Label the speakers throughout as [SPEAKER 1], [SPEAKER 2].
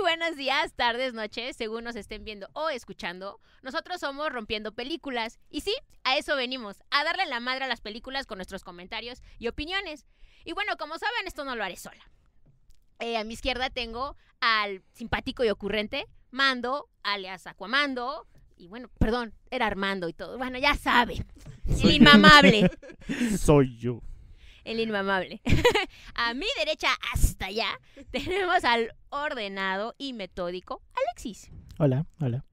[SPEAKER 1] buenos días, tardes, noches, según nos estén viendo o escuchando. Nosotros somos Rompiendo Películas. Y sí, a eso venimos, a darle la madre a las películas con nuestros comentarios y opiniones. Y bueno, como saben, esto no lo haré sola. Eh, a mi izquierda tengo al simpático y ocurrente Mando, alias Aquamando. Y bueno, perdón, era Armando y todo. Bueno, ya sabe. El
[SPEAKER 2] Soy yo.
[SPEAKER 1] inmamable.
[SPEAKER 2] Soy yo.
[SPEAKER 1] El inmamable. a mi derecha, hasta allá, tenemos al ordenado y metódico Alexis.
[SPEAKER 2] Hola, hola.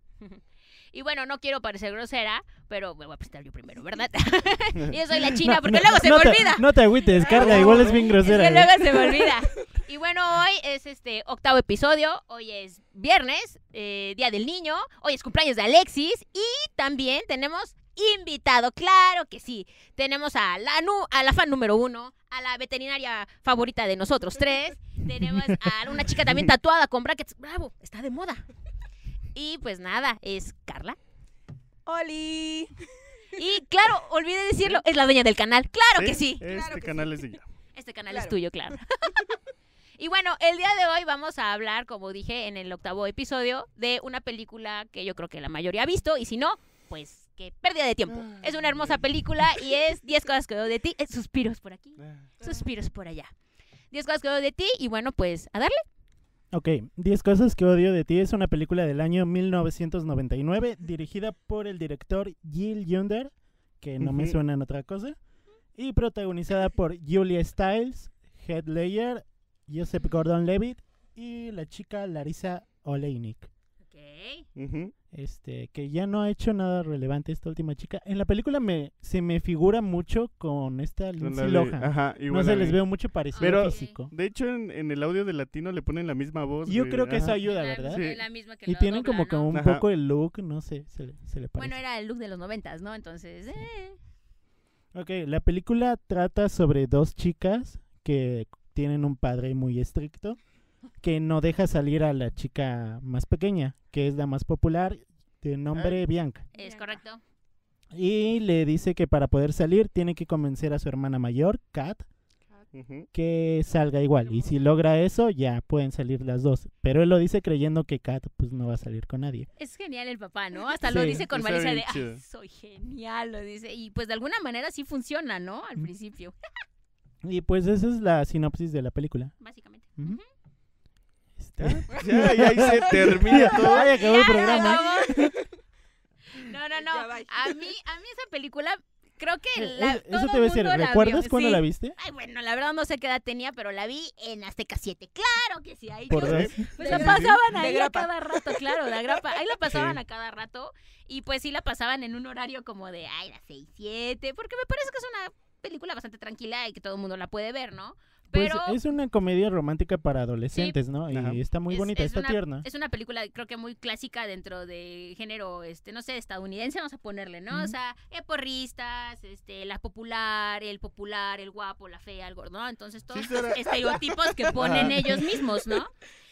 [SPEAKER 1] Y bueno, no quiero parecer grosera, pero me voy a presentar yo primero, ¿verdad? yo soy la china, porque luego se me
[SPEAKER 2] te,
[SPEAKER 1] olvida.
[SPEAKER 2] No te agüites, Carla, igual es bien
[SPEAKER 1] Es que
[SPEAKER 2] grosera. ¿eh? güey.
[SPEAKER 1] luego se me olvida. Y bueno, hoy es este octavo episodio. Hoy es viernes, eh, Día del Niño. Hoy es cumpleaños de Alexis. Y también tenemos invitado, claro que sí. Tenemos a la, nu- a la fan número uno, a la veterinaria favorita de nosotros tres. Tenemos a una chica también tatuada con brackets. Bravo, está de moda. Y pues nada, es Carla.
[SPEAKER 3] ¡Oli!
[SPEAKER 1] Y claro, olvidé decirlo, es la dueña del canal. Claro que sí.
[SPEAKER 4] Este
[SPEAKER 3] Claro que
[SPEAKER 4] canal es de ella.
[SPEAKER 1] Este canal es
[SPEAKER 3] Claro.
[SPEAKER 1] tuyo, claro. y bueno, el día de hoy vamos a hablar, como dije en el octavo episodio, de una película que yo creo que la mayoría ha visto, y si no, pues qué pérdida de tiempo. Es una hermosa película y es 10 cosas que veo de ti. Eh, Suspiros por aquí, suspiros por allá. 10 cosas que veo de ti y bueno, pues a darle.
[SPEAKER 2] Ok, 10 cosas que odio de ti es una película del año 1999 dirigida por el director Gil Yunder, que no me
[SPEAKER 4] Ujú.
[SPEAKER 2] suena en otra cosa, y protagonizada por Julia Stiles, Heath Ledger, Joseph Gordon-Levitt y la chica Larissa Oleinik.
[SPEAKER 1] Ok.
[SPEAKER 4] Ujú.
[SPEAKER 2] Este, que ya no ha hecho nada relevante esta última chica. En la película me, se me figura mucho con esta
[SPEAKER 4] Con
[SPEAKER 2] Lindsay
[SPEAKER 4] la de-
[SPEAKER 2] Lohan.
[SPEAKER 4] Ajá,
[SPEAKER 2] No
[SPEAKER 4] igual a
[SPEAKER 2] se
[SPEAKER 4] mí.
[SPEAKER 2] les veo mucho parecido
[SPEAKER 4] Pero-
[SPEAKER 2] físico.
[SPEAKER 4] De hecho, en, en el audio de latino le ponen la misma voz.
[SPEAKER 2] Yo
[SPEAKER 4] güey.
[SPEAKER 2] creo que eso
[SPEAKER 4] Ajá.
[SPEAKER 2] ayuda, ¿verdad?
[SPEAKER 4] Sí.
[SPEAKER 1] misma que
[SPEAKER 2] Y
[SPEAKER 1] la
[SPEAKER 2] tienen
[SPEAKER 1] dobla,
[SPEAKER 2] como que
[SPEAKER 1] ¿no?
[SPEAKER 2] un
[SPEAKER 4] Ajá.
[SPEAKER 2] poco el look, no sé, se le, se le
[SPEAKER 1] Bueno, eh
[SPEAKER 2] parece.
[SPEAKER 1] era el look de los noventas, ¿no? Entonces, eh,
[SPEAKER 2] Ok, la película trata sobre dos chicas que tienen un padre muy estricto que no deja salir a la chica más pequeña, que es la más popular, de
[SPEAKER 1] Ah.
[SPEAKER 2] nombre Bianca.
[SPEAKER 1] es
[SPEAKER 3] Bianca.
[SPEAKER 1] correcto.
[SPEAKER 2] Y le dice que para poder salir tiene que convencer a su hermana mayor, Kat,
[SPEAKER 4] Ujú.
[SPEAKER 2] que salga igual. Y si logra eso, ya pueden salir las dos. Pero él lo dice creyendo que Kat pues no va a salir con nadie.
[SPEAKER 1] Es genial el papá, ¿no? Hasta lo
[SPEAKER 2] Sí,
[SPEAKER 1] dice con
[SPEAKER 4] está
[SPEAKER 1] malicia de,
[SPEAKER 4] bien
[SPEAKER 1] "Ay,
[SPEAKER 4] chido".
[SPEAKER 1] soy genial, lo dice. Y pues de alguna manera sí funciona, ¿no? Al
[SPEAKER 2] Mm.
[SPEAKER 1] principio,
[SPEAKER 2] Y pues esa es la sinopsis de la película.
[SPEAKER 1] básicamente. Ujú.
[SPEAKER 2] Ujú. Este-
[SPEAKER 4] Ya, ya ahí se termina todo.
[SPEAKER 2] Ay, acabó el
[SPEAKER 1] Ya,
[SPEAKER 2] programa.
[SPEAKER 1] acabó. No, no, no.
[SPEAKER 3] Ya, bye.
[SPEAKER 1] A mí, a mí esa película, creo que
[SPEAKER 2] Eh,
[SPEAKER 1] la,
[SPEAKER 2] es-
[SPEAKER 1] todo
[SPEAKER 2] Eso te voy a decir,
[SPEAKER 1] mundo la
[SPEAKER 2] ¿recuerdas
[SPEAKER 1] vio,
[SPEAKER 2] cuando
[SPEAKER 1] sí.
[SPEAKER 2] la viste?
[SPEAKER 1] Ay, bueno, la verdad no sé qué edad tenía, pero la vi en Azteca 7. Claro que sí, ahí
[SPEAKER 2] Por
[SPEAKER 1] yo-
[SPEAKER 2] dos.
[SPEAKER 1] Pues la
[SPEAKER 3] De-
[SPEAKER 1] pasaban
[SPEAKER 3] de
[SPEAKER 1] ahí a
[SPEAKER 3] grapa.
[SPEAKER 1] cada rato, claro, la grapa. Ahí la pasaban
[SPEAKER 2] Sí.
[SPEAKER 1] a cada rato. Y pues sí la pasaban en un horario como de, ay, las 6, 7. Porque me parece que es una película bastante tranquila y que todo el mundo la puede ver, ¿no?
[SPEAKER 2] Pues
[SPEAKER 1] Pero
[SPEAKER 2] es una comedia romántica para adolescentes, ¿no? Y
[SPEAKER 4] Ajá.
[SPEAKER 2] está muy
[SPEAKER 1] Es-
[SPEAKER 2] bonita,
[SPEAKER 1] es
[SPEAKER 2] está
[SPEAKER 1] una-
[SPEAKER 2] tierna.
[SPEAKER 1] es una película, creo que muy clásica dentro de género, este, no sé, estadounidense, vamos a ponerle, ¿no? O
[SPEAKER 2] Ujú.
[SPEAKER 1] sea, eh, porristas, este, la popular, el popular, el guapo, la fea, el gordo, ¿no? Entonces, todos
[SPEAKER 4] Sí,
[SPEAKER 1] los
[SPEAKER 4] será-
[SPEAKER 1] estereotipos que ponen
[SPEAKER 4] Ajá.
[SPEAKER 1] ellos mismos, ¿no?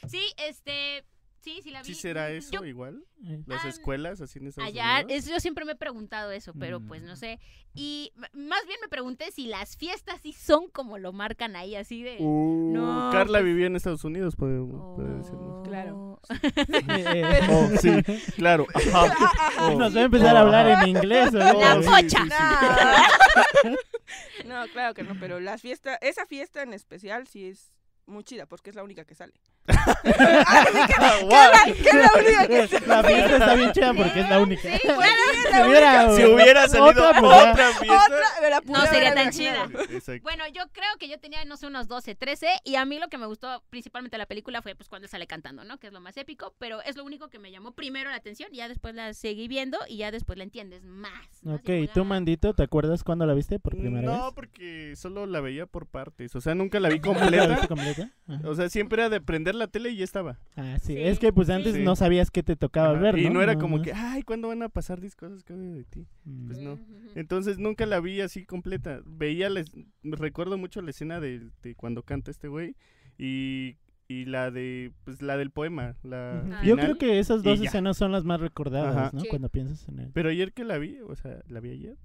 [SPEAKER 1] Sí, este, sí, sí la vi. Mm,
[SPEAKER 4] ¿Sí será
[SPEAKER 1] Yo
[SPEAKER 4] eso pues, igual?
[SPEAKER 2] Eh,
[SPEAKER 4] ¿Las
[SPEAKER 1] Ah,
[SPEAKER 4] escuelas así en Estados
[SPEAKER 1] Allá,
[SPEAKER 4] Unidos?
[SPEAKER 1] es- yo siempre me he preguntado eso, pero pues
[SPEAKER 2] Mm.
[SPEAKER 1] no sé. Y m- más bien me pregunté si las fiestas sí son como lo marcan ahí, así de...
[SPEAKER 4] Uh,
[SPEAKER 1] No, pues
[SPEAKER 4] Carla vivía en Estados Unidos, puede, puede decirnos.
[SPEAKER 1] Oh.
[SPEAKER 3] Claro.
[SPEAKER 2] eh,
[SPEAKER 4] Oh, sí, claro. Ajá. Oh.
[SPEAKER 2] Nos va a empezar a hablar en inglés.
[SPEAKER 4] Oh,
[SPEAKER 1] La
[SPEAKER 2] ¿verdad?
[SPEAKER 4] sí,
[SPEAKER 1] pocha.
[SPEAKER 4] sí, sí.
[SPEAKER 3] No. no, claro que no, pero las fiestas, esa fiesta en especial sí es muy chida porque es la única que sale. Ah, sí, que-
[SPEAKER 4] Ah,
[SPEAKER 3] que
[SPEAKER 4] guau.
[SPEAKER 3] la- que la única que sale.
[SPEAKER 2] La fiesta está bien chida porque es la única.
[SPEAKER 1] Sí, claro.
[SPEAKER 2] Si hubiera,
[SPEAKER 4] Si hubiera salido
[SPEAKER 2] otra,
[SPEAKER 4] otra,
[SPEAKER 2] pues ya.
[SPEAKER 4] fiesta.
[SPEAKER 3] Otra, me la pude
[SPEAKER 1] No
[SPEAKER 3] haber
[SPEAKER 1] sería tan
[SPEAKER 3] imaginado.
[SPEAKER 1] chida.
[SPEAKER 4] Exacto.
[SPEAKER 1] Bueno, yo creo que yo tenía, no sé, unos 12, 13, y a mí lo que me gustó principalmente de la película fue pues cuando sale cantando, ¿no? Que es lo más épico, pero es lo único que me llamó primero la atención, y ya después la seguí viendo y ya después la entiendes más. ¿no? Así
[SPEAKER 2] Ok,
[SPEAKER 1] como de,
[SPEAKER 2] tú,
[SPEAKER 1] ah,
[SPEAKER 2] Mandito, ¿te acuerdas cuando la viste por primera
[SPEAKER 4] no,
[SPEAKER 2] vez?
[SPEAKER 4] porque solo la veía por partes. O sea, nunca la vi
[SPEAKER 2] ¿La
[SPEAKER 4] completa.
[SPEAKER 2] viste completa? Ah,
[SPEAKER 4] O sea, siempre era de prender la tele y ya estaba.
[SPEAKER 2] Ah, sí.
[SPEAKER 1] Sí,
[SPEAKER 2] Es que pues antes
[SPEAKER 4] sí.
[SPEAKER 2] no sabías qué te tocaba
[SPEAKER 4] Ajá,
[SPEAKER 2] ver, ¿no?
[SPEAKER 4] Y no era como
[SPEAKER 2] no.
[SPEAKER 4] que, ay, ¿cuándo van a pasar 10 cosas que odio de ti?
[SPEAKER 2] Mm.
[SPEAKER 4] pues, no.
[SPEAKER 1] ujú, ujú.
[SPEAKER 4] Entonces nunca la vi así completa. Veía, les, recuerdo mucho la escena de, de cuando canta este güey y, y la de pues la del poema, la
[SPEAKER 2] Ujú.
[SPEAKER 1] Ah.
[SPEAKER 2] Yo
[SPEAKER 4] final.
[SPEAKER 2] creo que esas
[SPEAKER 4] y
[SPEAKER 2] dos
[SPEAKER 4] ya.
[SPEAKER 2] escenas son las más recordadas,
[SPEAKER 4] Ajá.
[SPEAKER 2] ¿no?
[SPEAKER 1] Sí.
[SPEAKER 2] Cuando piensas en él.
[SPEAKER 4] Pero ayer que la vi, o sea, la vi ayer.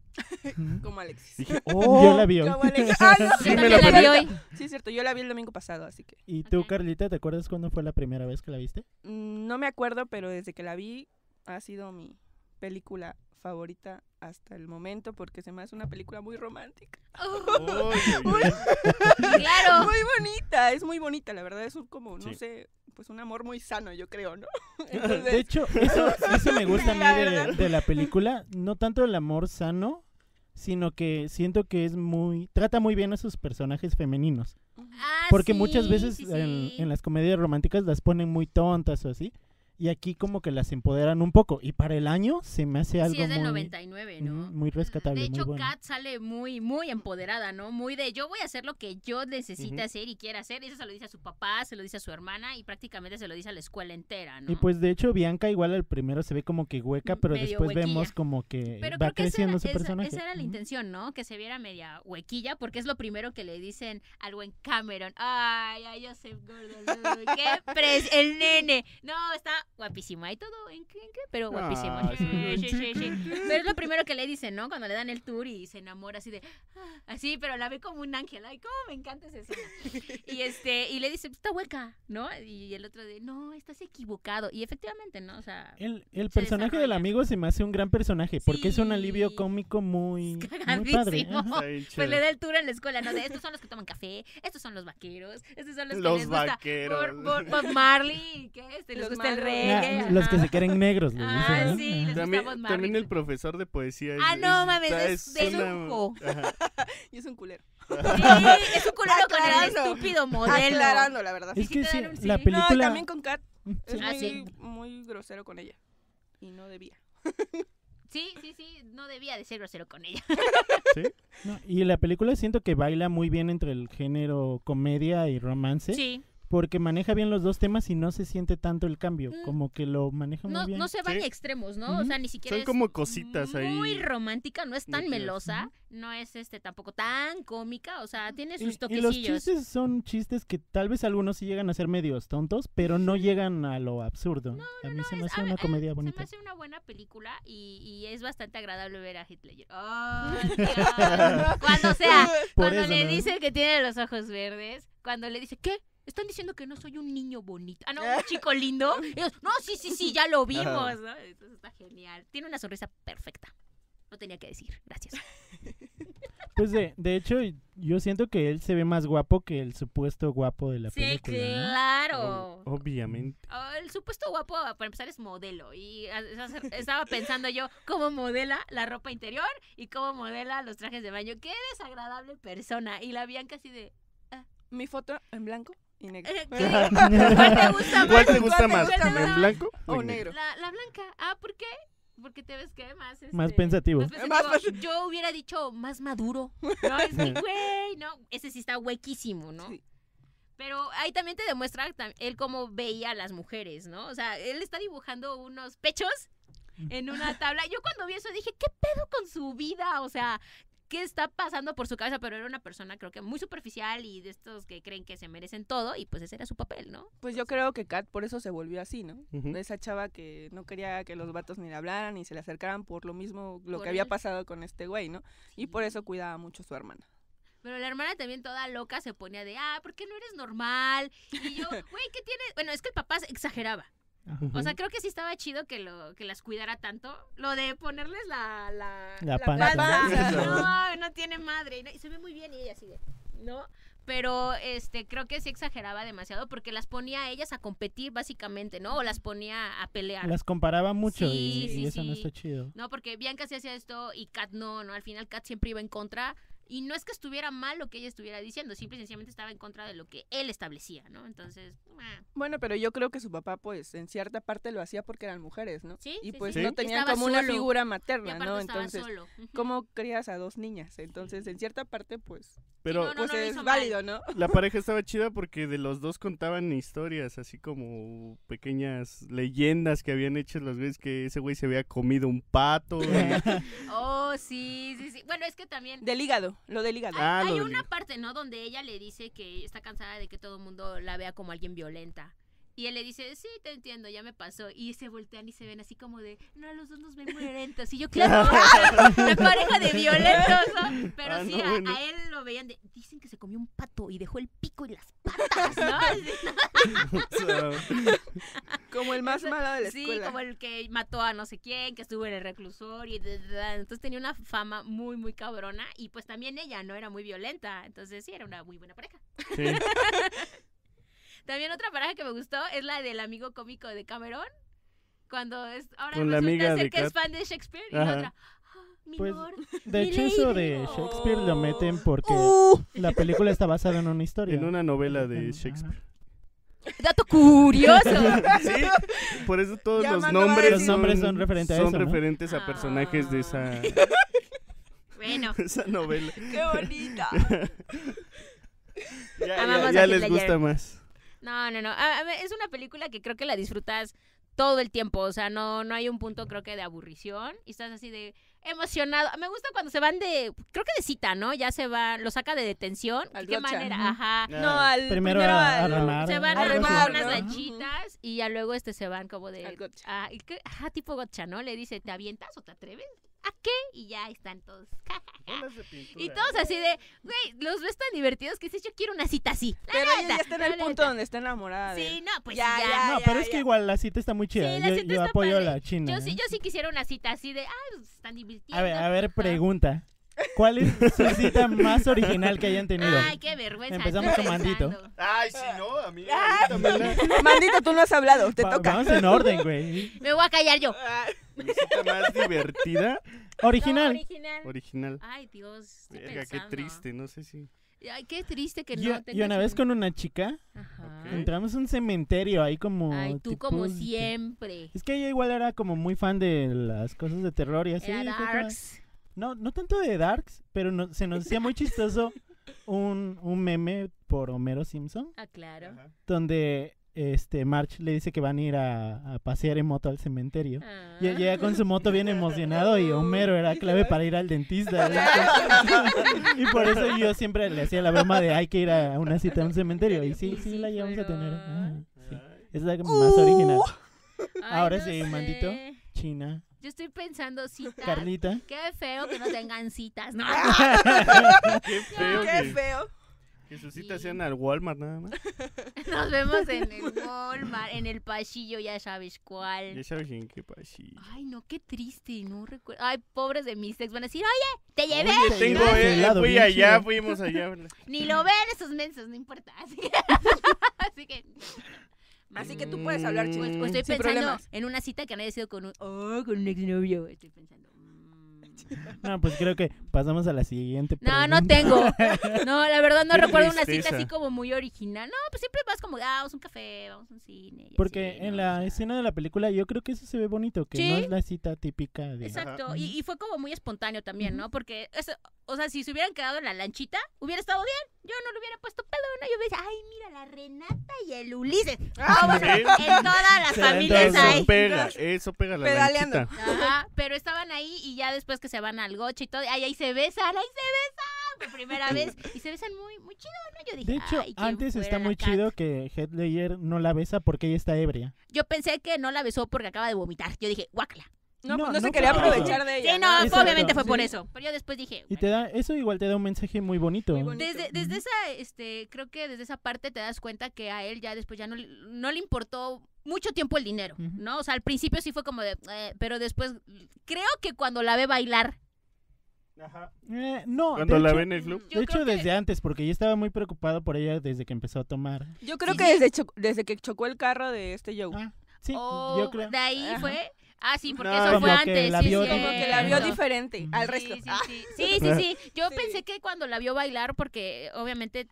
[SPEAKER 2] Ujú.
[SPEAKER 3] Como Alexis.
[SPEAKER 4] Dije,
[SPEAKER 2] Yo
[SPEAKER 4] "Oh".
[SPEAKER 2] la vi hoy.
[SPEAKER 3] Como Alexis. Ah, no,
[SPEAKER 1] Yo
[SPEAKER 4] me
[SPEAKER 1] también la
[SPEAKER 4] lo
[SPEAKER 1] vi
[SPEAKER 4] perdí.
[SPEAKER 1] hoy.
[SPEAKER 3] Sí, es cierto, yo la vi el domingo pasado, así que
[SPEAKER 2] ¿Y tú,
[SPEAKER 1] Ok.
[SPEAKER 2] Carlita, te acuerdas cuándo fue la primera vez que la viste?
[SPEAKER 3] mm, no me acuerdo, pero desde que la vi ha sido mi película favorita hasta el momento porque se me hace una película muy romántica.
[SPEAKER 4] Oy, oy, oy.
[SPEAKER 1] Claro.
[SPEAKER 3] Muy bonita, es muy bonita, la verdad es un como, no
[SPEAKER 4] Sí.
[SPEAKER 3] sé, pues un amor muy sano, yo creo, ¿no?
[SPEAKER 2] De
[SPEAKER 3] Entonces,
[SPEAKER 2] hecho, eso, eso me gusta a
[SPEAKER 3] La
[SPEAKER 2] mí de,
[SPEAKER 3] verdad.
[SPEAKER 2] de la película. No tanto el amor sano, sino que siento que es muy. Trata muy bien a sus personajes femeninos.
[SPEAKER 1] Ah,
[SPEAKER 2] Porque
[SPEAKER 1] sí,
[SPEAKER 2] muchas veces
[SPEAKER 1] sí,
[SPEAKER 2] En,
[SPEAKER 1] sí.
[SPEAKER 2] en las comedias románticas las ponen muy tontas o así. Y aquí, como que las empoderan un poco. Y para el año se me hace algo
[SPEAKER 1] Sí, es del
[SPEAKER 2] muy.
[SPEAKER 1] 99, ¿no?
[SPEAKER 2] ujú, muy rescatable,
[SPEAKER 1] De
[SPEAKER 2] muy
[SPEAKER 1] hecho,
[SPEAKER 2] bueno.
[SPEAKER 1] Kat sale muy, muy empoderada, ¿no? Muy de yo voy a hacer lo que yo necesite
[SPEAKER 4] Ujú.
[SPEAKER 1] hacer y quiera hacer. Eso se lo dice a su papá, se lo dice a su hermana y prácticamente se lo dice a la escuela entera, ¿no?
[SPEAKER 2] Y pues de hecho Bianca igual al primero se ve como que hueca, pero
[SPEAKER 1] Medio
[SPEAKER 2] después
[SPEAKER 1] huequilla.
[SPEAKER 2] vemos como que
[SPEAKER 1] Pero creo
[SPEAKER 2] va
[SPEAKER 1] que esa era,
[SPEAKER 2] creciendo su
[SPEAKER 1] esa-
[SPEAKER 2] personaje.
[SPEAKER 1] esa era la
[SPEAKER 2] Ujú.
[SPEAKER 1] intención, ¿no? Que se viera media huequilla, porque es lo primero que le dicen al buen Cameron. Ay, a Joseph Gordon. ¡Qué pres El nene. No, está guapísimo. Hay todo en qué, en qué, pero guapísimo.
[SPEAKER 4] Ah,
[SPEAKER 1] Sí,
[SPEAKER 4] sí,
[SPEAKER 1] sí, sí, sí. Pero es lo primero que le dicen, ¿no? Cuando le dan el tour y se enamora así de. ah, Así, pero la ve como un ángel. Ay, cómo me encanta esa escena. Y, este, y le dice, está hueca, ¿no? Y el otro de, no, estás equivocado. Y efectivamente, ¿no? O sea.
[SPEAKER 2] El, el
[SPEAKER 1] Se
[SPEAKER 2] personaje del
[SPEAKER 1] desarrolla.
[SPEAKER 2] amigo se me hace un gran personaje, porque es un alivio
[SPEAKER 1] Sí.
[SPEAKER 2] cómico muy, muy padre. ¿eh?
[SPEAKER 1] Cagadísimo.
[SPEAKER 2] ajá.
[SPEAKER 4] Está
[SPEAKER 1] Pues
[SPEAKER 4] bien
[SPEAKER 1] le
[SPEAKER 4] chévere.
[SPEAKER 1] da el tour en la escuela, ¿no? De estos son los que toman café, estos son los vaqueros, estos son los que
[SPEAKER 4] Los
[SPEAKER 1] les gusta
[SPEAKER 4] vaqueros.
[SPEAKER 1] Bor- Bor- Bob Marley, ¿qué? Este, les
[SPEAKER 3] Los
[SPEAKER 1] gusta el
[SPEAKER 3] Marley.
[SPEAKER 1] reggae.
[SPEAKER 2] Ah, los que
[SPEAKER 1] ajá.
[SPEAKER 2] se creen negros, le
[SPEAKER 1] Ah,
[SPEAKER 2] dicen, ¿no?
[SPEAKER 1] sí,
[SPEAKER 2] Ajá.
[SPEAKER 1] les gusta
[SPEAKER 4] También,
[SPEAKER 1] Bob Marley.
[SPEAKER 4] también el profesor de poesía. es-
[SPEAKER 1] Ah, no
[SPEAKER 4] es-
[SPEAKER 1] mames,
[SPEAKER 4] está-
[SPEAKER 1] es de
[SPEAKER 4] una-
[SPEAKER 1] lujo.
[SPEAKER 4] Ajá.
[SPEAKER 3] y es un culero.
[SPEAKER 1] Sí, es un culero con el
[SPEAKER 3] Aclarando.
[SPEAKER 1] estúpido modelo.
[SPEAKER 3] Aclarando, la verdad.
[SPEAKER 1] Sí,
[SPEAKER 2] Es
[SPEAKER 1] sí
[SPEAKER 2] que
[SPEAKER 1] te
[SPEAKER 2] sí,
[SPEAKER 1] dan un
[SPEAKER 2] la
[SPEAKER 1] sí.
[SPEAKER 2] película...
[SPEAKER 3] No, y también con Kat. Es
[SPEAKER 1] Ah,
[SPEAKER 3] muy,
[SPEAKER 1] sí.
[SPEAKER 3] muy grosero con ella. Y no debía.
[SPEAKER 1] Sí, sí, sí, no debía de ser grosero con ella.
[SPEAKER 2] no, y la película siento que baila muy bien entre el género comedia y romance,
[SPEAKER 1] Sí,
[SPEAKER 2] porque maneja bien los dos temas y no se siente tanto el cambio,
[SPEAKER 1] Mm.
[SPEAKER 2] como que lo maneja muy
[SPEAKER 1] no,
[SPEAKER 2] bien.
[SPEAKER 1] no se va
[SPEAKER 4] Sí.
[SPEAKER 1] ni a extremos, ¿no? O
[SPEAKER 2] Ujú.
[SPEAKER 1] sea, ni siquiera
[SPEAKER 4] Son
[SPEAKER 1] es
[SPEAKER 4] como cositas ahí.
[SPEAKER 1] Muy romántica, no es tan
[SPEAKER 4] metidas.
[SPEAKER 1] melosa, no es este tampoco tan cómica, o sea, tiene sus
[SPEAKER 2] Y- y los
[SPEAKER 1] toquecillos.
[SPEAKER 2] chistes son chistes que tal vez algunos sí llegan a ser medios tontos, pero no llegan a lo absurdo. a mí se me
[SPEAKER 1] es-
[SPEAKER 2] hace
[SPEAKER 1] Pues, a-
[SPEAKER 2] una
[SPEAKER 1] a-
[SPEAKER 2] comedia
[SPEAKER 1] Se me
[SPEAKER 2] bonita.
[SPEAKER 1] hace una buena película y, y es bastante agradable ver a Hitler. ¡Ay, Dios! cuando sea,
[SPEAKER 2] Ah, Por
[SPEAKER 1] cuando
[SPEAKER 2] eso,
[SPEAKER 1] le
[SPEAKER 2] ¿no?
[SPEAKER 1] dice que tiene los ojos verdes, cuando le dice, ¿qué? Están diciendo que no soy un niño bonito. Ah, no, un chico lindo. Y ellos, no, sí, sí, sí, ya lo vimos. ¿no? Entonces está genial. Tiene una sonrisa perfecta. Lo tenía que decir. Gracias.
[SPEAKER 2] Pues de, de hecho, yo siento que él se ve más guapo que el supuesto guapo de la
[SPEAKER 1] Sí,
[SPEAKER 2] película. Oh, ¿no?
[SPEAKER 1] claro.
[SPEAKER 4] Ob- Obviamente.
[SPEAKER 1] Ah, El supuesto guapo, para empezar, es modelo. Y a- esa- estaba pensando yo cómo modela la ropa interior y cómo modela los trajes de baño. Qué desagradable persona. Y la Bianca así de...
[SPEAKER 3] Mi foto en blanco y negro.
[SPEAKER 1] eh, ¿qué? ¿Cuál pues, te gusta más?
[SPEAKER 4] ¿Cuál te gusta
[SPEAKER 3] ¿Cuál te
[SPEAKER 4] más?
[SPEAKER 1] gusta más?
[SPEAKER 4] ¿En blanco
[SPEAKER 3] O
[SPEAKER 4] en
[SPEAKER 3] negro.
[SPEAKER 1] La, la blanca. Ah, ¿por qué? Porque te ves que más... este,
[SPEAKER 2] Más pensativo.
[SPEAKER 1] más pensativo.
[SPEAKER 3] Más pensa-
[SPEAKER 1] Yo hubiera dicho más maduro. No, es que, güey, no. Ese sí está huequísimo, ¿no?
[SPEAKER 3] Sí.
[SPEAKER 1] Pero ahí también te demuestra tam- él cómo veía a las mujeres, ¿no? O sea, él está dibujando unos pechos en una tabla. Yo cuando vi eso dije, ¿qué pedo con su vida? O sea, ¿qué está pasando por su cabeza? Pero era una persona creo que muy superficial y de estos que creen que se merecen todo y pues ese era su papel, ¿no?
[SPEAKER 3] Pues yo creo que Kat por eso se volvió así, ¿no?
[SPEAKER 4] Ujú.
[SPEAKER 3] Esa chava que no quería que los vatos ni le hablaran ni se le acercaran por lo mismo, lo
[SPEAKER 1] Por
[SPEAKER 3] que había
[SPEAKER 1] él.
[SPEAKER 3] pasado con este güey, ¿no? Y por eso cuidaba mucho a su hermana.
[SPEAKER 1] Pero la hermana también toda loca se ponía de, ah, ¿por qué no eres normal? Y yo, güey, ¿qué tienes? Bueno, es que el papá se exageraba.
[SPEAKER 2] Ajá.
[SPEAKER 1] O sea, creo que sí estaba chido que lo que las cuidara tanto. Lo de ponerles la la,
[SPEAKER 2] La panza.
[SPEAKER 4] La
[SPEAKER 1] No, no tiene madre. Y no- Y se ve muy bien y ella así de, ¿no? Pero este creo que sí exageraba demasiado porque las ponía a ellas a competir básicamente, ¿no? O las ponía a pelear.
[SPEAKER 2] Las comparaba mucho
[SPEAKER 1] Sí,
[SPEAKER 2] y,
[SPEAKER 1] sí,
[SPEAKER 2] y eso no
[SPEAKER 1] sí.
[SPEAKER 2] está chido.
[SPEAKER 1] No, porque Bianca sí hacía esto y Kat no, ¿no? Al final Kat siempre iba en contra. Y no es que estuviera mal lo que ella estuviera diciendo, simple y sencillamente estaba en contra de lo que él establecía, ¿no? Entonces, ah,
[SPEAKER 3] Bueno, pero yo creo que su papá, pues, en cierta parte lo hacía porque eran mujeres, ¿no?
[SPEAKER 1] Sí,
[SPEAKER 3] Y
[SPEAKER 1] sí,
[SPEAKER 3] pues
[SPEAKER 1] sí.
[SPEAKER 3] no
[SPEAKER 1] Sí.
[SPEAKER 3] tenían
[SPEAKER 1] Estaba
[SPEAKER 3] como una
[SPEAKER 1] solo.
[SPEAKER 3] figura
[SPEAKER 1] y
[SPEAKER 3] materna,
[SPEAKER 1] aparte
[SPEAKER 3] Ah, ¿no?
[SPEAKER 1] estaba
[SPEAKER 3] Entonces,
[SPEAKER 1] solo. Ujú.
[SPEAKER 3] ¿cómo crías a dos niñas? Entonces, en cierta parte, pues,
[SPEAKER 4] Pero
[SPEAKER 1] no, no,
[SPEAKER 3] pues
[SPEAKER 1] lo
[SPEAKER 3] es
[SPEAKER 1] hizo mal.
[SPEAKER 3] válido, ¿no?
[SPEAKER 4] la pareja estaba chida porque de los dos contaban historias, así como pequeñas leyendas que habían hecho los güeyes, que ese güey se había comido un pato. y-
[SPEAKER 1] Oh, sí, sí, sí. Bueno, es que también
[SPEAKER 3] Del hígado, lo del hígado.
[SPEAKER 4] Ah,
[SPEAKER 1] hay
[SPEAKER 4] lo del
[SPEAKER 1] una
[SPEAKER 4] hígado.
[SPEAKER 1] parte, ¿no? Donde ella le dice que está cansada de que todo el mundo la vea como alguien violenta. Y él le dice, sí, te entiendo, ya me pasó. Y se voltean y se ven así como de, no, los dos nos ven violentos. Y yo, claro, la pareja de violentos, ¿no? Pero
[SPEAKER 4] Ah,
[SPEAKER 1] sí,
[SPEAKER 4] no,
[SPEAKER 1] a,
[SPEAKER 4] bueno.
[SPEAKER 1] a él lo veían de, dicen que se comió un pato y dejó el pico y las patas, ¿no? Así,
[SPEAKER 4] O sea,
[SPEAKER 3] Como el más
[SPEAKER 1] Eso-
[SPEAKER 3] malo de la
[SPEAKER 1] sí,
[SPEAKER 3] escuela.
[SPEAKER 1] como el que mató a no sé quién, que estuvo en el reclusorio. y da, da, da. Entonces tenía una fama muy, muy cabrona. Y pues también ella, ¿no? Era muy violenta. Entonces sí, era una muy buena pareja.
[SPEAKER 4] sí.
[SPEAKER 1] También otra pareja que me gustó es la del amigo cómico de Cameron. Cuando es, ahora
[SPEAKER 4] Con la
[SPEAKER 1] resulta
[SPEAKER 4] amiga
[SPEAKER 1] ser
[SPEAKER 4] de
[SPEAKER 1] que es
[SPEAKER 4] Kat.
[SPEAKER 1] fan de Shakespeare y
[SPEAKER 4] Ajá.
[SPEAKER 1] la otra, "Ah, mi
[SPEAKER 2] Pues,
[SPEAKER 1] lord".
[SPEAKER 2] De
[SPEAKER 1] Mi
[SPEAKER 2] hecho, eso
[SPEAKER 1] lady.
[SPEAKER 2] de Shakespeare lo
[SPEAKER 1] "Oh".
[SPEAKER 2] meten porque
[SPEAKER 3] Uh,
[SPEAKER 2] la película está basada en una historia.
[SPEAKER 4] En una novela
[SPEAKER 2] Ajá.
[SPEAKER 4] de Shakespeare.
[SPEAKER 1] Dato curioso.
[SPEAKER 4] Sí, por eso todos
[SPEAKER 3] Ya
[SPEAKER 4] los
[SPEAKER 3] Amanda va a
[SPEAKER 4] nombres,
[SPEAKER 3] decir- Ah.
[SPEAKER 4] son,
[SPEAKER 2] Los nombres son referente a
[SPEAKER 4] son
[SPEAKER 2] eso, ¿no?
[SPEAKER 4] referentes a personajes de esa,
[SPEAKER 1] bueno,
[SPEAKER 4] esa novela.
[SPEAKER 3] qué bonita.
[SPEAKER 4] Ya, ya-
[SPEAKER 1] Amamos
[SPEAKER 4] ya
[SPEAKER 1] a
[SPEAKER 4] les
[SPEAKER 1] Hitler.
[SPEAKER 4] gusta más.
[SPEAKER 1] no, no, no. A- a ver, es una película que creo que la disfrutas todo el tiempo. O sea, no, no hay un punto, creo que, de aburrición. Y estás así de emocionado. Me gusta cuando se van de, creo que de cita, ¿no? Ya se van, lo saca de detención.
[SPEAKER 3] Al
[SPEAKER 1] ¿De qué
[SPEAKER 3] Rocha.
[SPEAKER 1] manera? Ajá.
[SPEAKER 3] Ah, No, al
[SPEAKER 2] Primero,
[SPEAKER 3] primero,
[SPEAKER 2] a, a
[SPEAKER 3] al-
[SPEAKER 2] remar.
[SPEAKER 1] Se van
[SPEAKER 3] a
[SPEAKER 1] a
[SPEAKER 2] algo así.
[SPEAKER 3] remar,
[SPEAKER 1] unas
[SPEAKER 3] ¿no?
[SPEAKER 1] lanchitas y ya luego este se van como de
[SPEAKER 3] al gotcha.
[SPEAKER 1] Ah, ¿y qué? Ajá, tipo gotcha, ¿no? Le dice, ¿te avientas o te atreves? ¿A qué? Y ya están todos. ja, ja, ja.
[SPEAKER 3] ah,
[SPEAKER 1] y todos así de, güey, los ves tan divertidos que dices, yo quiero una cita así. La
[SPEAKER 3] Pero ella ya
[SPEAKER 1] neta,
[SPEAKER 3] está en
[SPEAKER 1] la
[SPEAKER 3] el punto
[SPEAKER 1] neta.
[SPEAKER 3] donde está enamorada. de
[SPEAKER 1] Sí,
[SPEAKER 3] él.
[SPEAKER 1] no, pues ya.
[SPEAKER 3] Ya, ya.
[SPEAKER 2] No, pero es
[SPEAKER 3] ya.
[SPEAKER 2] que igual la cita está muy chida.
[SPEAKER 1] Sí, la
[SPEAKER 2] yo
[SPEAKER 1] cita
[SPEAKER 2] yo
[SPEAKER 1] está
[SPEAKER 2] apoyo
[SPEAKER 1] padre.
[SPEAKER 2] a la china.
[SPEAKER 1] Yo sí,
[SPEAKER 2] ¿eh?
[SPEAKER 1] yo sí quisiera una cita así de, ah, se están divirtiendo.
[SPEAKER 2] A ver, a ver, pregunta. ¿Cuál es su cita más original que hayan tenido?
[SPEAKER 1] Ay, qué vergüenza.
[SPEAKER 2] Empezamos
[SPEAKER 1] estoy
[SPEAKER 2] con Mandito.
[SPEAKER 1] pensando.
[SPEAKER 4] Ay, si no, amiga.
[SPEAKER 3] Ah.
[SPEAKER 4] Quítamela.
[SPEAKER 3] Mandito, tú no has hablado, te
[SPEAKER 2] Va-
[SPEAKER 3] toca.
[SPEAKER 2] Vamos en orden, güey.
[SPEAKER 1] Me voy a callar yo.
[SPEAKER 3] Ah,
[SPEAKER 4] Mi cita más divertida.
[SPEAKER 2] Original.
[SPEAKER 1] No, original.
[SPEAKER 4] Original.
[SPEAKER 3] Ah,
[SPEAKER 1] Ay, Dios. estoy
[SPEAKER 4] Verga, qué
[SPEAKER 1] pensando.
[SPEAKER 4] triste, no sé si.
[SPEAKER 1] Ay, qué triste que
[SPEAKER 2] Yo-
[SPEAKER 1] no
[SPEAKER 2] yo una
[SPEAKER 1] tengas
[SPEAKER 2] vez
[SPEAKER 1] un-
[SPEAKER 2] con una chica
[SPEAKER 1] Ajá.
[SPEAKER 4] Ok.
[SPEAKER 2] entramos a un cementerio ahí como.
[SPEAKER 1] Ay, tú como
[SPEAKER 2] tipo-
[SPEAKER 1] siempre.
[SPEAKER 2] Es que ella igual era como muy fan de las cosas de terror y así.
[SPEAKER 1] Era
[SPEAKER 2] fue como-
[SPEAKER 1] Darks.
[SPEAKER 2] No, no tanto de Darks, pero no- se nos hacía muy chistoso un, un meme por Homero Simpson,
[SPEAKER 1] Ah, claro.
[SPEAKER 4] Ajá.
[SPEAKER 2] donde este March le dice que van a ir a, a pasear en moto al cementerio.
[SPEAKER 1] Ah.
[SPEAKER 2] Y él llega con su moto bien emocionado y Homero era clave para ir al dentista. ¿no? Y por eso yo siempre le hacía la broma de hay que ir a una cita a un cementerio. Y sí,
[SPEAKER 1] Y
[SPEAKER 2] sí
[SPEAKER 1] sí
[SPEAKER 2] la llevamos a tener.
[SPEAKER 1] fueron.
[SPEAKER 2] Ah, sí. Es la
[SPEAKER 4] Uh.
[SPEAKER 2] más original.
[SPEAKER 1] Ay,
[SPEAKER 2] Ahora
[SPEAKER 1] no
[SPEAKER 2] sí, Mandito.
[SPEAKER 1] sé.
[SPEAKER 2] China,
[SPEAKER 1] Yo estoy pensando citas.
[SPEAKER 2] Carlita.
[SPEAKER 1] Qué feo que no tengan citas. No,
[SPEAKER 4] Qué feo
[SPEAKER 3] Qué
[SPEAKER 4] que,
[SPEAKER 3] feo.
[SPEAKER 4] que sus citas sean al Walmart nada más.
[SPEAKER 1] nos vemos en el Walmart, en el pasillo, ya sabes
[SPEAKER 4] Ya
[SPEAKER 1] cuál.
[SPEAKER 4] sabes en qué pasillo.
[SPEAKER 3] Ah.
[SPEAKER 1] Ay, no, qué triste, no recuerdo. Ay, pobres de mis ex van a decir, oye, te llevé.
[SPEAKER 4] Oye, tengo,
[SPEAKER 2] llevaste
[SPEAKER 4] eh,
[SPEAKER 2] helado
[SPEAKER 4] fui
[SPEAKER 2] bien
[SPEAKER 4] allá,
[SPEAKER 2] chido.
[SPEAKER 4] fuimos allá.
[SPEAKER 1] Ni lo ven esos mensos, no importa. Así que... Así que...
[SPEAKER 3] Así que tú puedes hablar,
[SPEAKER 1] Pues,
[SPEAKER 3] chicos.
[SPEAKER 2] Mm,
[SPEAKER 1] pues
[SPEAKER 4] Mm,
[SPEAKER 1] estoy
[SPEAKER 3] Sin
[SPEAKER 1] pensando
[SPEAKER 3] problemas.
[SPEAKER 1] en una cita que no haya sido con un, oh, con un exnovio. Estoy pensando. mm.
[SPEAKER 2] No, pues creo que pasamos a la siguiente.
[SPEAKER 1] No, no
[SPEAKER 2] pregunta.
[SPEAKER 1] tengo. No, la verdad no
[SPEAKER 4] Qué
[SPEAKER 1] recuerdo una
[SPEAKER 4] tristeza.
[SPEAKER 1] cita así como muy original. No, pues siempre vas como, ah, vamos a un café, vamos a un cine. y
[SPEAKER 2] Porque
[SPEAKER 1] así,
[SPEAKER 2] en
[SPEAKER 1] ¿no?
[SPEAKER 2] la
[SPEAKER 1] O sea,
[SPEAKER 2] escena de la película yo creo que eso se ve bonito, que
[SPEAKER 1] Sí.
[SPEAKER 2] no es la cita típica de...
[SPEAKER 1] Exacto,
[SPEAKER 2] Ajá.
[SPEAKER 1] y, y fue como muy espontáneo también, ¿no? Porque, eso- o sea, si se hubieran quedado en la lanchita, hubiera estado bien. Yo no le hubiera puesto pedo, ¿no? Yo hubiera dicho, ay, mira, la Renata y el Ulises. Vamos a-
[SPEAKER 4] Sí.
[SPEAKER 1] En todas las
[SPEAKER 2] Se ven
[SPEAKER 1] familias
[SPEAKER 2] todos.
[SPEAKER 1] hay.
[SPEAKER 4] Eso pega, eso pega la
[SPEAKER 3] Pedaleando.
[SPEAKER 4] lanchita.
[SPEAKER 1] Ajá, pero estaban ahí y ya después que se van al goche y todo, ay, ahí se besan, ahí se besan por primera vez y se besan muy, muy chido, ¿no? Yo dije,
[SPEAKER 2] De hecho,
[SPEAKER 1] ay, que
[SPEAKER 2] antes está
[SPEAKER 1] fueran
[SPEAKER 2] muy
[SPEAKER 1] acá.
[SPEAKER 2] chido que Headlayer no la besa porque ella está ebria.
[SPEAKER 1] Yo pensé que no la besó porque acaba de vomitar. Yo dije, guácala.
[SPEAKER 3] No, pues
[SPEAKER 2] No,
[SPEAKER 3] no,
[SPEAKER 2] no,
[SPEAKER 3] se quería
[SPEAKER 4] no.
[SPEAKER 3] aprovechar de ella.
[SPEAKER 1] Sí, no,
[SPEAKER 2] Exacto,
[SPEAKER 1] obviamente fue por
[SPEAKER 2] sí.
[SPEAKER 1] eso. Pero yo después dije,
[SPEAKER 2] Y
[SPEAKER 1] bueno.
[SPEAKER 2] te da, eso igual te da un mensaje muy bonito.
[SPEAKER 3] Muy bonito.
[SPEAKER 1] desde, desde esa, este, creo que desde esa parte te das cuenta que a él ya después ya no, le- no le importó mucho tiempo el dinero,
[SPEAKER 2] Ujú.
[SPEAKER 1] ¿no? O sea, al principio sí fue como de, eh, pero después creo que cuando la ve bailar,
[SPEAKER 2] Eh, no,
[SPEAKER 4] Cuando
[SPEAKER 2] de
[SPEAKER 4] la
[SPEAKER 2] hecho,
[SPEAKER 4] ve en el club.
[SPEAKER 1] yo
[SPEAKER 2] de hecho
[SPEAKER 1] creo que-
[SPEAKER 2] desde antes, porque yo estaba muy preocupado por ella desde que empezó a tomar.
[SPEAKER 3] Yo creo
[SPEAKER 1] Sí,
[SPEAKER 3] que
[SPEAKER 1] sí.
[SPEAKER 3] desde, cho- desde que chocó el carro de este Joe.
[SPEAKER 2] Ah, sí,
[SPEAKER 1] oh,
[SPEAKER 2] yo creo.
[SPEAKER 1] de ahí
[SPEAKER 3] Ajá.
[SPEAKER 1] fue, ah, sí, porque
[SPEAKER 4] No,
[SPEAKER 1] eso
[SPEAKER 2] como
[SPEAKER 1] fue
[SPEAKER 2] que
[SPEAKER 1] antes,
[SPEAKER 2] la
[SPEAKER 1] sí,
[SPEAKER 2] vio
[SPEAKER 1] es
[SPEAKER 3] Como que la vio
[SPEAKER 1] cierto.
[SPEAKER 3] diferente al
[SPEAKER 1] Sí,
[SPEAKER 3] resto.
[SPEAKER 1] sí,
[SPEAKER 3] Ah,
[SPEAKER 1] sí. Sí, sí, sí. Yo
[SPEAKER 3] Sí.
[SPEAKER 1] pensé que cuando la vio bailar, porque obviamente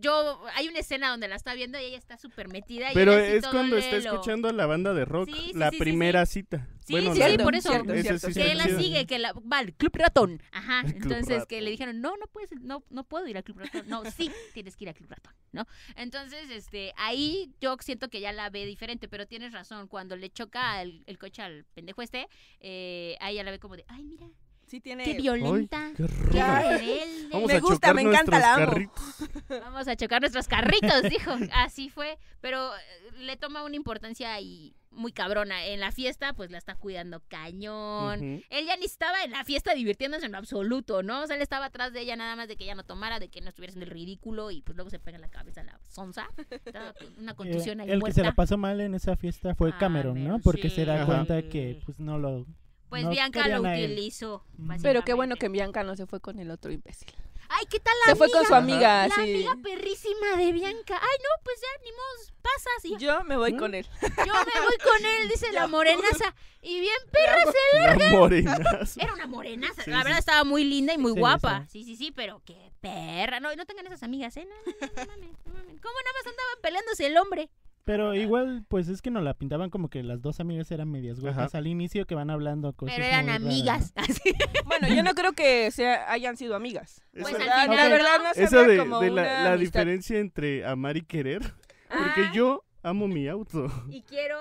[SPEAKER 1] yo, hay una escena donde la está viendo y ella está súper metida. y
[SPEAKER 4] Pero
[SPEAKER 1] él así
[SPEAKER 4] es
[SPEAKER 1] todo
[SPEAKER 4] cuando está
[SPEAKER 1] lelo.
[SPEAKER 4] escuchando a la banda de rock,
[SPEAKER 1] Sí, sí,
[SPEAKER 4] la
[SPEAKER 1] sí, sí,
[SPEAKER 4] primera cita.
[SPEAKER 1] Sí, sí, sí,
[SPEAKER 4] la-
[SPEAKER 1] por eso.
[SPEAKER 4] cierto, Ese sí
[SPEAKER 1] Que
[SPEAKER 4] está
[SPEAKER 1] él la
[SPEAKER 4] chido.
[SPEAKER 1] sigue, que la, va al Club Ratón. Ajá,
[SPEAKER 4] El Club
[SPEAKER 1] entonces que
[SPEAKER 4] Ratón.
[SPEAKER 1] le dijeron, no, no puedes, no, no puedo ir al Club Ratón. No, sí, tienes que ir al Club Ratón, ¿no? Entonces, este, ahí yo siento que ya la ve diferente, pero tienes razón, cuando le choca el, el coche al pendejo este, eh, ahí ya la ve como de, ay, mira,
[SPEAKER 3] Sí tiene...
[SPEAKER 1] qué violenta,
[SPEAKER 4] qué
[SPEAKER 1] qué
[SPEAKER 4] ruda.
[SPEAKER 1] rebelde.
[SPEAKER 4] Vamos
[SPEAKER 3] Me
[SPEAKER 4] a
[SPEAKER 3] gusta,
[SPEAKER 4] chocar
[SPEAKER 3] me
[SPEAKER 4] nuestros
[SPEAKER 3] encanta, la amo.
[SPEAKER 4] carritos.
[SPEAKER 1] Vamos a chocar nuestros carritos, dijo. Así fue. Pero eh, le toma una importancia y muy cabrona. En la fiesta, pues la está cuidando cañón.
[SPEAKER 4] Ujú.
[SPEAKER 1] Él ya ni estaba en la fiesta divirtiéndose en lo absoluto, ¿no? O sea, él estaba atrás de ella nada más de que ella no tomara, de que no estuviera en el ridículo y pues luego se pega en la cabeza la sonza. Estaba con una contusión
[SPEAKER 2] Eh,
[SPEAKER 1] ahí
[SPEAKER 2] el que se la
[SPEAKER 1] muerta.
[SPEAKER 2] pasó mal en esa fiesta fue
[SPEAKER 1] Ah,
[SPEAKER 2] Cameron, ¿no?
[SPEAKER 1] Meryl,
[SPEAKER 2] Porque
[SPEAKER 1] sí.
[SPEAKER 2] se da
[SPEAKER 4] Ajá.
[SPEAKER 2] cuenta que pues no lo...
[SPEAKER 1] Pues
[SPEAKER 2] no
[SPEAKER 1] Bianca lo
[SPEAKER 2] querían a él.
[SPEAKER 1] utilizó.
[SPEAKER 3] Pero qué bueno
[SPEAKER 1] básicamente.
[SPEAKER 3] que Bianca no se fue con el otro imbécil.
[SPEAKER 1] Ay, ¿qué tal la
[SPEAKER 3] Se fue
[SPEAKER 1] amiga?
[SPEAKER 3] con su amiga,
[SPEAKER 1] La
[SPEAKER 3] sí.
[SPEAKER 1] amiga perrísima de Bianca. Ay, no, pues ya, ni modo, pasas. Y
[SPEAKER 3] Yo me voy con él.
[SPEAKER 1] Yo me voy con él, dice la
[SPEAKER 3] Yo.
[SPEAKER 1] morenaza. Y bien perra se...
[SPEAKER 4] La morenaza.
[SPEAKER 1] Era una morenaza.
[SPEAKER 4] Sí,
[SPEAKER 1] la
[SPEAKER 4] sí,
[SPEAKER 1] verdad
[SPEAKER 4] sí.
[SPEAKER 1] estaba muy linda y muy
[SPEAKER 2] Sí,
[SPEAKER 1] guapa.
[SPEAKER 2] esa.
[SPEAKER 1] Sí, sí, sí, pero qué perra. No, no tengan esas amigas, ¿eh? No, no, no, no mames, no mames. ¿Cómo nada más andaban peleándose el hombre?
[SPEAKER 2] Pero igual, pues es que nos la pintaban como que las dos amigas eran medias huecas al inicio que van hablando
[SPEAKER 4] Pues
[SPEAKER 2] cosas
[SPEAKER 1] pero eran
[SPEAKER 2] muy
[SPEAKER 1] amigas.
[SPEAKER 2] raras.
[SPEAKER 1] Así.
[SPEAKER 3] Bueno, yo no creo que sea, hayan sido amigas.
[SPEAKER 4] Pues,
[SPEAKER 3] La
[SPEAKER 4] al
[SPEAKER 3] verdad-
[SPEAKER 1] final,
[SPEAKER 3] la
[SPEAKER 1] ¿no?
[SPEAKER 3] verdad no se
[SPEAKER 4] Eso
[SPEAKER 3] ve
[SPEAKER 4] de,
[SPEAKER 3] como
[SPEAKER 4] de
[SPEAKER 3] una
[SPEAKER 4] la, la
[SPEAKER 3] amistad.
[SPEAKER 4] diferencia entre amar y querer. Porque
[SPEAKER 1] Ah.
[SPEAKER 4] yo amo mi auto.
[SPEAKER 1] Y quiero.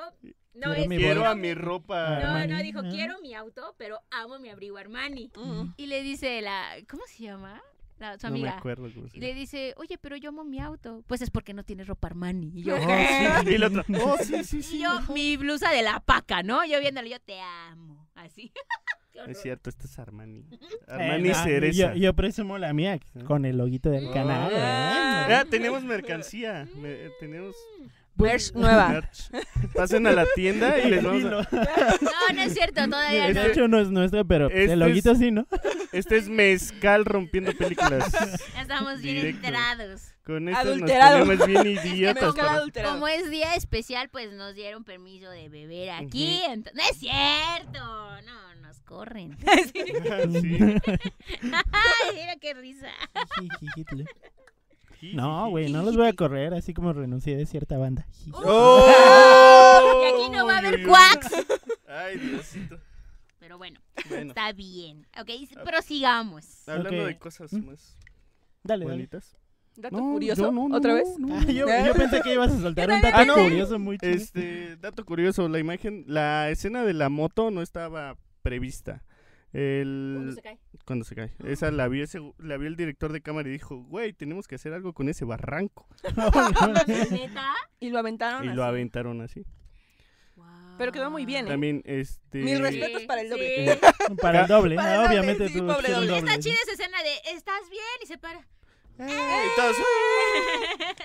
[SPEAKER 1] No,
[SPEAKER 2] Quiero
[SPEAKER 1] es,
[SPEAKER 2] mi
[SPEAKER 4] Quiero
[SPEAKER 2] bolsa.
[SPEAKER 4] a mi ropa.
[SPEAKER 1] No, no,
[SPEAKER 2] Armani,
[SPEAKER 1] dijo,
[SPEAKER 2] ¿no?
[SPEAKER 1] quiero mi auto, pero amo mi abrigo Armani.
[SPEAKER 3] Mm.
[SPEAKER 1] Y le dice la. ¿Cómo se llama? La, su
[SPEAKER 4] No me
[SPEAKER 1] amiga.
[SPEAKER 4] acuerdo. cómo se
[SPEAKER 1] y le dice, oye, pero yo amo mi auto. Pues es porque no tienes ropa Armani. Y yo,
[SPEAKER 4] Oh. llama. Y la otra, oh, sí, sí,
[SPEAKER 1] Y
[SPEAKER 4] sí.
[SPEAKER 1] yo, mi blusa de la paca, ¿no? Yo viéndole, yo te amo. Así. Qué horror.
[SPEAKER 4] Es cierto, esta es Armani.
[SPEAKER 2] Eh,
[SPEAKER 4] Armani
[SPEAKER 2] no,
[SPEAKER 4] Cereza.
[SPEAKER 2] Yo, yo presumo la mía con el loguito del
[SPEAKER 4] Ah.
[SPEAKER 2] canal. ¿eh?
[SPEAKER 4] Ah, tenemos mercancía. me- eh, tenemos
[SPEAKER 3] Merch nueva.
[SPEAKER 4] merch. Pasen a la tienda y les vamos
[SPEAKER 2] Y
[SPEAKER 4] a-
[SPEAKER 2] lo-
[SPEAKER 1] No, no es cierto, todavía no.
[SPEAKER 2] ¿eh? de hecho no es nuestro, pero pues,
[SPEAKER 4] Este
[SPEAKER 2] el loguito
[SPEAKER 4] es-
[SPEAKER 2] sí, ¿no?
[SPEAKER 4] Este es mezcal rompiendo películas.
[SPEAKER 1] Ya Estamos bien
[SPEAKER 4] Directo.
[SPEAKER 1] enterados.
[SPEAKER 4] Con esto
[SPEAKER 3] Adulterado.
[SPEAKER 4] nos ponemos bien
[SPEAKER 3] Me
[SPEAKER 4] idiotas.
[SPEAKER 3] busca la
[SPEAKER 4] para-
[SPEAKER 3] adulterada.
[SPEAKER 1] Como es día especial, pues nos dieron permiso de beber aquí. ento- ¡No es cierto! No, nos corren.
[SPEAKER 4] Sí.
[SPEAKER 1] ¡Ay, mira qué risa!
[SPEAKER 2] No, güey, no los voy a correr, así como renuncié de cierta banda.
[SPEAKER 4] ¡Oh!
[SPEAKER 1] Y aquí no va a haber
[SPEAKER 4] Uy, uy, uy.
[SPEAKER 1] quacks.
[SPEAKER 4] Ay, Diosito.
[SPEAKER 1] Pero bueno,
[SPEAKER 4] Bueno,
[SPEAKER 1] está bien. Ok, prosigamos.
[SPEAKER 4] hablando
[SPEAKER 2] Ok. Mm,
[SPEAKER 4] de cosas más
[SPEAKER 2] Dale, dale.
[SPEAKER 4] bonitas.
[SPEAKER 3] Dato
[SPEAKER 4] No,
[SPEAKER 3] curioso.
[SPEAKER 4] yo no, no,
[SPEAKER 3] ¿Otra
[SPEAKER 4] no,
[SPEAKER 3] vez?
[SPEAKER 4] no.
[SPEAKER 2] Ah, yo, yo pensé que ibas a soltar un dato
[SPEAKER 4] Ah, no.
[SPEAKER 2] curioso muy chido.
[SPEAKER 4] Este, dato curioso, la imagen, la escena de la moto no estaba prevista. El,
[SPEAKER 1] se cae?
[SPEAKER 4] cuando se cae. Esa la vio, ese- la vio el director de cámara y dijo, güey, tenemos que hacer algo con ese barranco.
[SPEAKER 1] ¿Neta?
[SPEAKER 3] Y lo aventaron
[SPEAKER 4] Y
[SPEAKER 3] así.
[SPEAKER 4] lo aventaron así.
[SPEAKER 3] Pero quedó muy bien, ¿eh?
[SPEAKER 4] También, este...
[SPEAKER 3] Mil
[SPEAKER 1] Sí,
[SPEAKER 3] respetos para el doble.
[SPEAKER 1] sí.
[SPEAKER 2] Para el doble,
[SPEAKER 3] Para el
[SPEAKER 2] ah,
[SPEAKER 3] doble,
[SPEAKER 2] obviamente
[SPEAKER 3] sí,
[SPEAKER 2] tú
[SPEAKER 3] pobre
[SPEAKER 2] quieres un
[SPEAKER 3] doble.
[SPEAKER 1] Está
[SPEAKER 2] doble,
[SPEAKER 1] chida esa escena de ¿estás bien? Y se para.
[SPEAKER 4] ¡Eh! Y todos,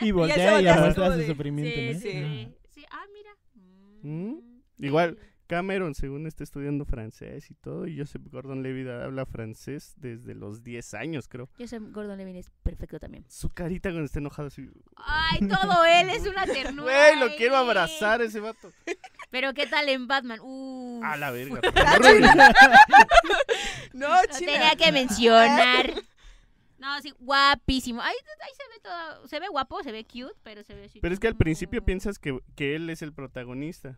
[SPEAKER 2] Y
[SPEAKER 3] se
[SPEAKER 2] voltea y
[SPEAKER 3] voltea así
[SPEAKER 2] arrastra
[SPEAKER 3] como
[SPEAKER 2] su
[SPEAKER 3] de-
[SPEAKER 2] sufrimiento,
[SPEAKER 1] Sí,
[SPEAKER 2] ¿no?
[SPEAKER 1] sí.
[SPEAKER 3] Ajá.
[SPEAKER 1] sí. Sí, Ah, mira.
[SPEAKER 4] ¿Mm? Igual, Cameron, según está estudiando francés y todo, y Joseph Gordon-Levitt habla francés desde los 10 años, creo.
[SPEAKER 1] Yo soy Gordon Levin, es perfecto también.
[SPEAKER 4] Su carita cuando está enojado así,
[SPEAKER 1] Ay, todo él es una ternura.
[SPEAKER 4] güey, lo
[SPEAKER 1] ay,
[SPEAKER 4] quiero
[SPEAKER 1] güey.
[SPEAKER 4] abrazar ese vato.
[SPEAKER 1] Pero qué tal en Batman. Uh,
[SPEAKER 4] A la verga.
[SPEAKER 3] No,
[SPEAKER 1] lo
[SPEAKER 3] china.
[SPEAKER 1] tenía que mencionar. No, sí, guapísimo. Ahí, ahí se ve todo, se ve guapo, se ve cute, pero se ve así.
[SPEAKER 4] Pero es que al
[SPEAKER 1] como-
[SPEAKER 4] principio piensas que, que él es el protagonista.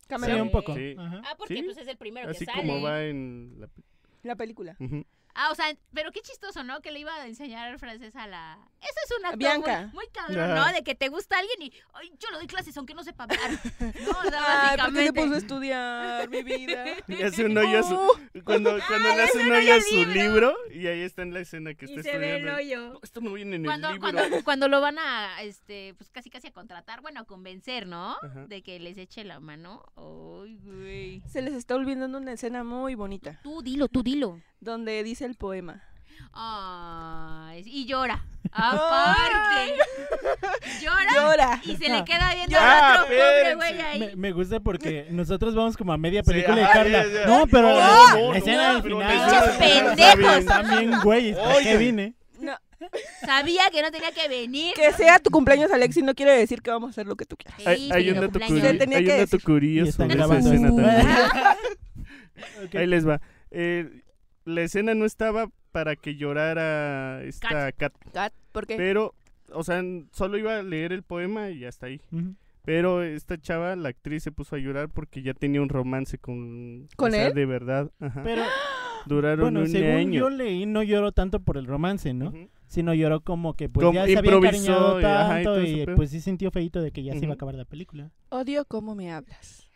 [SPEAKER 2] Sí,
[SPEAKER 3] Cameron,
[SPEAKER 2] Ah, un poco.
[SPEAKER 4] Sí.
[SPEAKER 2] Ajá.
[SPEAKER 1] Ah, porque
[SPEAKER 4] Sí,
[SPEAKER 1] pues es el primero
[SPEAKER 4] Así
[SPEAKER 1] que sale.
[SPEAKER 4] como va en la...
[SPEAKER 3] la película.
[SPEAKER 4] Ujú.
[SPEAKER 1] Ah, o sea, pero qué chistoso, ¿no? Que le iba a enseñar el francés a la... Eso es una
[SPEAKER 3] Bianca.
[SPEAKER 1] Muy, muy cabrón,
[SPEAKER 4] Ajá.
[SPEAKER 1] ¿no? De que te gusta alguien y... Ay, yo le doy clases aunque no sepa hablar. No, o sea,
[SPEAKER 3] Ay, ¿por qué se
[SPEAKER 1] básicamente.
[SPEAKER 3] puso a estudiar mi vida?
[SPEAKER 4] Le hace un hoyo a su...
[SPEAKER 3] Uh,
[SPEAKER 4] Cuando, cuando le hace un hoyo a su libro, y ahí está en la escena que está
[SPEAKER 1] y se ve el
[SPEAKER 4] estudiando.
[SPEAKER 1] hoyo.
[SPEAKER 4] No, esto no viene en
[SPEAKER 1] cuando,
[SPEAKER 4] el libro.
[SPEAKER 1] cuando, cuando lo van a, este, pues casi casi a contratar, bueno, a convencer, ¿no?
[SPEAKER 4] Ajá.
[SPEAKER 1] De que les eche la mano. Ay, güey.
[SPEAKER 3] se les está olvidando una escena muy bonita,
[SPEAKER 1] Tú dilo, tú dilo.
[SPEAKER 3] donde dice el poema.
[SPEAKER 1] Ay, y llora. Aparte. llora
[SPEAKER 3] Llora.
[SPEAKER 1] y se le queda viendo al
[SPEAKER 4] Ah,
[SPEAKER 1] otro pobre
[SPEAKER 4] espérense.
[SPEAKER 1] güey ahí.
[SPEAKER 2] Me, me gusta porque nosotros vamos como a media película
[SPEAKER 4] Sí,
[SPEAKER 2] de
[SPEAKER 4] ajá,
[SPEAKER 2] Carla.
[SPEAKER 4] ya, ya.
[SPEAKER 2] No, pero
[SPEAKER 4] No,
[SPEAKER 2] la,
[SPEAKER 4] no,
[SPEAKER 2] la
[SPEAKER 4] no,
[SPEAKER 2] escena del
[SPEAKER 4] pero
[SPEAKER 2] final.
[SPEAKER 4] la
[SPEAKER 1] escena del final está ¡Pinches bien.
[SPEAKER 2] También, güey, ¿para qué
[SPEAKER 4] Oye.
[SPEAKER 2] vine?
[SPEAKER 3] No,
[SPEAKER 1] Sabía que no tenía que venir.
[SPEAKER 3] que sea tu cumpleaños, Alexi, no quiere decir que vamos a hacer lo que tú quieras.
[SPEAKER 4] Hay,
[SPEAKER 1] Feliz
[SPEAKER 4] hay un dato,
[SPEAKER 1] cumpleaños.
[SPEAKER 4] curi-
[SPEAKER 3] Se tenía
[SPEAKER 4] hay
[SPEAKER 3] que
[SPEAKER 4] un dato
[SPEAKER 3] decir.
[SPEAKER 2] Y
[SPEAKER 4] curioso
[SPEAKER 2] están
[SPEAKER 4] de esa
[SPEAKER 2] grabando.
[SPEAKER 4] escena también.
[SPEAKER 2] Ok.
[SPEAKER 4] Ahí les va. Eh, la escena no estaba para que llorara esta Kat,
[SPEAKER 3] Kat, ¿por qué?
[SPEAKER 4] pero o sea, n- solo iba a leer el poema y hasta ahí.
[SPEAKER 2] Ujú.
[SPEAKER 4] Pero esta chava, la actriz, se puso a llorar porque ya tenía un romance con... o
[SPEAKER 3] ¿Con
[SPEAKER 4] sea,
[SPEAKER 3] él?
[SPEAKER 4] de verdad. Ajá.
[SPEAKER 2] Pero
[SPEAKER 4] Duraron
[SPEAKER 2] bueno,
[SPEAKER 4] un
[SPEAKER 2] según
[SPEAKER 4] año.
[SPEAKER 2] yo leí, no lloró tanto por el romance, ¿no?
[SPEAKER 4] Ujú.
[SPEAKER 2] Sino lloró como que pues
[SPEAKER 4] Como
[SPEAKER 2] ya se había
[SPEAKER 4] improvisó
[SPEAKER 2] encariñado
[SPEAKER 4] y, ajá, y
[SPEAKER 2] tanto
[SPEAKER 4] todo
[SPEAKER 2] y,
[SPEAKER 4] ese pedo.
[SPEAKER 2] pues sí sintió feito de que ya se iba a
[SPEAKER 4] Ujú.
[SPEAKER 2] acabar la película.
[SPEAKER 3] Odio cómo me hablas.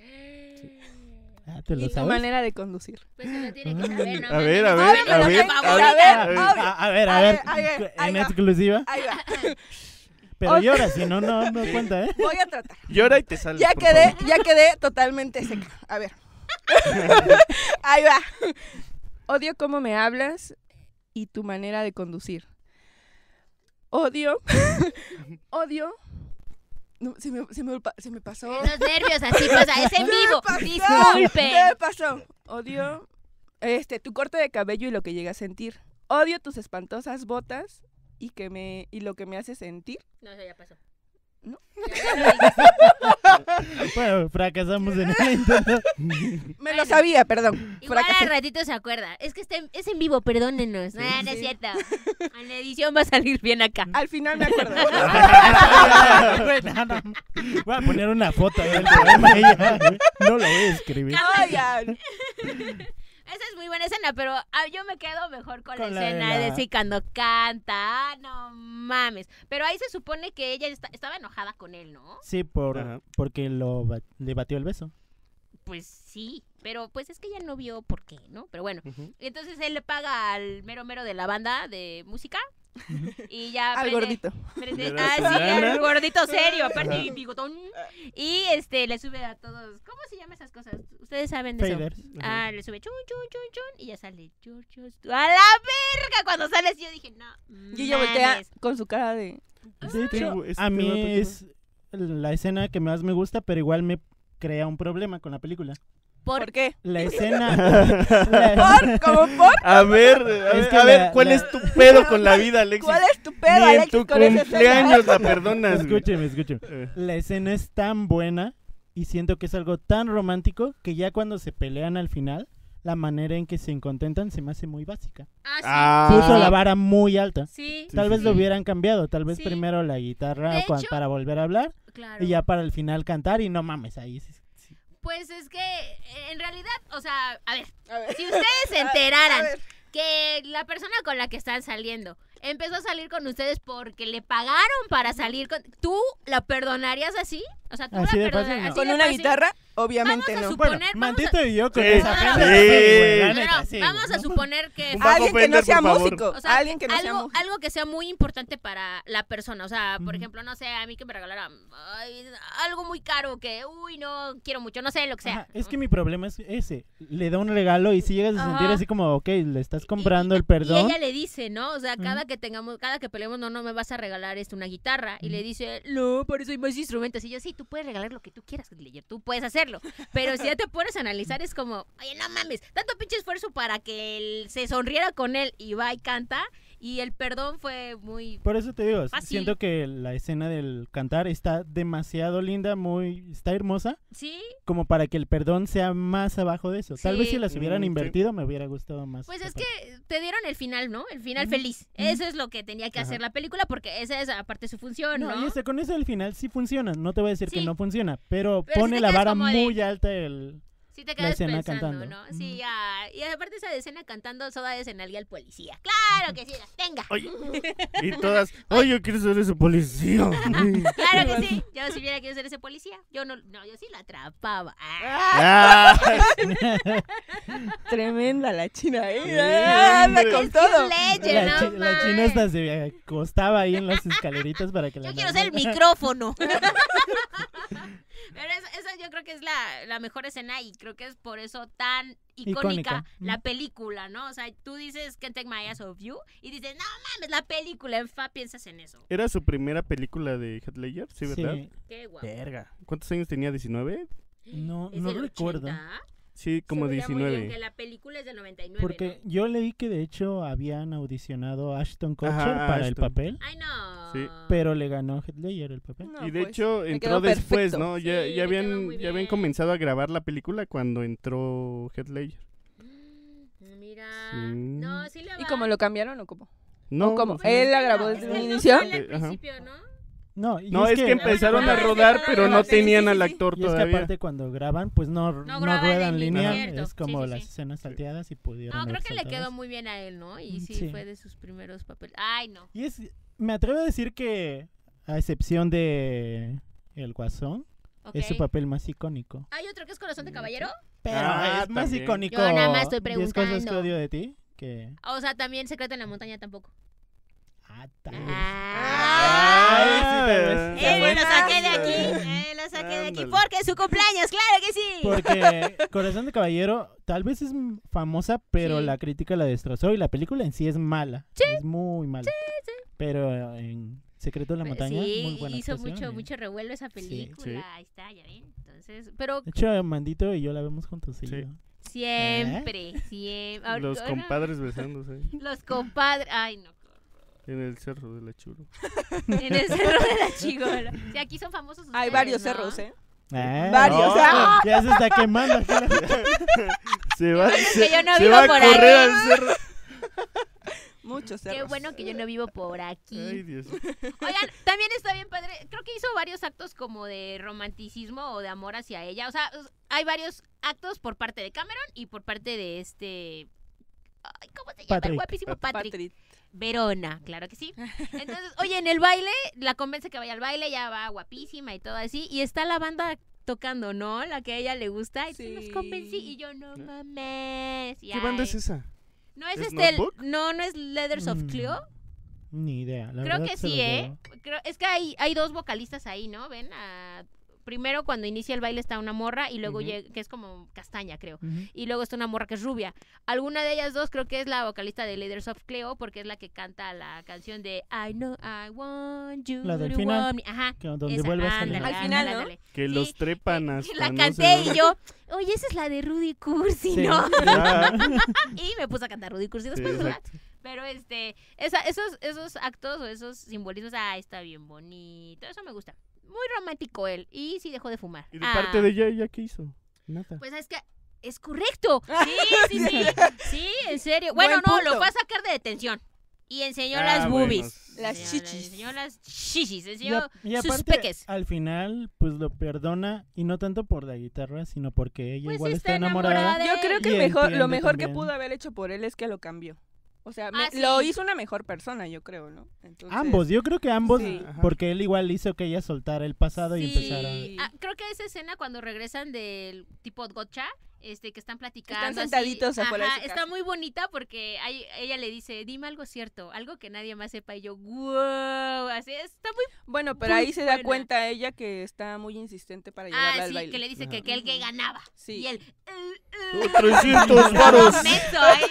[SPEAKER 2] Ah, ¿te lo
[SPEAKER 3] y tu
[SPEAKER 2] sabes?
[SPEAKER 3] manera de conducir.
[SPEAKER 1] Pues se lo tiene que saber, ¿no?
[SPEAKER 4] A ver, a
[SPEAKER 1] mames.
[SPEAKER 4] ver,
[SPEAKER 1] Ábremelo,
[SPEAKER 4] a ver,
[SPEAKER 1] por
[SPEAKER 4] a
[SPEAKER 1] favor.
[SPEAKER 4] ver.
[SPEAKER 2] A ver,
[SPEAKER 3] Abre.
[SPEAKER 2] Eh, a, a ver, a
[SPEAKER 3] A
[SPEAKER 2] ver,
[SPEAKER 3] ver, a ver, ahí
[SPEAKER 2] en
[SPEAKER 3] va.
[SPEAKER 2] exclusiva.
[SPEAKER 3] Ahí va.
[SPEAKER 2] Pero
[SPEAKER 3] Ok.
[SPEAKER 2] llora, si no, no, no cuenta, ¿eh?
[SPEAKER 3] Voy a tratar.
[SPEAKER 4] Llora y te sale.
[SPEAKER 3] Ya quedé, ya quedé totalmente seca. A ver. Ahí va. Odio cómo me hablas y tu manera de conducir. Odio. Odio. No, se, me, se me olpa- se me pasó.
[SPEAKER 1] Los nervios, así pasa, es en vivo.
[SPEAKER 3] ¿Qué
[SPEAKER 1] Disculpen.
[SPEAKER 3] pasó? Odio este, tu corte de cabello y lo que llega a sentir. Odio tus espantosas botas y, que me, y lo que me hace sentir.
[SPEAKER 1] No, eso ya pasó.
[SPEAKER 3] ¿No?
[SPEAKER 1] Ya, ya lo dijiste.
[SPEAKER 2] Bueno, fracasamos en el intento.
[SPEAKER 3] Me
[SPEAKER 1] Bueno.
[SPEAKER 3] lo sabía, perdón.
[SPEAKER 1] Igual
[SPEAKER 3] Fracasé.
[SPEAKER 1] al ratito se acuerda. Es que está en- es en vivo, perdónenos. No, no es
[SPEAKER 3] Sí. Ah.
[SPEAKER 1] cierto. En la edición va a salir bien acá.
[SPEAKER 3] Al final me acuerdo.
[SPEAKER 2] Güey, no, no. Voy a poner una foto del poema y ya, güey. No lo voy a escribir.
[SPEAKER 3] Oigan.
[SPEAKER 1] Esa es muy buena escena, pero ah, yo me quedo mejor con,
[SPEAKER 2] Con
[SPEAKER 1] la
[SPEAKER 2] la de
[SPEAKER 1] escena de
[SPEAKER 2] la-
[SPEAKER 1] sí cuando canta. Ah, no mames. Pero ahí se supone que ella esta- estaba enojada con él, ¿no?
[SPEAKER 2] Sí, por,
[SPEAKER 4] Ajá.
[SPEAKER 2] porque lo ba- le batió el beso.
[SPEAKER 1] Pues sí, pero pues es que ella no vio por qué, ¿no? Pero bueno.
[SPEAKER 4] Ujú.
[SPEAKER 1] Y Entonces él le paga al mero mero de la banda de música y ya
[SPEAKER 3] Al
[SPEAKER 1] prende-
[SPEAKER 3] gordito.
[SPEAKER 1] prende-
[SPEAKER 4] Le da
[SPEAKER 1] ah,
[SPEAKER 4] su
[SPEAKER 1] sí,
[SPEAKER 4] lana.
[SPEAKER 1] al gordito serio, aparte
[SPEAKER 4] Ajá.
[SPEAKER 1] y bigotón. Y este le sube a todos, ¿cómo se llaman esas cosas? Ustedes saben de eso.
[SPEAKER 2] Faders.
[SPEAKER 1] Ah, le sube chun, chun, chun, chun. Y ya sale Giorgio. St- ¡A la verga! Cuando sales, yo dije, no.
[SPEAKER 3] Y ella voltea
[SPEAKER 1] mames.
[SPEAKER 3] con su cara de.
[SPEAKER 2] De
[SPEAKER 4] Este
[SPEAKER 2] hecho,
[SPEAKER 4] güey- este
[SPEAKER 2] a mí
[SPEAKER 4] vato, ¿qué
[SPEAKER 2] es la escena que más me gusta, pero igual me crea un problema con la película.
[SPEAKER 1] Por-
[SPEAKER 3] ¿Por qué?
[SPEAKER 2] La escena... la-
[SPEAKER 3] ¿Por? ¿Cómo por?
[SPEAKER 4] A ver, a
[SPEAKER 2] Es
[SPEAKER 4] ver,
[SPEAKER 2] que
[SPEAKER 4] a ver,
[SPEAKER 2] la-
[SPEAKER 4] ¿cuál
[SPEAKER 2] la-
[SPEAKER 4] es tu pedo con la vida, Alexis?
[SPEAKER 3] ¿Cuál es tu pedo,
[SPEAKER 4] Ni en
[SPEAKER 3] Alexis,
[SPEAKER 4] tu
[SPEAKER 3] con esa
[SPEAKER 4] cumpleaños la
[SPEAKER 2] No,
[SPEAKER 4] perdonas, güey.
[SPEAKER 2] escúcheme, escúcheme.
[SPEAKER 4] Eh,
[SPEAKER 2] La escena es tan buena y siento que es algo tan romántico que ya cuando se pelean al final, la manera en que se contentan se me hace muy básica.
[SPEAKER 1] Ah,
[SPEAKER 4] Ah,
[SPEAKER 2] Puso la vara muy alta.
[SPEAKER 1] sí. Sí.
[SPEAKER 2] Tal
[SPEAKER 4] sí,
[SPEAKER 2] vez
[SPEAKER 4] sí.
[SPEAKER 2] lo hubieran cambiado, tal vez
[SPEAKER 1] Sí.
[SPEAKER 2] primero la guitarra
[SPEAKER 1] De
[SPEAKER 2] cua-
[SPEAKER 1] hecho-
[SPEAKER 2] para volver a hablar
[SPEAKER 1] Claro.
[SPEAKER 2] y ya para el final cantar y no mames, ahí sí- sí.
[SPEAKER 1] Pues es que, eh, en realidad, o sea, a ver,
[SPEAKER 3] A ver.
[SPEAKER 1] si ustedes se
[SPEAKER 3] A- a
[SPEAKER 1] enteraran
[SPEAKER 3] ver.
[SPEAKER 1] que la persona con la que están saliendo empezó a salir con ustedes porque le pagaron para salir con. ¿Tú la perdonarías así? O sea, tú
[SPEAKER 2] Así
[SPEAKER 1] la
[SPEAKER 2] de fácil,
[SPEAKER 1] perdonarías.
[SPEAKER 2] no.
[SPEAKER 1] así
[SPEAKER 3] ¿Con
[SPEAKER 1] de
[SPEAKER 3] una
[SPEAKER 1] fácil?
[SPEAKER 3] guitarra? Obviamente
[SPEAKER 1] pues Vamos a
[SPEAKER 3] no.
[SPEAKER 1] su-
[SPEAKER 2] Bueno,
[SPEAKER 1] Poner- vamos
[SPEAKER 2] Mantito y yo con
[SPEAKER 4] Sí.
[SPEAKER 2] esa
[SPEAKER 1] Ah,
[SPEAKER 2] pena,
[SPEAKER 1] sí.
[SPEAKER 2] güey, la
[SPEAKER 1] No,
[SPEAKER 2] neta,
[SPEAKER 1] no,
[SPEAKER 2] sí,
[SPEAKER 1] vamos
[SPEAKER 2] güey,
[SPEAKER 1] a
[SPEAKER 2] ¿no?
[SPEAKER 1] suponer que.
[SPEAKER 4] Un Paco
[SPEAKER 3] Alguien que no
[SPEAKER 4] Pender,
[SPEAKER 3] sea
[SPEAKER 4] por favor.
[SPEAKER 3] músico.
[SPEAKER 1] O sea,
[SPEAKER 3] alguien que no sea
[SPEAKER 1] algo,
[SPEAKER 3] músico.
[SPEAKER 1] algo que sea muy importante para la persona. O sea, por
[SPEAKER 2] Ujú.
[SPEAKER 1] ejemplo, no sé, a mí que me regalaran ay, algo muy caro que, uy, no quiero mucho, no sé, lo que sea.
[SPEAKER 2] Ajá, es que mi problema es ese. Le da un regalo y si llegas a sentir
[SPEAKER 1] Ajá.
[SPEAKER 2] así como, ok, le estás comprando
[SPEAKER 1] Y-
[SPEAKER 2] el perdón.
[SPEAKER 1] Y
[SPEAKER 2] Mm.
[SPEAKER 1] ella le dice, ¿no? O sea, cada
[SPEAKER 2] Ujú.
[SPEAKER 1] que tengamos, cada que peleemos, no, no me vas a regalar esto, una guitarra. Y le
[SPEAKER 2] Ujú.
[SPEAKER 1] dice, no, para eso hay más instrumentos. Y yo, sí, tú puedes regalar lo que tú quieras, Leyer, tú puedes hacerlo. Pero si ya te pones a analizar, es como, oye, no mames, tanto pinche esfuerzo para que él se sonriera con él y va y canta. Y el perdón fue muy
[SPEAKER 2] Por eso te digo,
[SPEAKER 1] Fácil.
[SPEAKER 2] siento que la escena del cantar está demasiado linda, muy está hermosa,
[SPEAKER 1] Sí,
[SPEAKER 2] como para que el perdón sea más abajo de eso. Tal vez
[SPEAKER 1] Sí.
[SPEAKER 2] si las hubieran
[SPEAKER 4] Mm, sí.
[SPEAKER 2] invertido me hubiera gustado más.
[SPEAKER 1] pues
[SPEAKER 2] esa
[SPEAKER 1] es
[SPEAKER 2] parte.
[SPEAKER 1] que te dieron el final, ¿no? El final
[SPEAKER 2] Ujú,
[SPEAKER 1] feliz.
[SPEAKER 2] ujú.
[SPEAKER 1] Eso es lo que tenía que
[SPEAKER 4] Ajá.
[SPEAKER 1] hacer la película porque esa es aparte su función, ¿no?
[SPEAKER 2] No, y hasta con eso al final sí funciona, no te voy a decir que
[SPEAKER 1] Sí.
[SPEAKER 2] no funciona, pero,
[SPEAKER 1] Pero sí
[SPEAKER 2] pone
[SPEAKER 1] te
[SPEAKER 2] la
[SPEAKER 1] quedas
[SPEAKER 2] vara
[SPEAKER 1] como de-
[SPEAKER 2] muy alta el...
[SPEAKER 1] Sí te
[SPEAKER 2] la
[SPEAKER 1] quedas
[SPEAKER 2] escena
[SPEAKER 1] pensando,
[SPEAKER 2] cantando.
[SPEAKER 1] ¿no? Sí,
[SPEAKER 2] Ujú.
[SPEAKER 1] ya. Y aparte esa escena cantando soda de cenalia al policía. ¡Claro que sí! ¡Venga!
[SPEAKER 4] Oye, y todas, oye, yo quiero ser ese policía. güey".
[SPEAKER 1] ¡Claro que sí! Yo si hubiera querido ser ese policía, yo no, no, yo sí lo atrapaba. Ah,
[SPEAKER 4] Ah,
[SPEAKER 3] Tremenda la china, ¿eh?
[SPEAKER 4] Sí,
[SPEAKER 3] Ah, anda
[SPEAKER 4] hombre.
[SPEAKER 1] es
[SPEAKER 3] con
[SPEAKER 1] que es
[SPEAKER 3] todo.
[SPEAKER 1] ley,
[SPEAKER 2] La,
[SPEAKER 1] no
[SPEAKER 2] chi- la
[SPEAKER 1] mames.
[SPEAKER 2] china hasta se acostaba ahí en las escaleritas para que la...
[SPEAKER 1] Yo quiero ser el
[SPEAKER 2] nalgara.
[SPEAKER 1] micrófono. Pero esa, esa yo creo que es la, la mejor escena y creo que es por eso tan icónica,
[SPEAKER 2] Icónica,
[SPEAKER 1] la
[SPEAKER 2] mm.
[SPEAKER 1] película, ¿no? O sea, tú dices Can't Take My Eyes Off You y dices, no mames, la película, en fa piensas en eso.
[SPEAKER 4] Era su primera película de Heath Ledger, ¿sí, verdad?
[SPEAKER 2] Sí.
[SPEAKER 1] Qué guapo.
[SPEAKER 4] Verga. ¿Cuántos años tenía? ¿19?
[SPEAKER 2] Eh, No,
[SPEAKER 1] Es
[SPEAKER 2] no
[SPEAKER 1] del
[SPEAKER 2] recuerdo.
[SPEAKER 1] 80.
[SPEAKER 4] Sí, como
[SPEAKER 1] Se veía muy bien
[SPEAKER 4] 19.
[SPEAKER 1] que la película es del 99.
[SPEAKER 2] Porque
[SPEAKER 1] ¿no?
[SPEAKER 2] yo leí que de hecho habían audicionado a Ashton Kutcher
[SPEAKER 4] Ajá,
[SPEAKER 2] para el
[SPEAKER 4] Ashton.
[SPEAKER 2] papel,
[SPEAKER 1] Ay, no.
[SPEAKER 4] Sí.
[SPEAKER 2] pero le ganó Heath Ledger el papel.
[SPEAKER 3] No,
[SPEAKER 4] Y de
[SPEAKER 3] pues,
[SPEAKER 4] hecho
[SPEAKER 3] me
[SPEAKER 4] entró
[SPEAKER 3] quedó
[SPEAKER 4] después,
[SPEAKER 3] perfecto.
[SPEAKER 4] ¿no? Ya,
[SPEAKER 1] Sí,
[SPEAKER 4] ya
[SPEAKER 1] le quedó muy
[SPEAKER 4] habían, ya
[SPEAKER 1] bien.
[SPEAKER 4] habían comenzado a grabar la película cuando entró Heath Ledger.
[SPEAKER 1] Mm, Mira.
[SPEAKER 4] Sí.
[SPEAKER 1] No, sí le va.
[SPEAKER 3] ¿Y cómo lo cambiaron o cómo?
[SPEAKER 4] No,
[SPEAKER 3] ¿Cómo?
[SPEAKER 4] o sea,
[SPEAKER 3] Él la grabó
[SPEAKER 1] Es
[SPEAKER 3] desde
[SPEAKER 1] que
[SPEAKER 3] el
[SPEAKER 1] no
[SPEAKER 3] inicio.
[SPEAKER 1] sale al
[SPEAKER 4] Ajá.
[SPEAKER 1] principio, ¿no?
[SPEAKER 2] No, y
[SPEAKER 4] No, es que empezaron a
[SPEAKER 1] Ah,
[SPEAKER 4] rodar,
[SPEAKER 1] sí,
[SPEAKER 4] pero
[SPEAKER 1] sí,
[SPEAKER 4] no
[SPEAKER 1] sí,
[SPEAKER 4] tenían
[SPEAKER 1] sí,
[SPEAKER 4] al
[SPEAKER 1] sí.
[SPEAKER 4] actor
[SPEAKER 2] Y es que
[SPEAKER 4] todavía.
[SPEAKER 2] aparte cuando graban, pues no, no,
[SPEAKER 1] graban
[SPEAKER 2] ruedan
[SPEAKER 1] en
[SPEAKER 2] línea,
[SPEAKER 1] cierto.
[SPEAKER 2] es como
[SPEAKER 1] Sí, sí,
[SPEAKER 2] las
[SPEAKER 1] sí.
[SPEAKER 2] escenas salteadas y pudieron
[SPEAKER 1] No, creo
[SPEAKER 2] haber
[SPEAKER 1] que le
[SPEAKER 2] saltadas.
[SPEAKER 1] quedó muy bien a él, ¿no? Y sí,
[SPEAKER 2] Sí.
[SPEAKER 1] fue de sus primeros papeles. Ay, no.
[SPEAKER 2] Y es, me atrevo a decir que, a excepción de El Guasón,
[SPEAKER 1] ok.
[SPEAKER 2] es su papel más icónico.
[SPEAKER 1] Hay otro que es Corazón de Caballero.
[SPEAKER 2] Pero
[SPEAKER 4] Ah,
[SPEAKER 2] es más
[SPEAKER 4] también.
[SPEAKER 2] icónico.
[SPEAKER 1] Yo nada más estoy
[SPEAKER 2] 10 cosas que
[SPEAKER 1] preguntando.
[SPEAKER 2] odio de ti, que...
[SPEAKER 1] O sea, también Secreto en la Montaña tampoco.
[SPEAKER 2] Ah, tal vez.
[SPEAKER 1] Ah.
[SPEAKER 2] Ay, sí, tal vez.
[SPEAKER 1] Eh, me lo saqué de aquí.
[SPEAKER 4] Ándale.
[SPEAKER 1] Eh, lo saqué de aquí.
[SPEAKER 4] Ándale.
[SPEAKER 1] Porque es su cumpleaños, claro que sí.
[SPEAKER 2] Porque Corazón de Caballero tal vez es m- famosa, pero
[SPEAKER 1] Sí.
[SPEAKER 2] la crítica la destrozó y la película en sí es mala. Es muy mala. Pero en Secreto de la Montaña, muy
[SPEAKER 1] Pues sí,
[SPEAKER 2] buena
[SPEAKER 1] hizo
[SPEAKER 2] actuación,
[SPEAKER 1] mucho,
[SPEAKER 2] ¿eh?
[SPEAKER 1] mucho revuelo esa película.
[SPEAKER 4] Sí.
[SPEAKER 1] Ahí está, ya ven. Entonces, pero
[SPEAKER 2] De hecho, Mandito y yo la vemos juntos.
[SPEAKER 4] Sí.
[SPEAKER 2] seguido.
[SPEAKER 1] siempre,
[SPEAKER 2] ¿eh?
[SPEAKER 1] siempre. ahor-
[SPEAKER 4] Los
[SPEAKER 1] Ah, ahora-
[SPEAKER 4] compadres besándose ahí,
[SPEAKER 1] Los compadres. Ay, no.
[SPEAKER 4] en el cerro de la churo.
[SPEAKER 1] En el cerro de la chigola. Sí, aquí son famosos.
[SPEAKER 3] Hay
[SPEAKER 1] ustedes,
[SPEAKER 3] varios
[SPEAKER 1] ¿no?
[SPEAKER 3] cerros, ¿eh?
[SPEAKER 2] Ah,
[SPEAKER 3] Varios.
[SPEAKER 2] no,
[SPEAKER 3] ¡Ah!
[SPEAKER 2] Ya se está quemando. aquí la-
[SPEAKER 4] Se va, se,
[SPEAKER 1] que yo no
[SPEAKER 4] se
[SPEAKER 1] vivo
[SPEAKER 4] va a
[SPEAKER 1] por
[SPEAKER 4] correr
[SPEAKER 1] ahí.
[SPEAKER 4] al cerro.
[SPEAKER 3] Muchos cerros.
[SPEAKER 1] Qué bueno que yo no vivo por
[SPEAKER 4] Ay,
[SPEAKER 1] aquí.
[SPEAKER 4] Dios.
[SPEAKER 1] Oigan, también está bien padre. Creo que hizo varios actos como de romanticismo o de amor hacia ella. O sea, es- hay varios actos por parte de Cameron y por parte de este. Ay, ¿Cómo se llama? El
[SPEAKER 2] Patrick.
[SPEAKER 1] guapísimo Patrick.
[SPEAKER 3] Patrick.
[SPEAKER 1] Verona, claro que sí. Entonces, oye, en el baile, la convence que vaya al baile, ya va guapísima y todo así. Y está la banda tocando, ¿no? La que a ella le gusta. Y sí.
[SPEAKER 3] Sí.
[SPEAKER 1] nos convencí. Y yo, no mames. y
[SPEAKER 4] ¿Eh? ¿Qué banda
[SPEAKER 1] ay.
[SPEAKER 4] es esa?
[SPEAKER 1] No es
[SPEAKER 4] ¿Es
[SPEAKER 1] este. el-
[SPEAKER 4] Notebook?
[SPEAKER 1] no, no es Leathers of
[SPEAKER 2] Mm,
[SPEAKER 1] Cleo.
[SPEAKER 2] Ni idea. la
[SPEAKER 1] Creo
[SPEAKER 2] verdad
[SPEAKER 1] que
[SPEAKER 2] se los
[SPEAKER 1] sí, ¿eh?
[SPEAKER 2] debo.
[SPEAKER 1] Creo- es que hay, hay dos vocalistas ahí, ¿no? Ven, a- primero cuando inicia el baile está una morra y luego
[SPEAKER 4] Ujú.
[SPEAKER 1] llega- que es como castaña, creo
[SPEAKER 2] Ujú.
[SPEAKER 1] y luego está una morra que es rubia. Alguna de ellas dos creo que es la vocalista de Leaders of Cleo porque es la que canta la canción de I know I want you
[SPEAKER 2] La del
[SPEAKER 1] to
[SPEAKER 2] final.
[SPEAKER 1] want me. Ajá.
[SPEAKER 2] Que donde
[SPEAKER 1] esa,
[SPEAKER 2] vuelve a salir.
[SPEAKER 1] ándale,
[SPEAKER 3] Al final, ¿no?
[SPEAKER 1] ándale.
[SPEAKER 4] Que
[SPEAKER 1] Sí,
[SPEAKER 4] los trepan hasta
[SPEAKER 1] La
[SPEAKER 4] no
[SPEAKER 1] canté
[SPEAKER 4] sé
[SPEAKER 1] y yo, oye, esa es la de Rudy Cursi,
[SPEAKER 2] Sí.
[SPEAKER 1] ¿no?
[SPEAKER 4] Ah,
[SPEAKER 1] Y me puse a cantar Rudy Cursi
[SPEAKER 4] sí,
[SPEAKER 1] después, ¿verdad?
[SPEAKER 4] exacto.
[SPEAKER 1] Pero este, esa- esos, esos actos o esos simbolismos, ah, está bien bonito, eso me gusta. Muy romántico él. Y sí dejó de fumar.
[SPEAKER 4] Y de
[SPEAKER 1] Ah.
[SPEAKER 4] parte de ella, ¿ya qué hizo? Nada.
[SPEAKER 1] Pues es que es correcto. Sí, sí, sí. Sí, en serio.
[SPEAKER 3] Ah, Buen
[SPEAKER 1] Bueno, no, lo
[SPEAKER 3] punto.
[SPEAKER 1] fue a sacar de detención. Y enseñó
[SPEAKER 4] Ah,
[SPEAKER 1] las
[SPEAKER 4] bueno,
[SPEAKER 1] boobies.
[SPEAKER 4] sí.
[SPEAKER 3] Las
[SPEAKER 1] Enseñó-
[SPEAKER 3] chichis.
[SPEAKER 1] Enseñó las chichis.
[SPEAKER 2] Y a-
[SPEAKER 1] Enseñó.
[SPEAKER 2] y
[SPEAKER 1] sus
[SPEAKER 2] aparte, ah,
[SPEAKER 1] peques.
[SPEAKER 2] al final, pues lo perdona. Y no tanto por la guitarra, sino porque ella
[SPEAKER 1] Pues
[SPEAKER 2] igual
[SPEAKER 1] está
[SPEAKER 2] está enamorada.
[SPEAKER 1] enamorada de-
[SPEAKER 3] Yo creo que
[SPEAKER 2] Y
[SPEAKER 3] mejor,
[SPEAKER 2] entiende
[SPEAKER 3] lo mejor
[SPEAKER 2] también.
[SPEAKER 3] que pudo haber hecho por él es que lo cambió. O sea, me-
[SPEAKER 1] Ah, sí.
[SPEAKER 3] lo hizo una mejor persona, yo creo, ¿no? Entonces-
[SPEAKER 2] Ambos, yo creo que ambos,
[SPEAKER 3] Sí.
[SPEAKER 4] Ajá.
[SPEAKER 2] porque él igual hizo que ella soltara el pasado y
[SPEAKER 1] Sí.
[SPEAKER 2] empezara.
[SPEAKER 1] Ah, creo que esa escena cuando regresan del tipo gotcha, este, que están platicando.
[SPEAKER 3] Están sentaditos
[SPEAKER 1] así,
[SPEAKER 3] afuera de
[SPEAKER 1] ajá,
[SPEAKER 3] su
[SPEAKER 1] Está
[SPEAKER 3] casa.
[SPEAKER 1] muy bonita porque hay- ella le dice, dime algo cierto, algo que nadie más sepa. Y yo, wow, así está muy.
[SPEAKER 3] Bueno, pero
[SPEAKER 1] Muy
[SPEAKER 3] ahí se da
[SPEAKER 1] buena.
[SPEAKER 3] cuenta ella que está muy insistente para llevarla
[SPEAKER 1] Ah,
[SPEAKER 3] al
[SPEAKER 1] sí,
[SPEAKER 3] baile.
[SPEAKER 1] que le dice que,
[SPEAKER 4] Ajá.
[SPEAKER 1] que él que ganaba.
[SPEAKER 3] Sí.
[SPEAKER 1] Y él, "Uh, uh".
[SPEAKER 4] Oh, 300 varos.
[SPEAKER 1] Menso, ahí.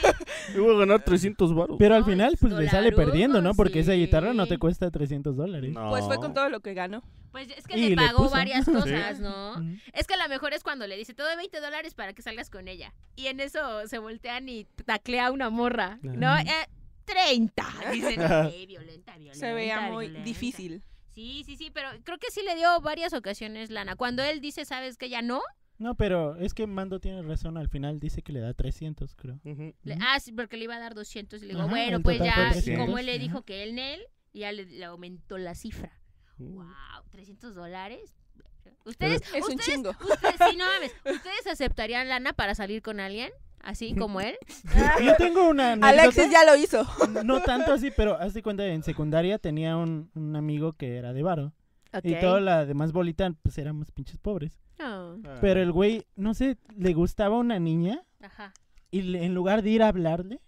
[SPEAKER 4] Yo voy a ganar 300 varos.
[SPEAKER 2] Pero al
[SPEAKER 1] No,
[SPEAKER 2] final,
[SPEAKER 1] es
[SPEAKER 2] pues le sale
[SPEAKER 1] dolarugo,
[SPEAKER 2] perdiendo, ¿no? Porque esa guitarra no
[SPEAKER 1] sí.
[SPEAKER 2] te cuesta 300 dólares.
[SPEAKER 4] No.
[SPEAKER 3] Pues fue con todo lo que ganó.
[SPEAKER 1] Pues es que le
[SPEAKER 2] Y le
[SPEAKER 1] pagó
[SPEAKER 2] puso.
[SPEAKER 1] varias cosas, ¿no?
[SPEAKER 2] Ujú.
[SPEAKER 1] Es que la mejor es cuando le dice, todo de 20 dólares para que salgas con ella. Y en eso se voltean y taclea a una morra, ¿no?
[SPEAKER 2] Ajá.
[SPEAKER 1] Eh, 30, dicen. "Eh, violenta, violenta.
[SPEAKER 3] Se veía muy
[SPEAKER 1] violenta".
[SPEAKER 3] difícil.
[SPEAKER 1] Sí, sí, sí, pero creo que sí le dio varias ocasiones lana. Cuando él dice, ¿sabes que ya no?
[SPEAKER 2] No, pero es que Mando tiene razón. Al final dice que le da 300, creo.
[SPEAKER 4] Ujú.
[SPEAKER 1] le-
[SPEAKER 2] Ujú.
[SPEAKER 1] ah, sí, porque le iba a dar 200. Y le digo,
[SPEAKER 2] Ajá,
[SPEAKER 1] bueno,
[SPEAKER 2] el
[SPEAKER 1] pues
[SPEAKER 2] total
[SPEAKER 1] ya,
[SPEAKER 4] fue
[SPEAKER 1] y como
[SPEAKER 4] 300,
[SPEAKER 1] él le
[SPEAKER 2] ajá.
[SPEAKER 1] dijo que él, él, ya le, le aumentó la cifra. Wow, 300 dólares. Ustedes,
[SPEAKER 3] Es un
[SPEAKER 1] ustedes
[SPEAKER 3] chingo.
[SPEAKER 1] Ustedes, sí, no mames. ¿Ustedes aceptarían lana para salir con alguien? Así como él. Ah.
[SPEAKER 2] Yo tengo una
[SPEAKER 3] Alexis
[SPEAKER 2] anécdota,
[SPEAKER 3] ya lo hizo.
[SPEAKER 2] no tanto así, pero haz de cuenta, en secundaria tenía un, un amigo que era de varo. Y toda la demás bolita, pues éramos pinches pobres.
[SPEAKER 1] No.
[SPEAKER 4] Ah.
[SPEAKER 2] Pero el güey, no sé, le gustaba una niña
[SPEAKER 1] Ajá.
[SPEAKER 2] y le- en lugar de ir a hablarle,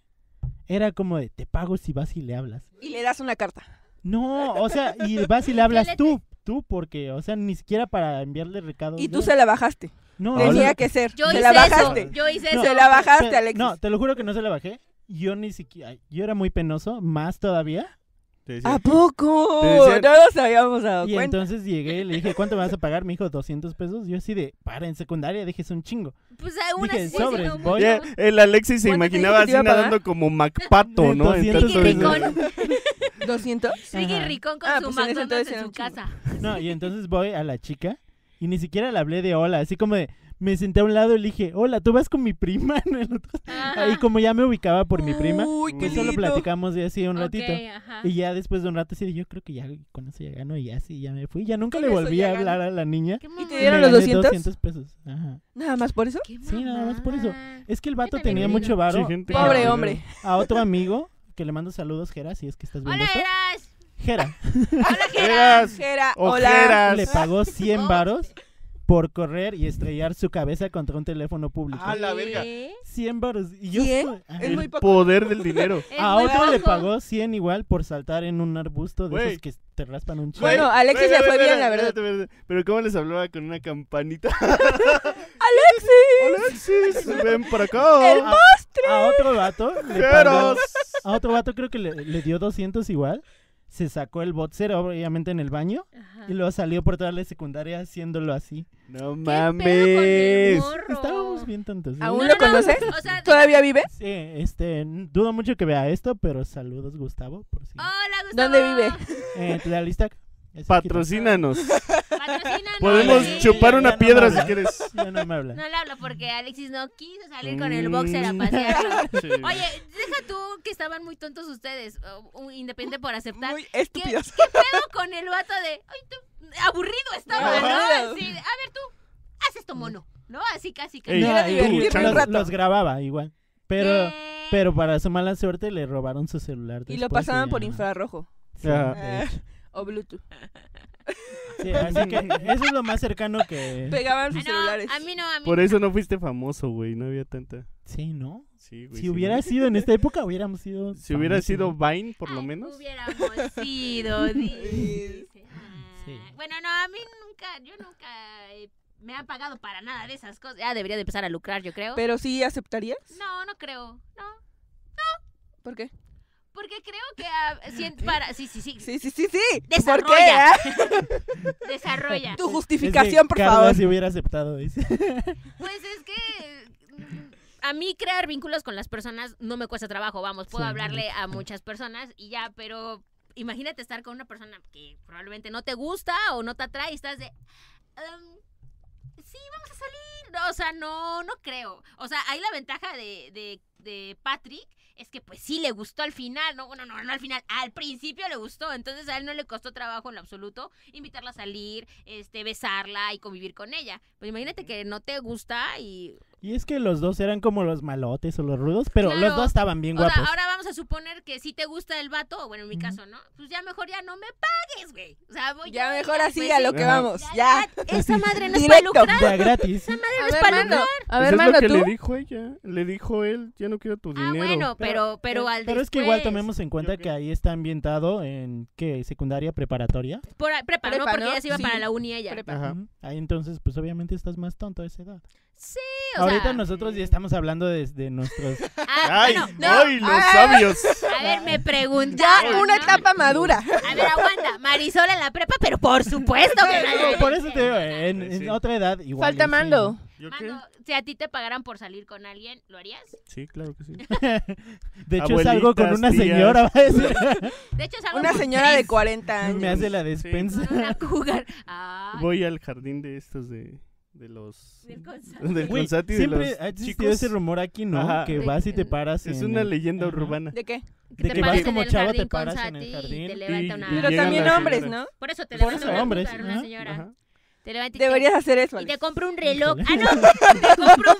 [SPEAKER 2] era como de, te pago si vas y le hablas.
[SPEAKER 3] Y le das una carta.
[SPEAKER 2] No, o sea, y vas y le hablas
[SPEAKER 1] le-
[SPEAKER 2] tú, tú, porque, o sea, ni siquiera para enviarle recados.
[SPEAKER 3] Y
[SPEAKER 2] de
[SPEAKER 3] tú
[SPEAKER 2] él.
[SPEAKER 3] se la bajaste.
[SPEAKER 2] no,
[SPEAKER 3] Tenía
[SPEAKER 2] no,
[SPEAKER 3] que ser.
[SPEAKER 1] Yo
[SPEAKER 3] se
[SPEAKER 1] hice
[SPEAKER 3] la
[SPEAKER 1] eso.
[SPEAKER 3] bajaste.
[SPEAKER 1] Yo hice eso.
[SPEAKER 2] No.
[SPEAKER 3] Se la
[SPEAKER 2] te-
[SPEAKER 3] bajaste, Alexis.
[SPEAKER 2] No, te lo juro que no se la bajé. Yo ni siquiera, ay, yo era muy penoso, más todavía.
[SPEAKER 4] Te decía,
[SPEAKER 3] ¿A poco?
[SPEAKER 4] Te decía-
[SPEAKER 3] No nos habíamos dado
[SPEAKER 2] Y
[SPEAKER 3] cuenta.
[SPEAKER 2] entonces llegué y le dije, ¿cuánto me vas a pagar? Me dijo, 200 pesos. Yo así de, para, en secundaria dije, es un chingo.
[SPEAKER 1] Pues aún
[SPEAKER 2] Dije,
[SPEAKER 1] así.
[SPEAKER 2] sobres,
[SPEAKER 1] no,
[SPEAKER 2] voy.
[SPEAKER 1] mucho.
[SPEAKER 4] Ya, Eh, el Alexis se
[SPEAKER 3] ¿Cuánto te
[SPEAKER 4] imaginaba
[SPEAKER 3] dije
[SPEAKER 4] así
[SPEAKER 3] que te iba a pagar?
[SPEAKER 4] nadando como MacPato, ¿no?
[SPEAKER 2] 200
[SPEAKER 1] Ricky
[SPEAKER 4] Entonces-
[SPEAKER 1] Ricón.
[SPEAKER 3] ¿200?
[SPEAKER 1] Ricky
[SPEAKER 2] Ajá.
[SPEAKER 1] Ricón con
[SPEAKER 3] Ah,
[SPEAKER 1] su
[SPEAKER 3] pues en ese
[SPEAKER 1] McDonald's
[SPEAKER 3] entonces
[SPEAKER 1] en
[SPEAKER 3] era
[SPEAKER 1] su
[SPEAKER 3] un chingo.
[SPEAKER 1] casa.
[SPEAKER 2] No, y entonces voy a la chica y ni siquiera le hablé de hola, así como de, me senté a un lado y le dije, hola, tú vas con mi prima. En el otro- Y como ya me ubicaba por mi prima,
[SPEAKER 3] Uy, Uh, qué
[SPEAKER 2] pues solo
[SPEAKER 3] lindo.
[SPEAKER 2] platicamos de así un ratito.
[SPEAKER 1] Ok, ajá.
[SPEAKER 2] Y ya después de un rato sí, yo creo que ya con eso ya gano y ya sí, ya me fui. Ya nunca
[SPEAKER 3] Con
[SPEAKER 2] le
[SPEAKER 3] eso
[SPEAKER 2] volví
[SPEAKER 3] ya
[SPEAKER 2] a hablar a la niña.
[SPEAKER 1] Qué
[SPEAKER 3] ¿Y te
[SPEAKER 1] mamá.
[SPEAKER 3] dieron
[SPEAKER 2] Me
[SPEAKER 3] los
[SPEAKER 2] gané
[SPEAKER 3] 200?
[SPEAKER 2] 200 pesos. Ajá.
[SPEAKER 3] Nada más por eso.
[SPEAKER 1] Qué
[SPEAKER 2] Sí, nada más por eso.
[SPEAKER 1] mamá.
[SPEAKER 2] Es que el
[SPEAKER 1] Yo
[SPEAKER 2] vato
[SPEAKER 1] también
[SPEAKER 2] tenía
[SPEAKER 1] lo
[SPEAKER 2] mucho
[SPEAKER 1] digo.
[SPEAKER 2] varo.
[SPEAKER 4] Sí, gente
[SPEAKER 2] pero-
[SPEAKER 3] Pobre
[SPEAKER 4] Claro.
[SPEAKER 3] hombre.
[SPEAKER 2] A otro amigo que le mando saludos, Jera, si es que estás viendo
[SPEAKER 1] Hola,
[SPEAKER 2] esto.
[SPEAKER 1] Eras.
[SPEAKER 2] Jera
[SPEAKER 4] Ojeras,
[SPEAKER 3] Jera, hola.
[SPEAKER 4] ojeras.
[SPEAKER 2] le pagó 100
[SPEAKER 1] Oh.
[SPEAKER 2] varos por correr y estrellar su cabeza contra un teléfono público.
[SPEAKER 4] A la verga.
[SPEAKER 1] ¿Qué?
[SPEAKER 2] 100 varos. Y yo
[SPEAKER 3] ¿Cien?
[SPEAKER 2] estoy- Ajá.
[SPEAKER 3] Es muy
[SPEAKER 4] El
[SPEAKER 3] poco.
[SPEAKER 4] poder del dinero.
[SPEAKER 1] Es
[SPEAKER 2] A
[SPEAKER 1] muy
[SPEAKER 2] otro le
[SPEAKER 1] bajo.
[SPEAKER 2] pagó 100 igual por saltar en un arbusto de
[SPEAKER 4] Güey.
[SPEAKER 2] esos que te raspan un chingo.
[SPEAKER 3] Bueno,
[SPEAKER 4] Güey,
[SPEAKER 3] Alexis
[SPEAKER 4] espera,
[SPEAKER 3] le fue
[SPEAKER 4] espera,
[SPEAKER 3] bien, la verdad.
[SPEAKER 4] espérate, espérate. Pero ¿cómo les hablaba con una campanita?
[SPEAKER 3] ¡Alexis!
[SPEAKER 4] Alexis, ven para acá.
[SPEAKER 3] El
[SPEAKER 2] A otro vato le pagó,
[SPEAKER 4] Ojeras.
[SPEAKER 2] a otro vato creo que le, le dio 200 igual. Se sacó el boxer obviamente en el baño
[SPEAKER 1] Ajá.
[SPEAKER 2] y luego salió por toda la secundaria haciéndolo así.
[SPEAKER 4] No
[SPEAKER 1] ¿Qué pedo con el
[SPEAKER 4] mames.
[SPEAKER 1] morro?
[SPEAKER 2] Estábamos bien tontos. ¿sí?
[SPEAKER 3] Aún- ¿Aún lo conoces?
[SPEAKER 1] O sea, de-
[SPEAKER 3] ¿Todavía vive?
[SPEAKER 2] Sí, este, n- dudo mucho que vea esto, pero saludos Gustavo por si.
[SPEAKER 3] Ah.
[SPEAKER 1] Hola, Gustavo.
[SPEAKER 3] ¿Dónde vive?
[SPEAKER 2] Eh, Tlalistac. Es
[SPEAKER 4] Patrocínanos.
[SPEAKER 1] Patrocínanos.
[SPEAKER 4] Podemos
[SPEAKER 1] Sí.
[SPEAKER 4] chupar
[SPEAKER 2] Ya
[SPEAKER 4] una
[SPEAKER 2] no
[SPEAKER 4] piedra
[SPEAKER 2] habla.
[SPEAKER 4] si quieres.
[SPEAKER 2] aquí, Ya no me habla.
[SPEAKER 1] No le hablo porque Alexis no quiso salir con el boxer a pasear.
[SPEAKER 4] Sí.
[SPEAKER 1] Oye, deja tú que estaban muy tontos ustedes, o- o independiente por aceptar.
[SPEAKER 3] Muy
[SPEAKER 1] ¿Qué,
[SPEAKER 3] estúpidos.
[SPEAKER 1] qué pedo con el vato de, ay, tú, aburrido estaba,
[SPEAKER 3] Aburrido.
[SPEAKER 1] ¿no? Así, a ver tú, haz esto mono, ¿no? Así casi, casi.
[SPEAKER 4] Ey,
[SPEAKER 2] No,
[SPEAKER 3] Era
[SPEAKER 2] y-
[SPEAKER 3] divertirme
[SPEAKER 2] y
[SPEAKER 4] un
[SPEAKER 2] los,
[SPEAKER 3] rato.
[SPEAKER 2] los grababa igual. Pero,
[SPEAKER 1] ¿Qué?
[SPEAKER 2] pero para su mala suerte le robaron su celular.
[SPEAKER 3] Y lo
[SPEAKER 2] después
[SPEAKER 3] pasaban
[SPEAKER 2] ya-
[SPEAKER 3] por infrarrojo.
[SPEAKER 2] Sí, Ah,
[SPEAKER 4] Ajá.
[SPEAKER 2] de hecho.
[SPEAKER 3] O Bluetooth.
[SPEAKER 2] Sí, así que eso es lo más cercano que.
[SPEAKER 3] Pegaban
[SPEAKER 1] Ah,
[SPEAKER 3] sus
[SPEAKER 1] no,
[SPEAKER 3] celulares.
[SPEAKER 1] a mí no, a mí
[SPEAKER 4] Por
[SPEAKER 1] no.
[SPEAKER 4] eso no fuiste famoso, güey. No había tanta.
[SPEAKER 2] Sí, ¿no?
[SPEAKER 4] Sí, güey.
[SPEAKER 2] Si hubiera sido en esta época, hubiéramos sido.
[SPEAKER 4] Si hubiera sido
[SPEAKER 2] famosísimos.
[SPEAKER 4] Vine, por lo
[SPEAKER 1] Ay,
[SPEAKER 4] menos.
[SPEAKER 1] Hubiéramos sido, dice. Ah,
[SPEAKER 2] Sí.
[SPEAKER 1] Bueno, no, a mí nunca, yo nunca eh, me han pagado para nada de esas cosas. Ya debería de empezar a lucrar, yo creo.
[SPEAKER 3] Pero sí aceptarías.
[SPEAKER 1] No, no creo, no.
[SPEAKER 3] ¿Por qué?
[SPEAKER 1] Porque creo que ah, si en- para, sí, sí, sí,
[SPEAKER 3] Sí, sí, sí, sí. ¿Por qué?
[SPEAKER 1] Desarrolla.
[SPEAKER 3] ah?
[SPEAKER 1] desarrolla.
[SPEAKER 3] Tu
[SPEAKER 2] Es que
[SPEAKER 3] justificación, por
[SPEAKER 2] Carla
[SPEAKER 3] favor.
[SPEAKER 2] si hubiera aceptado, dice.
[SPEAKER 1] Pues es que mm, a mí crear vínculos con las personas no me cuesta trabajo, vamos, puedo
[SPEAKER 2] Sí,
[SPEAKER 1] hablarle a muchas personas y ya, pero imagínate estar con una persona que probablemente no te gusta o no te atrae y estás de... "Um, sí, vamos a salir. No, O sea, no, no creo. O sea, ahí la ventaja de, de, de Patrick es que pues sí le gustó al final, ¿no? Bueno, no, no al final, al principio le gustó, entonces a él no le costó trabajo en lo absoluto invitarla a salir, este, besarla y convivir con ella. Pues imagínate que no te gusta y...
[SPEAKER 2] Y es que los dos eran como los malotes o los rudos, pero los
[SPEAKER 1] Claro.
[SPEAKER 2] dos estaban bien
[SPEAKER 1] O sea,
[SPEAKER 2] guapos.
[SPEAKER 1] ahora vamos a suponer que si te gusta el vato, o bueno, en mi
[SPEAKER 2] Ujú.
[SPEAKER 1] caso, ¿no? Pues ya mejor ya no me pagues, güey. O sea, voy
[SPEAKER 3] Ya
[SPEAKER 1] yo y
[SPEAKER 3] mejor así
[SPEAKER 1] pues,
[SPEAKER 3] a
[SPEAKER 1] sí,
[SPEAKER 3] lo que
[SPEAKER 4] Ajá.
[SPEAKER 3] vamos. Ya.
[SPEAKER 1] Ya, esa madre no es para
[SPEAKER 3] Directo.
[SPEAKER 1] lucrar.
[SPEAKER 2] Ya gratis.
[SPEAKER 1] madre no
[SPEAKER 3] A
[SPEAKER 1] es
[SPEAKER 3] ver,
[SPEAKER 1] para
[SPEAKER 3] mano,
[SPEAKER 1] lucrar.
[SPEAKER 3] a
[SPEAKER 4] Pues
[SPEAKER 3] ver,
[SPEAKER 4] es
[SPEAKER 3] mano,
[SPEAKER 4] lo que
[SPEAKER 3] tú.
[SPEAKER 4] le dijo ella. Le dijo él, ya no quiero tu
[SPEAKER 1] Ah,
[SPEAKER 4] dinero.
[SPEAKER 1] bueno, pero, pero al
[SPEAKER 2] eh, Pero es que igual
[SPEAKER 1] después.
[SPEAKER 2] tomemos en cuenta
[SPEAKER 4] Creo que-
[SPEAKER 2] que ahí está ambientado en, ¿qué? ¿Secundaria preparatoria?
[SPEAKER 1] Por, prepa, ¿no?
[SPEAKER 3] Prepa,
[SPEAKER 1] Porque
[SPEAKER 3] ¿no?
[SPEAKER 1] ya se iba
[SPEAKER 3] Sí.
[SPEAKER 1] para la uni ella.
[SPEAKER 3] Prepa.
[SPEAKER 4] Ajá.
[SPEAKER 2] Ujú. Ahí entonces, pues obviamente estás más tonto a esa edad.
[SPEAKER 1] Sí, o
[SPEAKER 2] Ahorita
[SPEAKER 1] sea, mm.
[SPEAKER 2] nosotros ya estamos hablando de, de nuestros...
[SPEAKER 1] ah,
[SPEAKER 4] ¡Ay!
[SPEAKER 1] bueno,
[SPEAKER 3] no.
[SPEAKER 4] ¡Ay, los
[SPEAKER 3] Ah.
[SPEAKER 4] sabios!
[SPEAKER 1] a ver, me
[SPEAKER 3] Ya
[SPEAKER 1] preguntaron.
[SPEAKER 3] una
[SPEAKER 1] ¿no?
[SPEAKER 3] etapa madura.
[SPEAKER 1] A ver, aguanta. Marisol en la prepa, pero por supuesto que nadie
[SPEAKER 2] No, por eso te digo, en,
[SPEAKER 4] Sí, sí.
[SPEAKER 2] en otra edad igual.
[SPEAKER 3] Falta
[SPEAKER 2] y sí,
[SPEAKER 3] mando.
[SPEAKER 4] ¿Yo qué?
[SPEAKER 1] Mano, si a ti te pagaran por salir con alguien, ¿lo harías?
[SPEAKER 4] Sí, claro que sí.
[SPEAKER 2] De hecho, salgo con
[SPEAKER 4] Abuelitas,
[SPEAKER 2] una
[SPEAKER 4] tías.
[SPEAKER 2] señora, va a decir.
[SPEAKER 1] De hecho, es algo
[SPEAKER 3] Una
[SPEAKER 1] con
[SPEAKER 3] señora de
[SPEAKER 1] tres,
[SPEAKER 3] 40
[SPEAKER 2] me
[SPEAKER 3] años.
[SPEAKER 2] hace la
[SPEAKER 4] Sí.
[SPEAKER 2] despensa.
[SPEAKER 1] con una cougar. Ay,
[SPEAKER 4] Voy al jardín de estos de, de los.
[SPEAKER 1] del consa-
[SPEAKER 4] Del
[SPEAKER 2] Güey,
[SPEAKER 4] Consati de
[SPEAKER 2] siempre
[SPEAKER 4] los
[SPEAKER 2] ha existido
[SPEAKER 4] chicos.
[SPEAKER 2] ese rumor aquí, ¿no?
[SPEAKER 4] Ajá.
[SPEAKER 2] Que
[SPEAKER 1] De-
[SPEAKER 2] vas y te paras
[SPEAKER 4] Es
[SPEAKER 2] en
[SPEAKER 4] una
[SPEAKER 2] el-
[SPEAKER 4] leyenda
[SPEAKER 2] Ajá.
[SPEAKER 4] urbana.
[SPEAKER 3] ¿De qué?
[SPEAKER 2] de
[SPEAKER 1] te
[SPEAKER 2] que vas
[SPEAKER 1] paras en
[SPEAKER 2] como
[SPEAKER 1] el
[SPEAKER 2] chavo, te
[SPEAKER 1] jardín
[SPEAKER 2] paras en
[SPEAKER 1] Consati
[SPEAKER 2] el
[SPEAKER 1] y
[SPEAKER 2] jardín
[SPEAKER 1] te
[SPEAKER 2] y-
[SPEAKER 1] levanta una...
[SPEAKER 4] y
[SPEAKER 3] Pero
[SPEAKER 4] llegan
[SPEAKER 3] también
[SPEAKER 4] las
[SPEAKER 3] hombres, ¿no?
[SPEAKER 4] señoras.
[SPEAKER 1] Por eso te
[SPEAKER 2] Por
[SPEAKER 1] levanta
[SPEAKER 2] eso,
[SPEAKER 1] una
[SPEAKER 2] hombres,
[SPEAKER 1] cougar, una
[SPEAKER 2] ajá,
[SPEAKER 1] señora.
[SPEAKER 4] Ajá.
[SPEAKER 1] Te levanta y te-
[SPEAKER 3] Deberías hacer eso.
[SPEAKER 1] Y
[SPEAKER 3] Alex.
[SPEAKER 1] te compro un reloj. ¡Ah, no! ¡Te compro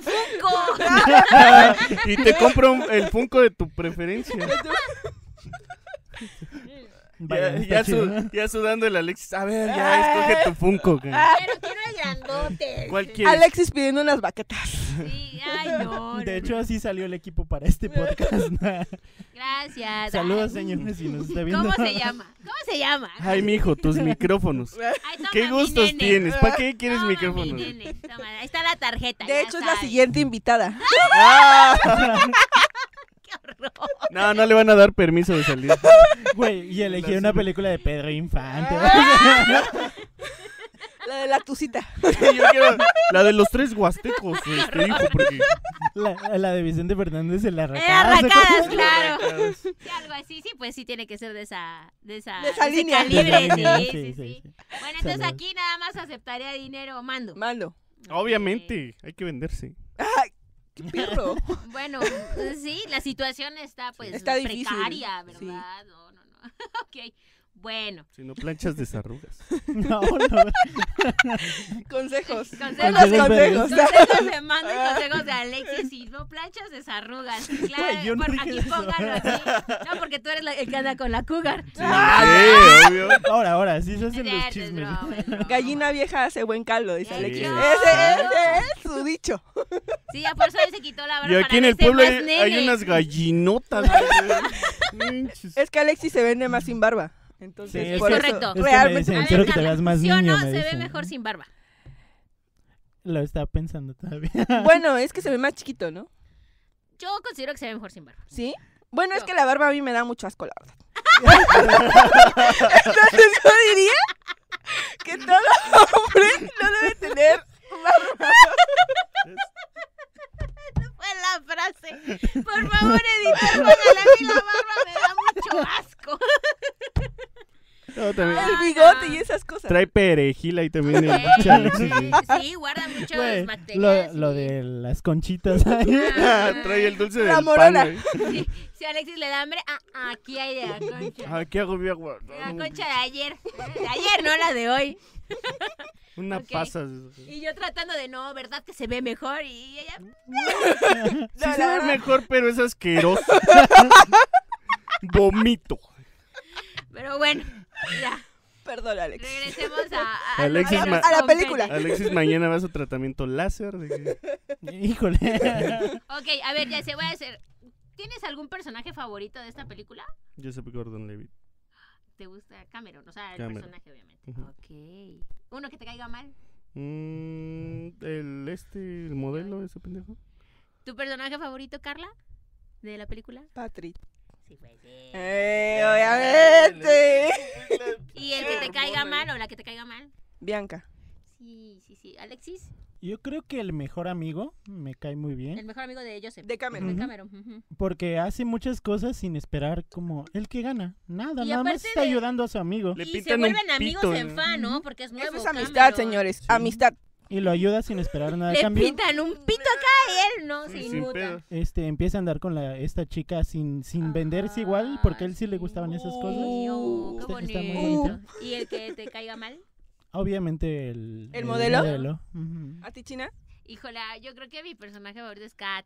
[SPEAKER 1] un Funko!
[SPEAKER 4] y te compro un- el Funko de tu preferencia.
[SPEAKER 2] Vaya,
[SPEAKER 4] Ya,
[SPEAKER 2] está
[SPEAKER 4] ya
[SPEAKER 2] chido.
[SPEAKER 4] su- ya sudando el Alexis. A ver, ya escoge tu Funko. güey.
[SPEAKER 1] Pero quiero el grandote.
[SPEAKER 4] ¿Cuál quieres?
[SPEAKER 3] Alexis pidiendo unas baquetas.
[SPEAKER 1] Sí, ay, no.
[SPEAKER 2] De hecho, así salió el equipo para este podcast.
[SPEAKER 1] Gracias.
[SPEAKER 2] Saludos,
[SPEAKER 1] Ay,
[SPEAKER 2] señores, si nos está viendo.
[SPEAKER 1] ¿Cómo se llama? ¿Cómo se llama?
[SPEAKER 4] Ay, mijo, tus micrófonos.
[SPEAKER 1] Ay, toma,
[SPEAKER 4] ¿Qué
[SPEAKER 1] mi
[SPEAKER 4] gustos
[SPEAKER 1] nene.
[SPEAKER 4] tienes? ¿Para qué quieres
[SPEAKER 1] Toma, mi
[SPEAKER 4] micrófonos?
[SPEAKER 1] nene, toma, ahí está la tarjeta.
[SPEAKER 3] De
[SPEAKER 1] ya
[SPEAKER 3] hecho, es la
[SPEAKER 1] sabes.
[SPEAKER 3] siguiente invitada.
[SPEAKER 1] Qué horror.
[SPEAKER 4] No, no le van a dar permiso de salir.
[SPEAKER 2] Güey, y elegí
[SPEAKER 4] La
[SPEAKER 2] una
[SPEAKER 4] sub-
[SPEAKER 2] película de Pedro Infante.
[SPEAKER 1] Ah.
[SPEAKER 3] La de la tucita.
[SPEAKER 4] Yo quiero la de los tres huastecos, este hijo, porque...
[SPEAKER 2] la, la de Vicente Fernández en la
[SPEAKER 1] Era
[SPEAKER 2] racada.
[SPEAKER 1] arracadas, claro.
[SPEAKER 4] pues,
[SPEAKER 1] Sí, algo así, sí, pues sí tiene que ser de esa, de esa,
[SPEAKER 3] De esa
[SPEAKER 1] ese
[SPEAKER 3] línea.
[SPEAKER 1] calibre,
[SPEAKER 2] Sí,
[SPEAKER 1] sí,
[SPEAKER 2] sí,
[SPEAKER 1] sí,
[SPEAKER 2] sí,
[SPEAKER 1] sí.
[SPEAKER 2] sí.
[SPEAKER 1] Bueno, entonces
[SPEAKER 2] Saludos.
[SPEAKER 1] aquí nada más aceptaría dinero o mando.
[SPEAKER 3] Mando.
[SPEAKER 4] Obviamente, hay que venderse.
[SPEAKER 3] ¡Ay! ¡Qué perro!
[SPEAKER 1] Bueno, sí, la situación está pues
[SPEAKER 3] Está difícil,
[SPEAKER 1] precaria, ¿verdad?
[SPEAKER 3] sí.
[SPEAKER 1] No, no, no. ok, bueno.
[SPEAKER 4] Si no planchas desarrugas.
[SPEAKER 2] No, no.
[SPEAKER 3] consejos.
[SPEAKER 1] Consejos,
[SPEAKER 2] Consejos
[SPEAKER 1] consejos,
[SPEAKER 3] verdes.
[SPEAKER 1] consejos de Mando y consejos de Alexis y no planchas desarrugas. Claro,
[SPEAKER 4] Ay, yo no
[SPEAKER 1] por-
[SPEAKER 4] dije
[SPEAKER 1] aquí
[SPEAKER 4] eso.
[SPEAKER 1] póngalo así. No, porque tú eres la- el que anda con la cougar.
[SPEAKER 4] Sí, obvio.
[SPEAKER 2] Ahora, ahora, sí se
[SPEAKER 1] Es
[SPEAKER 2] hacen los
[SPEAKER 1] cierto, es
[SPEAKER 2] chismes.
[SPEAKER 1] broma, es broma.
[SPEAKER 3] Gallina vieja hace buen caldo, dice
[SPEAKER 1] Sí.
[SPEAKER 3] Alexis.
[SPEAKER 4] Ay,
[SPEAKER 3] Ese,
[SPEAKER 1] Dios.
[SPEAKER 3] ese es su dicho.
[SPEAKER 1] Sí, ya por eso él se quitó la barba
[SPEAKER 4] Y aquí
[SPEAKER 1] para
[SPEAKER 4] en el
[SPEAKER 1] verse
[SPEAKER 4] pueblo
[SPEAKER 1] más
[SPEAKER 4] hay,
[SPEAKER 1] nene.
[SPEAKER 4] hay unas gallinotas. güey. Pinches.
[SPEAKER 3] Es que Alexis se vende más sin barba.
[SPEAKER 2] Sí,
[SPEAKER 3] Entonces,
[SPEAKER 2] es
[SPEAKER 3] por
[SPEAKER 2] que-
[SPEAKER 1] correcto.
[SPEAKER 2] es que me
[SPEAKER 1] A
[SPEAKER 3] realmente-
[SPEAKER 2] dicen,
[SPEAKER 1] ver,
[SPEAKER 2] quiero que te
[SPEAKER 1] Carla,
[SPEAKER 2] veas más
[SPEAKER 1] ¿sí o
[SPEAKER 2] niño,
[SPEAKER 1] no
[SPEAKER 2] me
[SPEAKER 1] se ve
[SPEAKER 2] dicen.
[SPEAKER 1] mejor sin barba?
[SPEAKER 2] Lo estaba pensando todavía.
[SPEAKER 3] Bueno, es que se ve más chiquito, ¿no?
[SPEAKER 1] Yo considero que se ve mejor sin barba.
[SPEAKER 3] ¿Sí? Bueno, es
[SPEAKER 1] No.
[SPEAKER 3] que la barba a mí me da mucho asco, la verdad. Entonces yo diría que todo hombre no debe tener barba.
[SPEAKER 1] Fue la frase. Por favor, editor, póngala a mí la barba me da mucho asco.
[SPEAKER 4] No, también.
[SPEAKER 1] Ah,
[SPEAKER 3] El bigote y esas cosas.
[SPEAKER 4] Trae perejil ahí también. el pinche Alexis, güey.
[SPEAKER 1] Sí, sí, guarda muchas
[SPEAKER 2] Güey,
[SPEAKER 1] bacterias.
[SPEAKER 2] lo,
[SPEAKER 1] y-
[SPEAKER 2] lo de las conchitas.
[SPEAKER 1] Ah,
[SPEAKER 4] Trae el dulce
[SPEAKER 3] La
[SPEAKER 4] del pan,
[SPEAKER 3] morona.
[SPEAKER 4] güey.
[SPEAKER 1] sí, si a Alexis le da hambre, ah, aquí hay de la concha.
[SPEAKER 4] Ah, ¿qué hago? mi agua?
[SPEAKER 1] De La concha de ayer. De ayer, no la de hoy.
[SPEAKER 4] Una
[SPEAKER 1] Ok.
[SPEAKER 4] pasa.
[SPEAKER 1] Y yo tratando de no, ¿verdad? Que se ve mejor. Y ella.
[SPEAKER 4] Sí
[SPEAKER 3] No,
[SPEAKER 4] se
[SPEAKER 3] la
[SPEAKER 4] ve
[SPEAKER 3] verdad.
[SPEAKER 4] mejor, pero es asqueroso. Vomito.
[SPEAKER 1] Pero bueno, ya.
[SPEAKER 3] Perdón, Alex.
[SPEAKER 1] Regresemos a. a- a lo
[SPEAKER 4] Alexis
[SPEAKER 1] que
[SPEAKER 4] Ma-
[SPEAKER 1] nos
[SPEAKER 3] A la
[SPEAKER 1] compete.
[SPEAKER 3] película.
[SPEAKER 4] Alexis, mañana va a su tratamiento láser. de-
[SPEAKER 2] Híjole.
[SPEAKER 1] Ok, a ver, ya se voy a hacer. ¿Tienes algún personaje favorito de esta película?
[SPEAKER 4] Joseph Gordon Levitt.
[SPEAKER 1] ¿Te gusta Cameron? O sea, el
[SPEAKER 4] Cameron.
[SPEAKER 1] personaje, obviamente.
[SPEAKER 4] Ujú.
[SPEAKER 1] Ok. ¿Uno que te caiga mal?
[SPEAKER 4] Mm, el este, el modelo, ese pendejo.
[SPEAKER 1] ¿Tu personaje favorito, Carla? ¿De la película?
[SPEAKER 3] Patrick.
[SPEAKER 1] Sí, pues sí. pues,
[SPEAKER 3] Eh, obviamente.
[SPEAKER 1] ¿Y el que te caiga mal o la que te caiga mal?
[SPEAKER 3] Bianca.
[SPEAKER 1] Sí, sí, sí. ¿Alexis?
[SPEAKER 2] Yo creo que el mejor amigo me cae muy
[SPEAKER 1] El
[SPEAKER 4] ¿Eh?
[SPEAKER 2] bien
[SPEAKER 1] mejor amigo de Joseph.
[SPEAKER 3] De Cameron.
[SPEAKER 1] De
[SPEAKER 2] Ujú.
[SPEAKER 1] Cameron. ujú.
[SPEAKER 2] porque hace muchas cosas sin esperar como el que gana. Nada,
[SPEAKER 1] Y
[SPEAKER 2] nada más
[SPEAKER 1] aparte
[SPEAKER 2] está
[SPEAKER 1] de-
[SPEAKER 2] ayudando a su amigo
[SPEAKER 4] Le
[SPEAKER 1] Y se
[SPEAKER 4] pitan un
[SPEAKER 1] vuelven amigos
[SPEAKER 4] pito,
[SPEAKER 1] en
[SPEAKER 4] ¿no?
[SPEAKER 1] fan, ¿no? Porque es nuevo
[SPEAKER 3] Eso es amistad,
[SPEAKER 1] Cameron.
[SPEAKER 3] señores. Amistad.
[SPEAKER 2] y lo ayuda sin esperar nada a
[SPEAKER 1] Le
[SPEAKER 2] cambio.
[SPEAKER 1] pintan un pito acá y él no
[SPEAKER 4] Sí,
[SPEAKER 1] se
[SPEAKER 4] sin
[SPEAKER 1] inmuta.
[SPEAKER 4] pedos.
[SPEAKER 2] Este empieza a andar con la esta chica sin sin venderse igual porque a él sí le
[SPEAKER 1] sí.
[SPEAKER 2] gustaban esas
[SPEAKER 3] Pues
[SPEAKER 2] cosas.
[SPEAKER 1] Sí, oh, qué
[SPEAKER 2] Está- está muy
[SPEAKER 1] bonito.
[SPEAKER 2] bonito.
[SPEAKER 1] ¿Y el que te caiga mal?
[SPEAKER 2] Obviamente el
[SPEAKER 3] ¿El modelo?
[SPEAKER 2] Ujú.
[SPEAKER 3] ¿A ti, China?
[SPEAKER 1] Híjola, yo creo que mi personaje favorito es Kat.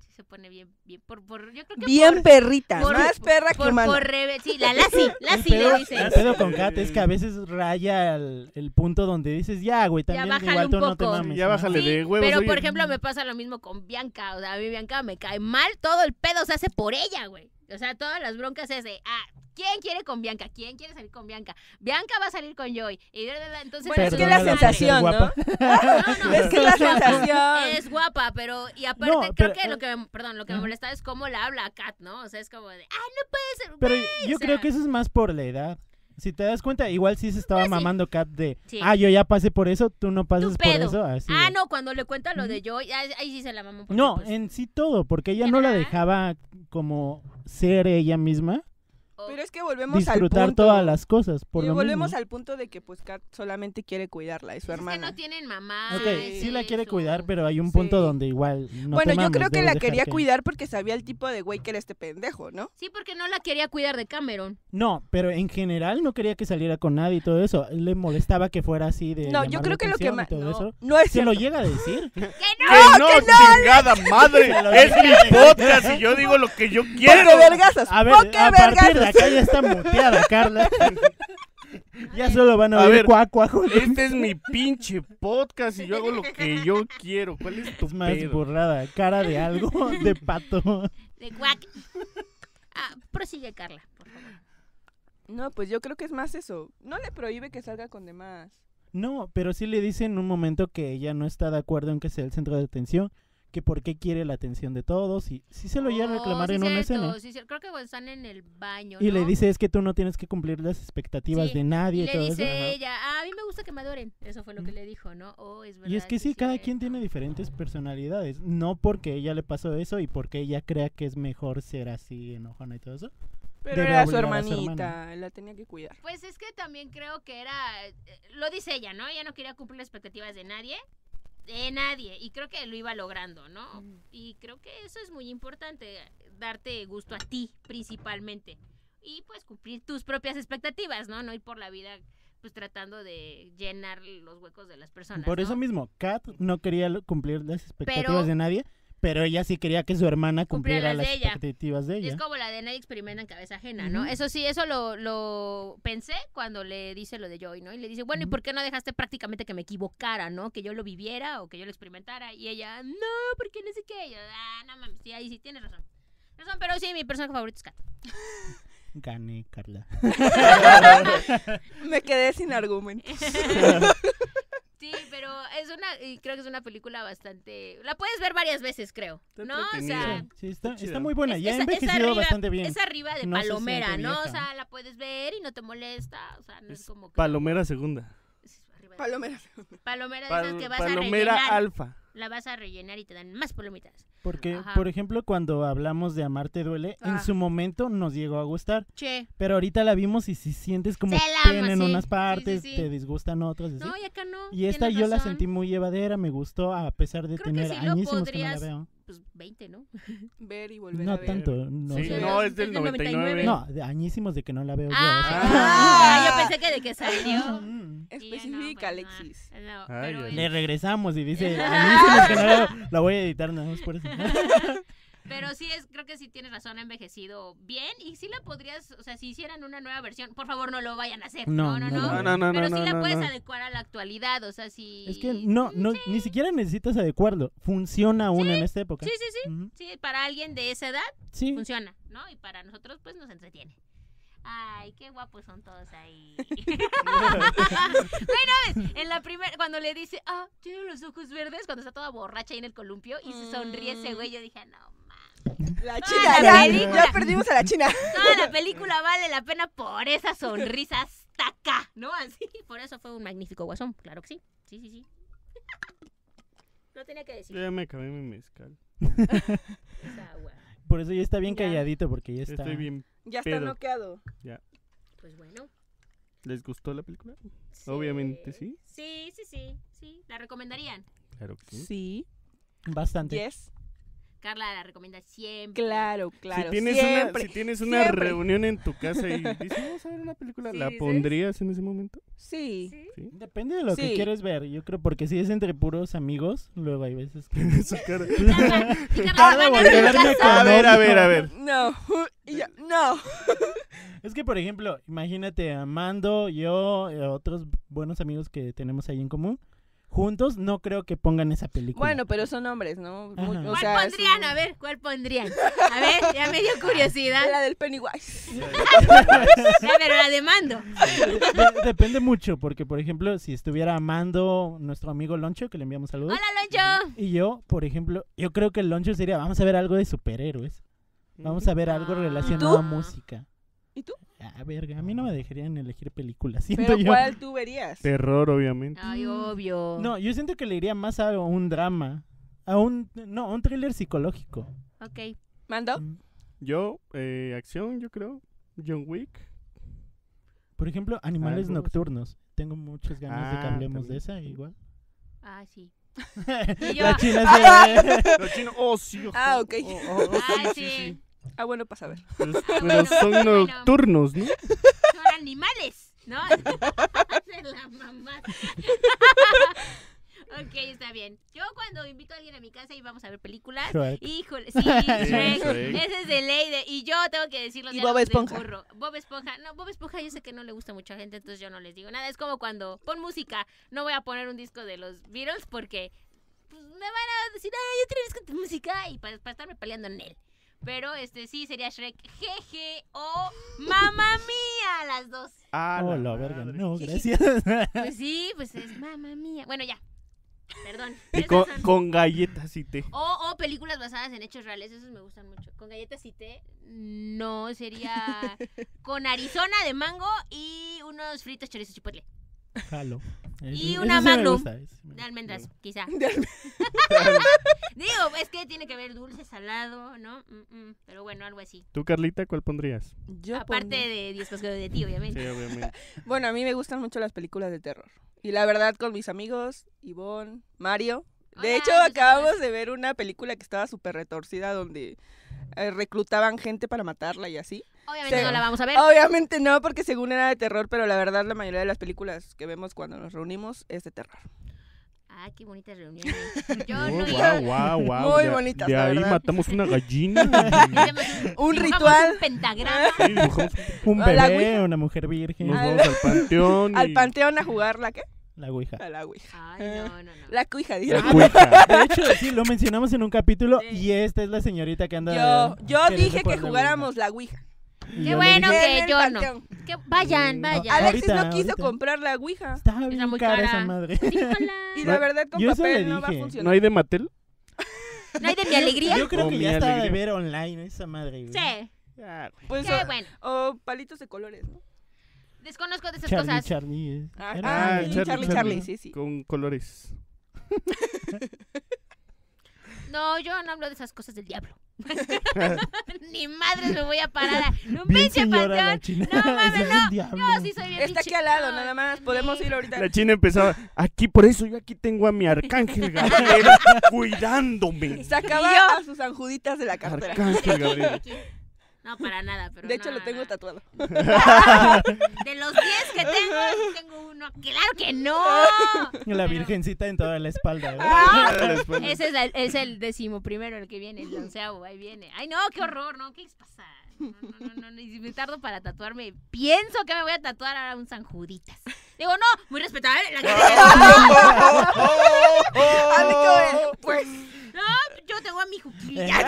[SPEAKER 1] Sí se pone bien, bien, por, por, yo creo que
[SPEAKER 3] Bien
[SPEAKER 1] por,
[SPEAKER 3] perrita.
[SPEAKER 1] por-
[SPEAKER 3] Más perra que
[SPEAKER 1] por, por
[SPEAKER 3] humana.
[SPEAKER 1] rebe- sí, la Lassie,
[SPEAKER 2] El
[SPEAKER 1] Lassie
[SPEAKER 2] pedo,
[SPEAKER 1] le dicen.
[SPEAKER 2] el pedo con Kat es que a veces raya el, el punto donde dices, ya, güey,
[SPEAKER 1] Ya
[SPEAKER 2] también
[SPEAKER 1] bájale
[SPEAKER 2] igual
[SPEAKER 1] un
[SPEAKER 2] tú no te
[SPEAKER 1] poco.
[SPEAKER 2] mames.
[SPEAKER 4] Ya
[SPEAKER 2] ¿no?
[SPEAKER 4] bájale
[SPEAKER 1] Sí,
[SPEAKER 4] de huevos.
[SPEAKER 1] pero
[SPEAKER 4] oye.
[SPEAKER 1] por ejemplo me pasa lo mismo con Bianca, o sea, a mí Bianca me cae mal, todo el pedo se hace por ella, güey. O sea, todas las broncas es de, ah, ¿quién quiere con Bianca? ¿Quién quiere salir con Bianca? Bianca va a salir con Joy. Y bla, bla, bla, entonces
[SPEAKER 3] Bueno, es que
[SPEAKER 1] me
[SPEAKER 3] la
[SPEAKER 1] vale.
[SPEAKER 2] por ser
[SPEAKER 3] sensación, ¿no?
[SPEAKER 2] guapa.
[SPEAKER 1] No, no,
[SPEAKER 3] Es que es la
[SPEAKER 1] guapa.
[SPEAKER 3] sensación.
[SPEAKER 1] Es guapa, pero y aparte
[SPEAKER 2] No,
[SPEAKER 1] creo
[SPEAKER 2] pero,
[SPEAKER 1] que
[SPEAKER 2] eh,
[SPEAKER 1] lo que me, perdón, lo que me
[SPEAKER 2] ajá.
[SPEAKER 1] molesta es cómo la habla a Kat, ¿no? O sea, es como de, ah, no puede ser.
[SPEAKER 2] Pero
[SPEAKER 1] güey",
[SPEAKER 2] yo
[SPEAKER 1] o sea,
[SPEAKER 2] creo que eso es más por la edad. Si te das cuenta, igual sí se estaba
[SPEAKER 1] Pues sí.
[SPEAKER 2] mamando Kat de,
[SPEAKER 1] Sí.
[SPEAKER 2] ah, yo ya pasé por eso, tú no pasas por
[SPEAKER 1] pedo.
[SPEAKER 2] eso. Así
[SPEAKER 1] Ah,
[SPEAKER 2] de-
[SPEAKER 1] no, cuando le cuenta lo de Joy, ahí, ahí sí se la mamó. porque,
[SPEAKER 2] No,
[SPEAKER 1] pues,
[SPEAKER 2] en sí todo, porque ella no la
[SPEAKER 1] Ajá.
[SPEAKER 2] dejaba como ser ella misma,
[SPEAKER 1] o-
[SPEAKER 3] Pero es que volvemos al
[SPEAKER 2] disfrutar
[SPEAKER 3] punto.
[SPEAKER 2] todas las cosas, por
[SPEAKER 3] y
[SPEAKER 2] lo
[SPEAKER 3] volvemos
[SPEAKER 2] mismo.
[SPEAKER 3] al punto de que pues Kat solamente quiere cuidarla, es su
[SPEAKER 1] Pues es que
[SPEAKER 3] hermana.
[SPEAKER 1] no tienen mamá.
[SPEAKER 2] Ok,
[SPEAKER 1] es
[SPEAKER 2] sí la quiere
[SPEAKER 1] eso.
[SPEAKER 2] cuidar, pero hay un punto
[SPEAKER 3] Sí.
[SPEAKER 2] donde igual no
[SPEAKER 3] bueno,
[SPEAKER 2] te
[SPEAKER 3] yo
[SPEAKER 2] mames,
[SPEAKER 3] creo que
[SPEAKER 2] debes
[SPEAKER 3] la
[SPEAKER 2] dejar
[SPEAKER 3] quería
[SPEAKER 2] que-
[SPEAKER 3] cuidar porque sabía el tipo de güey que era este pendejo, ¿no?
[SPEAKER 1] Sí, porque no la quería cuidar de Cameron.
[SPEAKER 2] No, pero en general no quería que saliera con nadie y todo eso. Le molestaba que fuera así de.
[SPEAKER 3] No, yo
[SPEAKER 2] llamarle
[SPEAKER 3] creo que lo que
[SPEAKER 2] atención y
[SPEAKER 3] más...
[SPEAKER 2] todo
[SPEAKER 3] No,
[SPEAKER 2] eso.
[SPEAKER 3] no es
[SPEAKER 2] Se lo
[SPEAKER 3] cierto.
[SPEAKER 2] llega a decir.
[SPEAKER 1] ¡Que no!
[SPEAKER 4] ¡Que no, chingada madre!
[SPEAKER 2] Se lo
[SPEAKER 4] ¡Es
[SPEAKER 2] dije.
[SPEAKER 4] mi podcast y yo digo lo que yo quiero!
[SPEAKER 3] ¡Poca vergazos!
[SPEAKER 2] A ver,
[SPEAKER 3] ¡Poca
[SPEAKER 2] a partir de
[SPEAKER 3] vergazos!
[SPEAKER 2] acá ya está muteada, Carla. ya solo van a,
[SPEAKER 4] A
[SPEAKER 2] oír
[SPEAKER 4] ver.
[SPEAKER 2] cuac, cuac, cuac.
[SPEAKER 4] Este es mi pinche podcast y yo hago lo que yo quiero. ¿Cuál es tu
[SPEAKER 2] Es más
[SPEAKER 4] pedo?
[SPEAKER 2] borrada, cara de algo, de pato.
[SPEAKER 1] De guac. Ah, prosigue, Carla, por favor.
[SPEAKER 3] No, pues yo creo que es más eso. No le prohíbe que salga con demás.
[SPEAKER 2] No, pero sí le dice en un momento que ella no está de acuerdo en que sea el centro de atención, que por qué quiere la atención de todos y sí se lo llega a
[SPEAKER 1] Oh,
[SPEAKER 2] reclamar
[SPEAKER 1] sí
[SPEAKER 2] en una
[SPEAKER 1] cierto,
[SPEAKER 2] escena.
[SPEAKER 1] sí, cierto. creo que cuando están en el baño.
[SPEAKER 2] Y le
[SPEAKER 1] ¿no?
[SPEAKER 2] dice es que tú no tienes que cumplir las expectativas
[SPEAKER 1] Sí,
[SPEAKER 2] de nadie
[SPEAKER 1] Y
[SPEAKER 2] y,
[SPEAKER 1] le
[SPEAKER 2] todo
[SPEAKER 1] dice
[SPEAKER 2] eso. Mm.
[SPEAKER 1] ella, "Ah, a mí me gusta que me adoren. Eso fue lo que le dijo, ¿no? Oh, es verdad.
[SPEAKER 2] Y es que sí, cada quien tiene
[SPEAKER 1] cierto.
[SPEAKER 2] diferentes personalidades. No porque ella le pasó eso y porque ella crea que es mejor ser así, enojona y todo eso.
[SPEAKER 3] Pero
[SPEAKER 2] Debe
[SPEAKER 3] era su
[SPEAKER 2] obligar a su
[SPEAKER 3] hermanita,
[SPEAKER 2] hermana.
[SPEAKER 3] la tenía que cuidar.
[SPEAKER 1] Pues es que también creo que era. eh, Lo dice ella, ¿no? Ella no quería cumplir las expectativas de nadie. de nadie. Y creo que lo iba logrando, ¿no? Y creo que eso es muy importante, darte gusto a ti principalmente. Y pues cumplir tus propias expectativas, ¿no? No ir por la vida pues tratando de llenar los huecos de las personas.
[SPEAKER 2] Por eso
[SPEAKER 1] ¿no?
[SPEAKER 2] mismo, Kat no quería lo- cumplir las expectativas
[SPEAKER 1] Pero-
[SPEAKER 2] de nadie, pero ella sí quería que su hermana
[SPEAKER 1] Cumpliera
[SPEAKER 2] cumpliera
[SPEAKER 1] las
[SPEAKER 2] las
[SPEAKER 1] de ella.
[SPEAKER 2] expectativas de
[SPEAKER 1] Es
[SPEAKER 2] ella.
[SPEAKER 1] como la de nadie experimenta en cabeza ajena, ¿no?
[SPEAKER 2] Ujú.
[SPEAKER 1] Eso sí, eso lo, lo pensé cuando le dice lo de Joy, ¿no? Y le dice, bueno, ¿y
[SPEAKER 2] Ujú.
[SPEAKER 1] por qué no dejaste prácticamente que me equivocara, ¿no? Que yo lo viviera o que yo lo experimentara. Y ella, no, porque no sé qué. Y yo, ah, no mames, sí, ahí sí tienes razón. Razón, pero sí, mi personaje favorito es Kat.
[SPEAKER 2] Gané, Carla.
[SPEAKER 3] Me quedé sin argumento.
[SPEAKER 1] Sí, pero es una, y creo que es una película bastante, la puedes ver varias veces, creo,
[SPEAKER 4] Está
[SPEAKER 1] ¿no? O sea,
[SPEAKER 4] entretenida.
[SPEAKER 2] Sí, está,
[SPEAKER 4] Qué chido.
[SPEAKER 2] está muy buena,
[SPEAKER 1] Ah. Es-
[SPEAKER 2] ya
[SPEAKER 1] es-
[SPEAKER 2] ha
[SPEAKER 1] es
[SPEAKER 2] envejecido
[SPEAKER 1] arriba-
[SPEAKER 2] bastante bien.
[SPEAKER 1] es arriba de
[SPEAKER 2] No se siente
[SPEAKER 1] palomera, ¿no? O
[SPEAKER 2] vieja.
[SPEAKER 1] sea, la puedes ver y no te molesta, o sea, no es,
[SPEAKER 4] Es
[SPEAKER 1] como que...
[SPEAKER 4] Palomera segunda.
[SPEAKER 1] es arriba de-
[SPEAKER 3] Palomera.
[SPEAKER 1] Palomera de esas
[SPEAKER 4] Pal-
[SPEAKER 1] que vas a
[SPEAKER 4] palomera
[SPEAKER 1] rellenar.
[SPEAKER 4] alfa.
[SPEAKER 1] La vas a rellenar y te dan más palomitas.
[SPEAKER 2] Porque,
[SPEAKER 1] Ajá.
[SPEAKER 2] por ejemplo, cuando hablamos de Amarte Duele, en
[SPEAKER 3] Ah.
[SPEAKER 2] su momento nos llegó a gustar,
[SPEAKER 1] Che.
[SPEAKER 2] pero ahorita la vimos y si sientes como
[SPEAKER 1] Se la
[SPEAKER 2] pena
[SPEAKER 1] ama,
[SPEAKER 2] en
[SPEAKER 1] sí.
[SPEAKER 2] unas
[SPEAKER 1] Sí, sí,
[SPEAKER 2] partes,
[SPEAKER 1] sí.
[SPEAKER 2] te disgustan otras. y así.
[SPEAKER 1] No, y acá no.
[SPEAKER 2] Y esta
[SPEAKER 1] tienes
[SPEAKER 2] yo la
[SPEAKER 1] razón.
[SPEAKER 2] sentí muy llevadera, me gustó, a pesar de
[SPEAKER 1] Creo que
[SPEAKER 2] tener
[SPEAKER 1] sí lo
[SPEAKER 2] añísimos
[SPEAKER 1] podrías
[SPEAKER 2] que no la veo.
[SPEAKER 1] Pues 20, ¿no?
[SPEAKER 3] Ver y volver a
[SPEAKER 2] No
[SPEAKER 3] ver.
[SPEAKER 2] tanto, no
[SPEAKER 4] Sí,
[SPEAKER 2] sé.
[SPEAKER 4] no, es del 99.
[SPEAKER 2] No, de añísimos de que no la veo yo.
[SPEAKER 1] Ah,
[SPEAKER 3] Ah.
[SPEAKER 1] yo pensé que de que
[SPEAKER 2] o sea.
[SPEAKER 1] salió.
[SPEAKER 2] Mm.
[SPEAKER 1] Y ya no,
[SPEAKER 3] Específica,
[SPEAKER 1] pues, no,
[SPEAKER 3] Alexis.
[SPEAKER 1] no,
[SPEAKER 4] Ay,
[SPEAKER 1] pero
[SPEAKER 4] ay.
[SPEAKER 1] es-
[SPEAKER 2] Le regresamos y dice, añísimos que no la veo, la voy a editar nada más por eso.
[SPEAKER 1] Pero sí, es, creo que sí tienes razón, ha envejecido bien. Y sí la podrías, o sea, si hicieran una nueva versión, por favor no lo vayan a hacer. No, no,
[SPEAKER 2] No, no
[SPEAKER 1] no.
[SPEAKER 4] No,
[SPEAKER 2] lo
[SPEAKER 4] no, no,
[SPEAKER 1] pero
[SPEAKER 4] no,
[SPEAKER 1] sí la
[SPEAKER 4] no,
[SPEAKER 1] puedes
[SPEAKER 4] no.
[SPEAKER 1] adecuar a la actualidad, o sea, si... Mm,
[SPEAKER 2] Es que no, no ni siquiera necesitas adecuarlo, funciona aún en esta época.
[SPEAKER 1] Sí, sí, sí.
[SPEAKER 2] Ujú.
[SPEAKER 1] Sí, para alguien de esa edad
[SPEAKER 2] Sí,
[SPEAKER 1] funciona, ¿no? Y para nosotros, pues nos entretiene. Ay, qué guapos son todos ahí. bueno, en la primera, cuando le dice, ah, tiene los ojos verdes, cuando está toda borracha ahí en el columpio y se sonríe ese
[SPEAKER 4] Mm.
[SPEAKER 1] güey, yo dije, no, ma.
[SPEAKER 3] La
[SPEAKER 1] Ah, la
[SPEAKER 3] China. ya-
[SPEAKER 1] película.
[SPEAKER 3] ya, perdimos a la China.
[SPEAKER 1] Toda la película vale la pena por esa sonrisa hasta acá, ¿no? Así, por eso fue un magnífico guasón, claro que sí. Sí, sí, sí. Lo tenía que
[SPEAKER 4] Yo
[SPEAKER 1] decir.
[SPEAKER 4] ya me acabé mi mezcal.
[SPEAKER 1] Esa agua.
[SPEAKER 2] por eso ya está bien
[SPEAKER 1] Ya.
[SPEAKER 2] calladito porque ya está.
[SPEAKER 4] Estoy bien.
[SPEAKER 3] Ya está
[SPEAKER 4] Pedo.
[SPEAKER 3] noqueado.
[SPEAKER 1] Pues bueno.
[SPEAKER 4] ¿Les gustó la película? Obviamente sí.
[SPEAKER 1] Sí, sí, sí. Sí, la recomendarían.
[SPEAKER 4] Claro que
[SPEAKER 3] Sí.
[SPEAKER 2] Bastante.
[SPEAKER 3] Yes.
[SPEAKER 1] Carla la recomienda siempre.
[SPEAKER 3] Claro, claro.
[SPEAKER 4] si tienes
[SPEAKER 3] siempre.
[SPEAKER 4] una, si tienes una
[SPEAKER 3] siempre.
[SPEAKER 4] reunión en tu casa y dices, vamos a ver una película,
[SPEAKER 3] Sí,
[SPEAKER 4] ¿la
[SPEAKER 3] dices.
[SPEAKER 4] pondrías en ese momento?
[SPEAKER 3] Sí.
[SPEAKER 4] Sí.
[SPEAKER 2] Depende de lo que
[SPEAKER 3] Sí.
[SPEAKER 2] quieres ver, yo creo, porque si es entre puros amigos, luego hay veces que...
[SPEAKER 4] Su cara.
[SPEAKER 1] Carla, y Carla,
[SPEAKER 2] Tarda en
[SPEAKER 1] van a ver
[SPEAKER 2] volverme
[SPEAKER 1] casa.
[SPEAKER 4] A ver, a ver, a ver.
[SPEAKER 3] No. Y yo, no.
[SPEAKER 2] Es que, por ejemplo, imagínate Amando, yo, eh, otros buenos amigos que tenemos ahí en común, juntos no creo que pongan esa película.
[SPEAKER 3] Bueno, pero son hombres, ¿no?
[SPEAKER 2] Ajá.
[SPEAKER 3] Muy- o
[SPEAKER 1] ¿Cuál
[SPEAKER 3] sea,
[SPEAKER 1] pondrían?
[SPEAKER 3] su-
[SPEAKER 1] A ver, ¿cuál pondrían? A ver, ya me dio curiosidad.
[SPEAKER 3] La del Pennywise.
[SPEAKER 1] Ya, pero la demando.
[SPEAKER 2] De- depende mucho, porque, por ejemplo, si estuviera Amando, nuestro amigo Loncho, que le enviamos saludos,
[SPEAKER 1] Hola, Loncho.
[SPEAKER 2] y yo, por ejemplo, yo creo que el Loncho sería, vamos a ver algo de superhéroes, vamos a ver algo
[SPEAKER 1] Ah.
[SPEAKER 2] relacionado a
[SPEAKER 1] ¿Y tú?
[SPEAKER 2] música.
[SPEAKER 3] ¿Y tú?
[SPEAKER 2] Ah, verga, a mí no me dejarían elegir películas, siento
[SPEAKER 3] Pero pues,
[SPEAKER 2] yo.
[SPEAKER 3] ¿cuál tú verías?
[SPEAKER 4] Terror, obviamente.
[SPEAKER 1] Ay, obvio.
[SPEAKER 2] No, yo siento que le iría más a un drama, a un, no, a un thriller psicológico.
[SPEAKER 1] Ok.
[SPEAKER 3] ¿Mando?
[SPEAKER 2] Mm.
[SPEAKER 4] Yo, eh, acción, yo creo. John Wick.
[SPEAKER 2] Por ejemplo, animales
[SPEAKER 4] Algo así.
[SPEAKER 2] nocturnos. Tengo muchas ganas de que
[SPEAKER 4] Ah,
[SPEAKER 2] hablemos
[SPEAKER 4] también.
[SPEAKER 2] de esa, igual.
[SPEAKER 1] Ah, sí. yo-
[SPEAKER 2] La china se...
[SPEAKER 4] Los chinos, oh, sí, ojo.
[SPEAKER 3] Ah, ok.
[SPEAKER 4] Oh, oh, oh, sí,
[SPEAKER 1] Ah,
[SPEAKER 4] sí, sí.
[SPEAKER 1] sí.
[SPEAKER 3] Ah, bueno, para saber.
[SPEAKER 4] Pero,
[SPEAKER 1] bueno,
[SPEAKER 4] pero son
[SPEAKER 1] bueno.
[SPEAKER 4] nocturnos, ¿no?
[SPEAKER 1] Son animales, ¿no? Se la mamá. ok, está bien. Yo cuando invito a alguien a mi casa y vamos a ver películas,
[SPEAKER 2] Shrek.
[SPEAKER 1] Híjole, sí, Shrek.
[SPEAKER 4] Shrek.
[SPEAKER 1] Ese es de ley. de- y yo tengo que decir los
[SPEAKER 3] Y
[SPEAKER 1] diálogos
[SPEAKER 3] Bob
[SPEAKER 1] del
[SPEAKER 3] Esponja.
[SPEAKER 1] burro. Bob Esponja. No, Bob Esponja yo sé que no le gusta a mucha gente, entonces yo no les digo nada. Es como cuando pon música. No voy a poner un disco de los Beatles porque pues, me van a decir, ay, otra vez con tu música y para, estarme peleando en él. Pero este sí sería Shrek jeje o mamá mía las dos.
[SPEAKER 4] Ah,
[SPEAKER 2] Oh,
[SPEAKER 4] la
[SPEAKER 2] la verga.
[SPEAKER 4] madre.
[SPEAKER 2] No, gracias.
[SPEAKER 1] Pues sí, pues es mamá mía. Bueno, ya. Perdón.
[SPEAKER 4] Y
[SPEAKER 1] Esas
[SPEAKER 4] con,
[SPEAKER 1] son-
[SPEAKER 4] con galletas y té.
[SPEAKER 1] O, o películas basadas en hechos reales, esos me gustan mucho. Con galletas y té, no, sería con Arizona de mango y unos fritos chorizos chipotle.
[SPEAKER 2] Jalo.
[SPEAKER 1] Y
[SPEAKER 2] Eso
[SPEAKER 1] una
[SPEAKER 2] sí me
[SPEAKER 1] Magnum.
[SPEAKER 2] gusta, eso sí me
[SPEAKER 1] De
[SPEAKER 2] gusta.
[SPEAKER 1] almendras, quizá.
[SPEAKER 3] De alme-
[SPEAKER 1] Digo, es que tiene que haber dulce, salado, ¿no? Mm, mm, pero bueno, algo así.
[SPEAKER 4] ¿Tú, Carlita, cuál pondrías?
[SPEAKER 3] Yo
[SPEAKER 1] Aparte
[SPEAKER 3] pondría-
[SPEAKER 1] de Dios Cosquero de ti,
[SPEAKER 4] Sí,
[SPEAKER 1] obviamente.
[SPEAKER 4] obviamente.
[SPEAKER 3] Bueno, a mí me gustan mucho las películas de terror. Y la verdad, con mis amigos, Ivonne, Mario, De
[SPEAKER 1] Hola,
[SPEAKER 3] hecho,
[SPEAKER 1] muchas
[SPEAKER 3] acabamos de ver una película que estaba súper retorcida donde eh, reclutaban gente para matarla y así.
[SPEAKER 1] Obviamente
[SPEAKER 3] Sí. Oh.
[SPEAKER 1] no la vamos a ver.
[SPEAKER 3] Obviamente no, porque según era de terror, pero la verdad la mayoría de las películas que vemos cuando nos reunimos es de terror.
[SPEAKER 1] Ah, qué bonita reunión. ¿eh? Yo
[SPEAKER 4] Oh,
[SPEAKER 1] no iba.
[SPEAKER 4] guau, guau, guau.
[SPEAKER 3] Muy
[SPEAKER 4] De-
[SPEAKER 3] bonitas,
[SPEAKER 4] De
[SPEAKER 3] la
[SPEAKER 4] ahí
[SPEAKER 3] verdad.
[SPEAKER 4] matamos una gallina.
[SPEAKER 1] Hacemos
[SPEAKER 3] Un
[SPEAKER 1] dibujamos
[SPEAKER 3] ritual.
[SPEAKER 1] Un pentagrama.
[SPEAKER 4] Sí, dibujamos-
[SPEAKER 2] Un
[SPEAKER 3] La
[SPEAKER 2] bebé,
[SPEAKER 3] ouija.
[SPEAKER 2] una mujer virgen,
[SPEAKER 4] Nos
[SPEAKER 3] Al-
[SPEAKER 4] vamos al panteón.
[SPEAKER 3] Al
[SPEAKER 4] y-
[SPEAKER 3] panteón a jugar la qué?
[SPEAKER 2] la ouija.
[SPEAKER 3] A la ouija.
[SPEAKER 1] Ay, no, no, no.
[SPEAKER 3] La cuija,
[SPEAKER 4] La
[SPEAKER 3] dirá.
[SPEAKER 4] cuija.
[SPEAKER 2] De hecho, sí, lo mencionamos en un capítulo
[SPEAKER 3] Sí.
[SPEAKER 2] y esta es la señorita que anda...
[SPEAKER 3] Ah, Yo, yo
[SPEAKER 2] queriendo
[SPEAKER 3] dije que
[SPEAKER 2] jugar la
[SPEAKER 3] jugáramos la ouija.
[SPEAKER 2] ouija.
[SPEAKER 1] Qué
[SPEAKER 2] Y yo le
[SPEAKER 1] bueno. No,
[SPEAKER 2] dije,
[SPEAKER 1] que
[SPEAKER 3] En el
[SPEAKER 1] yo no.
[SPEAKER 3] panteón.
[SPEAKER 1] Que vayan,
[SPEAKER 4] Mm,
[SPEAKER 1] vayan.
[SPEAKER 3] Alexis
[SPEAKER 2] Ahorita,
[SPEAKER 3] no quiso
[SPEAKER 2] ahorita.
[SPEAKER 3] comprar la ouija.
[SPEAKER 2] Está bien
[SPEAKER 1] muy
[SPEAKER 2] cara,
[SPEAKER 1] cara.
[SPEAKER 2] esa madre.
[SPEAKER 3] Y
[SPEAKER 1] Híjola.
[SPEAKER 3] la verdad con
[SPEAKER 2] yo eso le
[SPEAKER 3] papel no va a
[SPEAKER 2] dije.
[SPEAKER 4] ¿No
[SPEAKER 3] funcionar.
[SPEAKER 4] hay de Mattel?
[SPEAKER 1] ¿No hay de mi alegría?
[SPEAKER 2] Yo creo
[SPEAKER 4] Oh,
[SPEAKER 2] que
[SPEAKER 4] mi
[SPEAKER 2] ya está de
[SPEAKER 4] alegría.
[SPEAKER 2] ver online esa madre. güey.
[SPEAKER 1] Sí,
[SPEAKER 3] Pues,
[SPEAKER 1] qué
[SPEAKER 3] o-
[SPEAKER 1] bueno.
[SPEAKER 3] o, palitos de colores, ¿no?
[SPEAKER 1] Desconozco de esas
[SPEAKER 2] Charlie,
[SPEAKER 1] cosas.
[SPEAKER 2] Charlie. eh.
[SPEAKER 3] Ah,
[SPEAKER 2] Era-
[SPEAKER 4] ah,
[SPEAKER 3] sí,
[SPEAKER 4] Charlie,
[SPEAKER 3] Charlie,
[SPEAKER 4] Charlie.
[SPEAKER 3] Charlie, sí, sí.
[SPEAKER 4] Con colores.
[SPEAKER 1] No, yo no hablo de esas cosas del diablo. Ni madres me voy a parar. a- Un pinche
[SPEAKER 2] señora la
[SPEAKER 1] panteón.
[SPEAKER 2] china.
[SPEAKER 1] No mames,
[SPEAKER 2] Ese es
[SPEAKER 1] no.
[SPEAKER 2] un diablo.
[SPEAKER 1] No, sí soy bien
[SPEAKER 3] Está aquí
[SPEAKER 1] pinche-
[SPEAKER 3] al lado,
[SPEAKER 1] no,
[SPEAKER 3] nada más. Podemos
[SPEAKER 1] sí.
[SPEAKER 3] ir ahorita.
[SPEAKER 4] La china empezaba, aquí por eso yo aquí tengo a mi arcángel Gabriel cuidándome.
[SPEAKER 3] Sacaba
[SPEAKER 1] Y yo.
[SPEAKER 3] a sus anjuditas de la cartera.
[SPEAKER 4] Arcángel Gabriel.
[SPEAKER 1] Aquí. No, para nada, pero
[SPEAKER 3] De hecho,
[SPEAKER 1] no,
[SPEAKER 3] lo tengo
[SPEAKER 1] no.
[SPEAKER 3] tatuado.
[SPEAKER 1] De los 10 que tengo, tengo uno. ¡Claro que no!
[SPEAKER 2] La
[SPEAKER 1] Pero-
[SPEAKER 2] virgencita en toda la espalda. güey.
[SPEAKER 1] Ah. Ese es, la- es el décimo primero, el que viene, el onceavo, ahí viene. Ay, no, qué horror, ¿no? ¿Qué les pasa? No, no, no, no, no, y si me tardo para tatuarme, pienso que me voy a tatuar ahora un San Juditas. Digo, no, muy respetable la gente.
[SPEAKER 4] Oh,
[SPEAKER 3] A mí como de, pues,
[SPEAKER 1] eh, No, yo tengo a mi
[SPEAKER 2] Eh,
[SPEAKER 1] juquilla.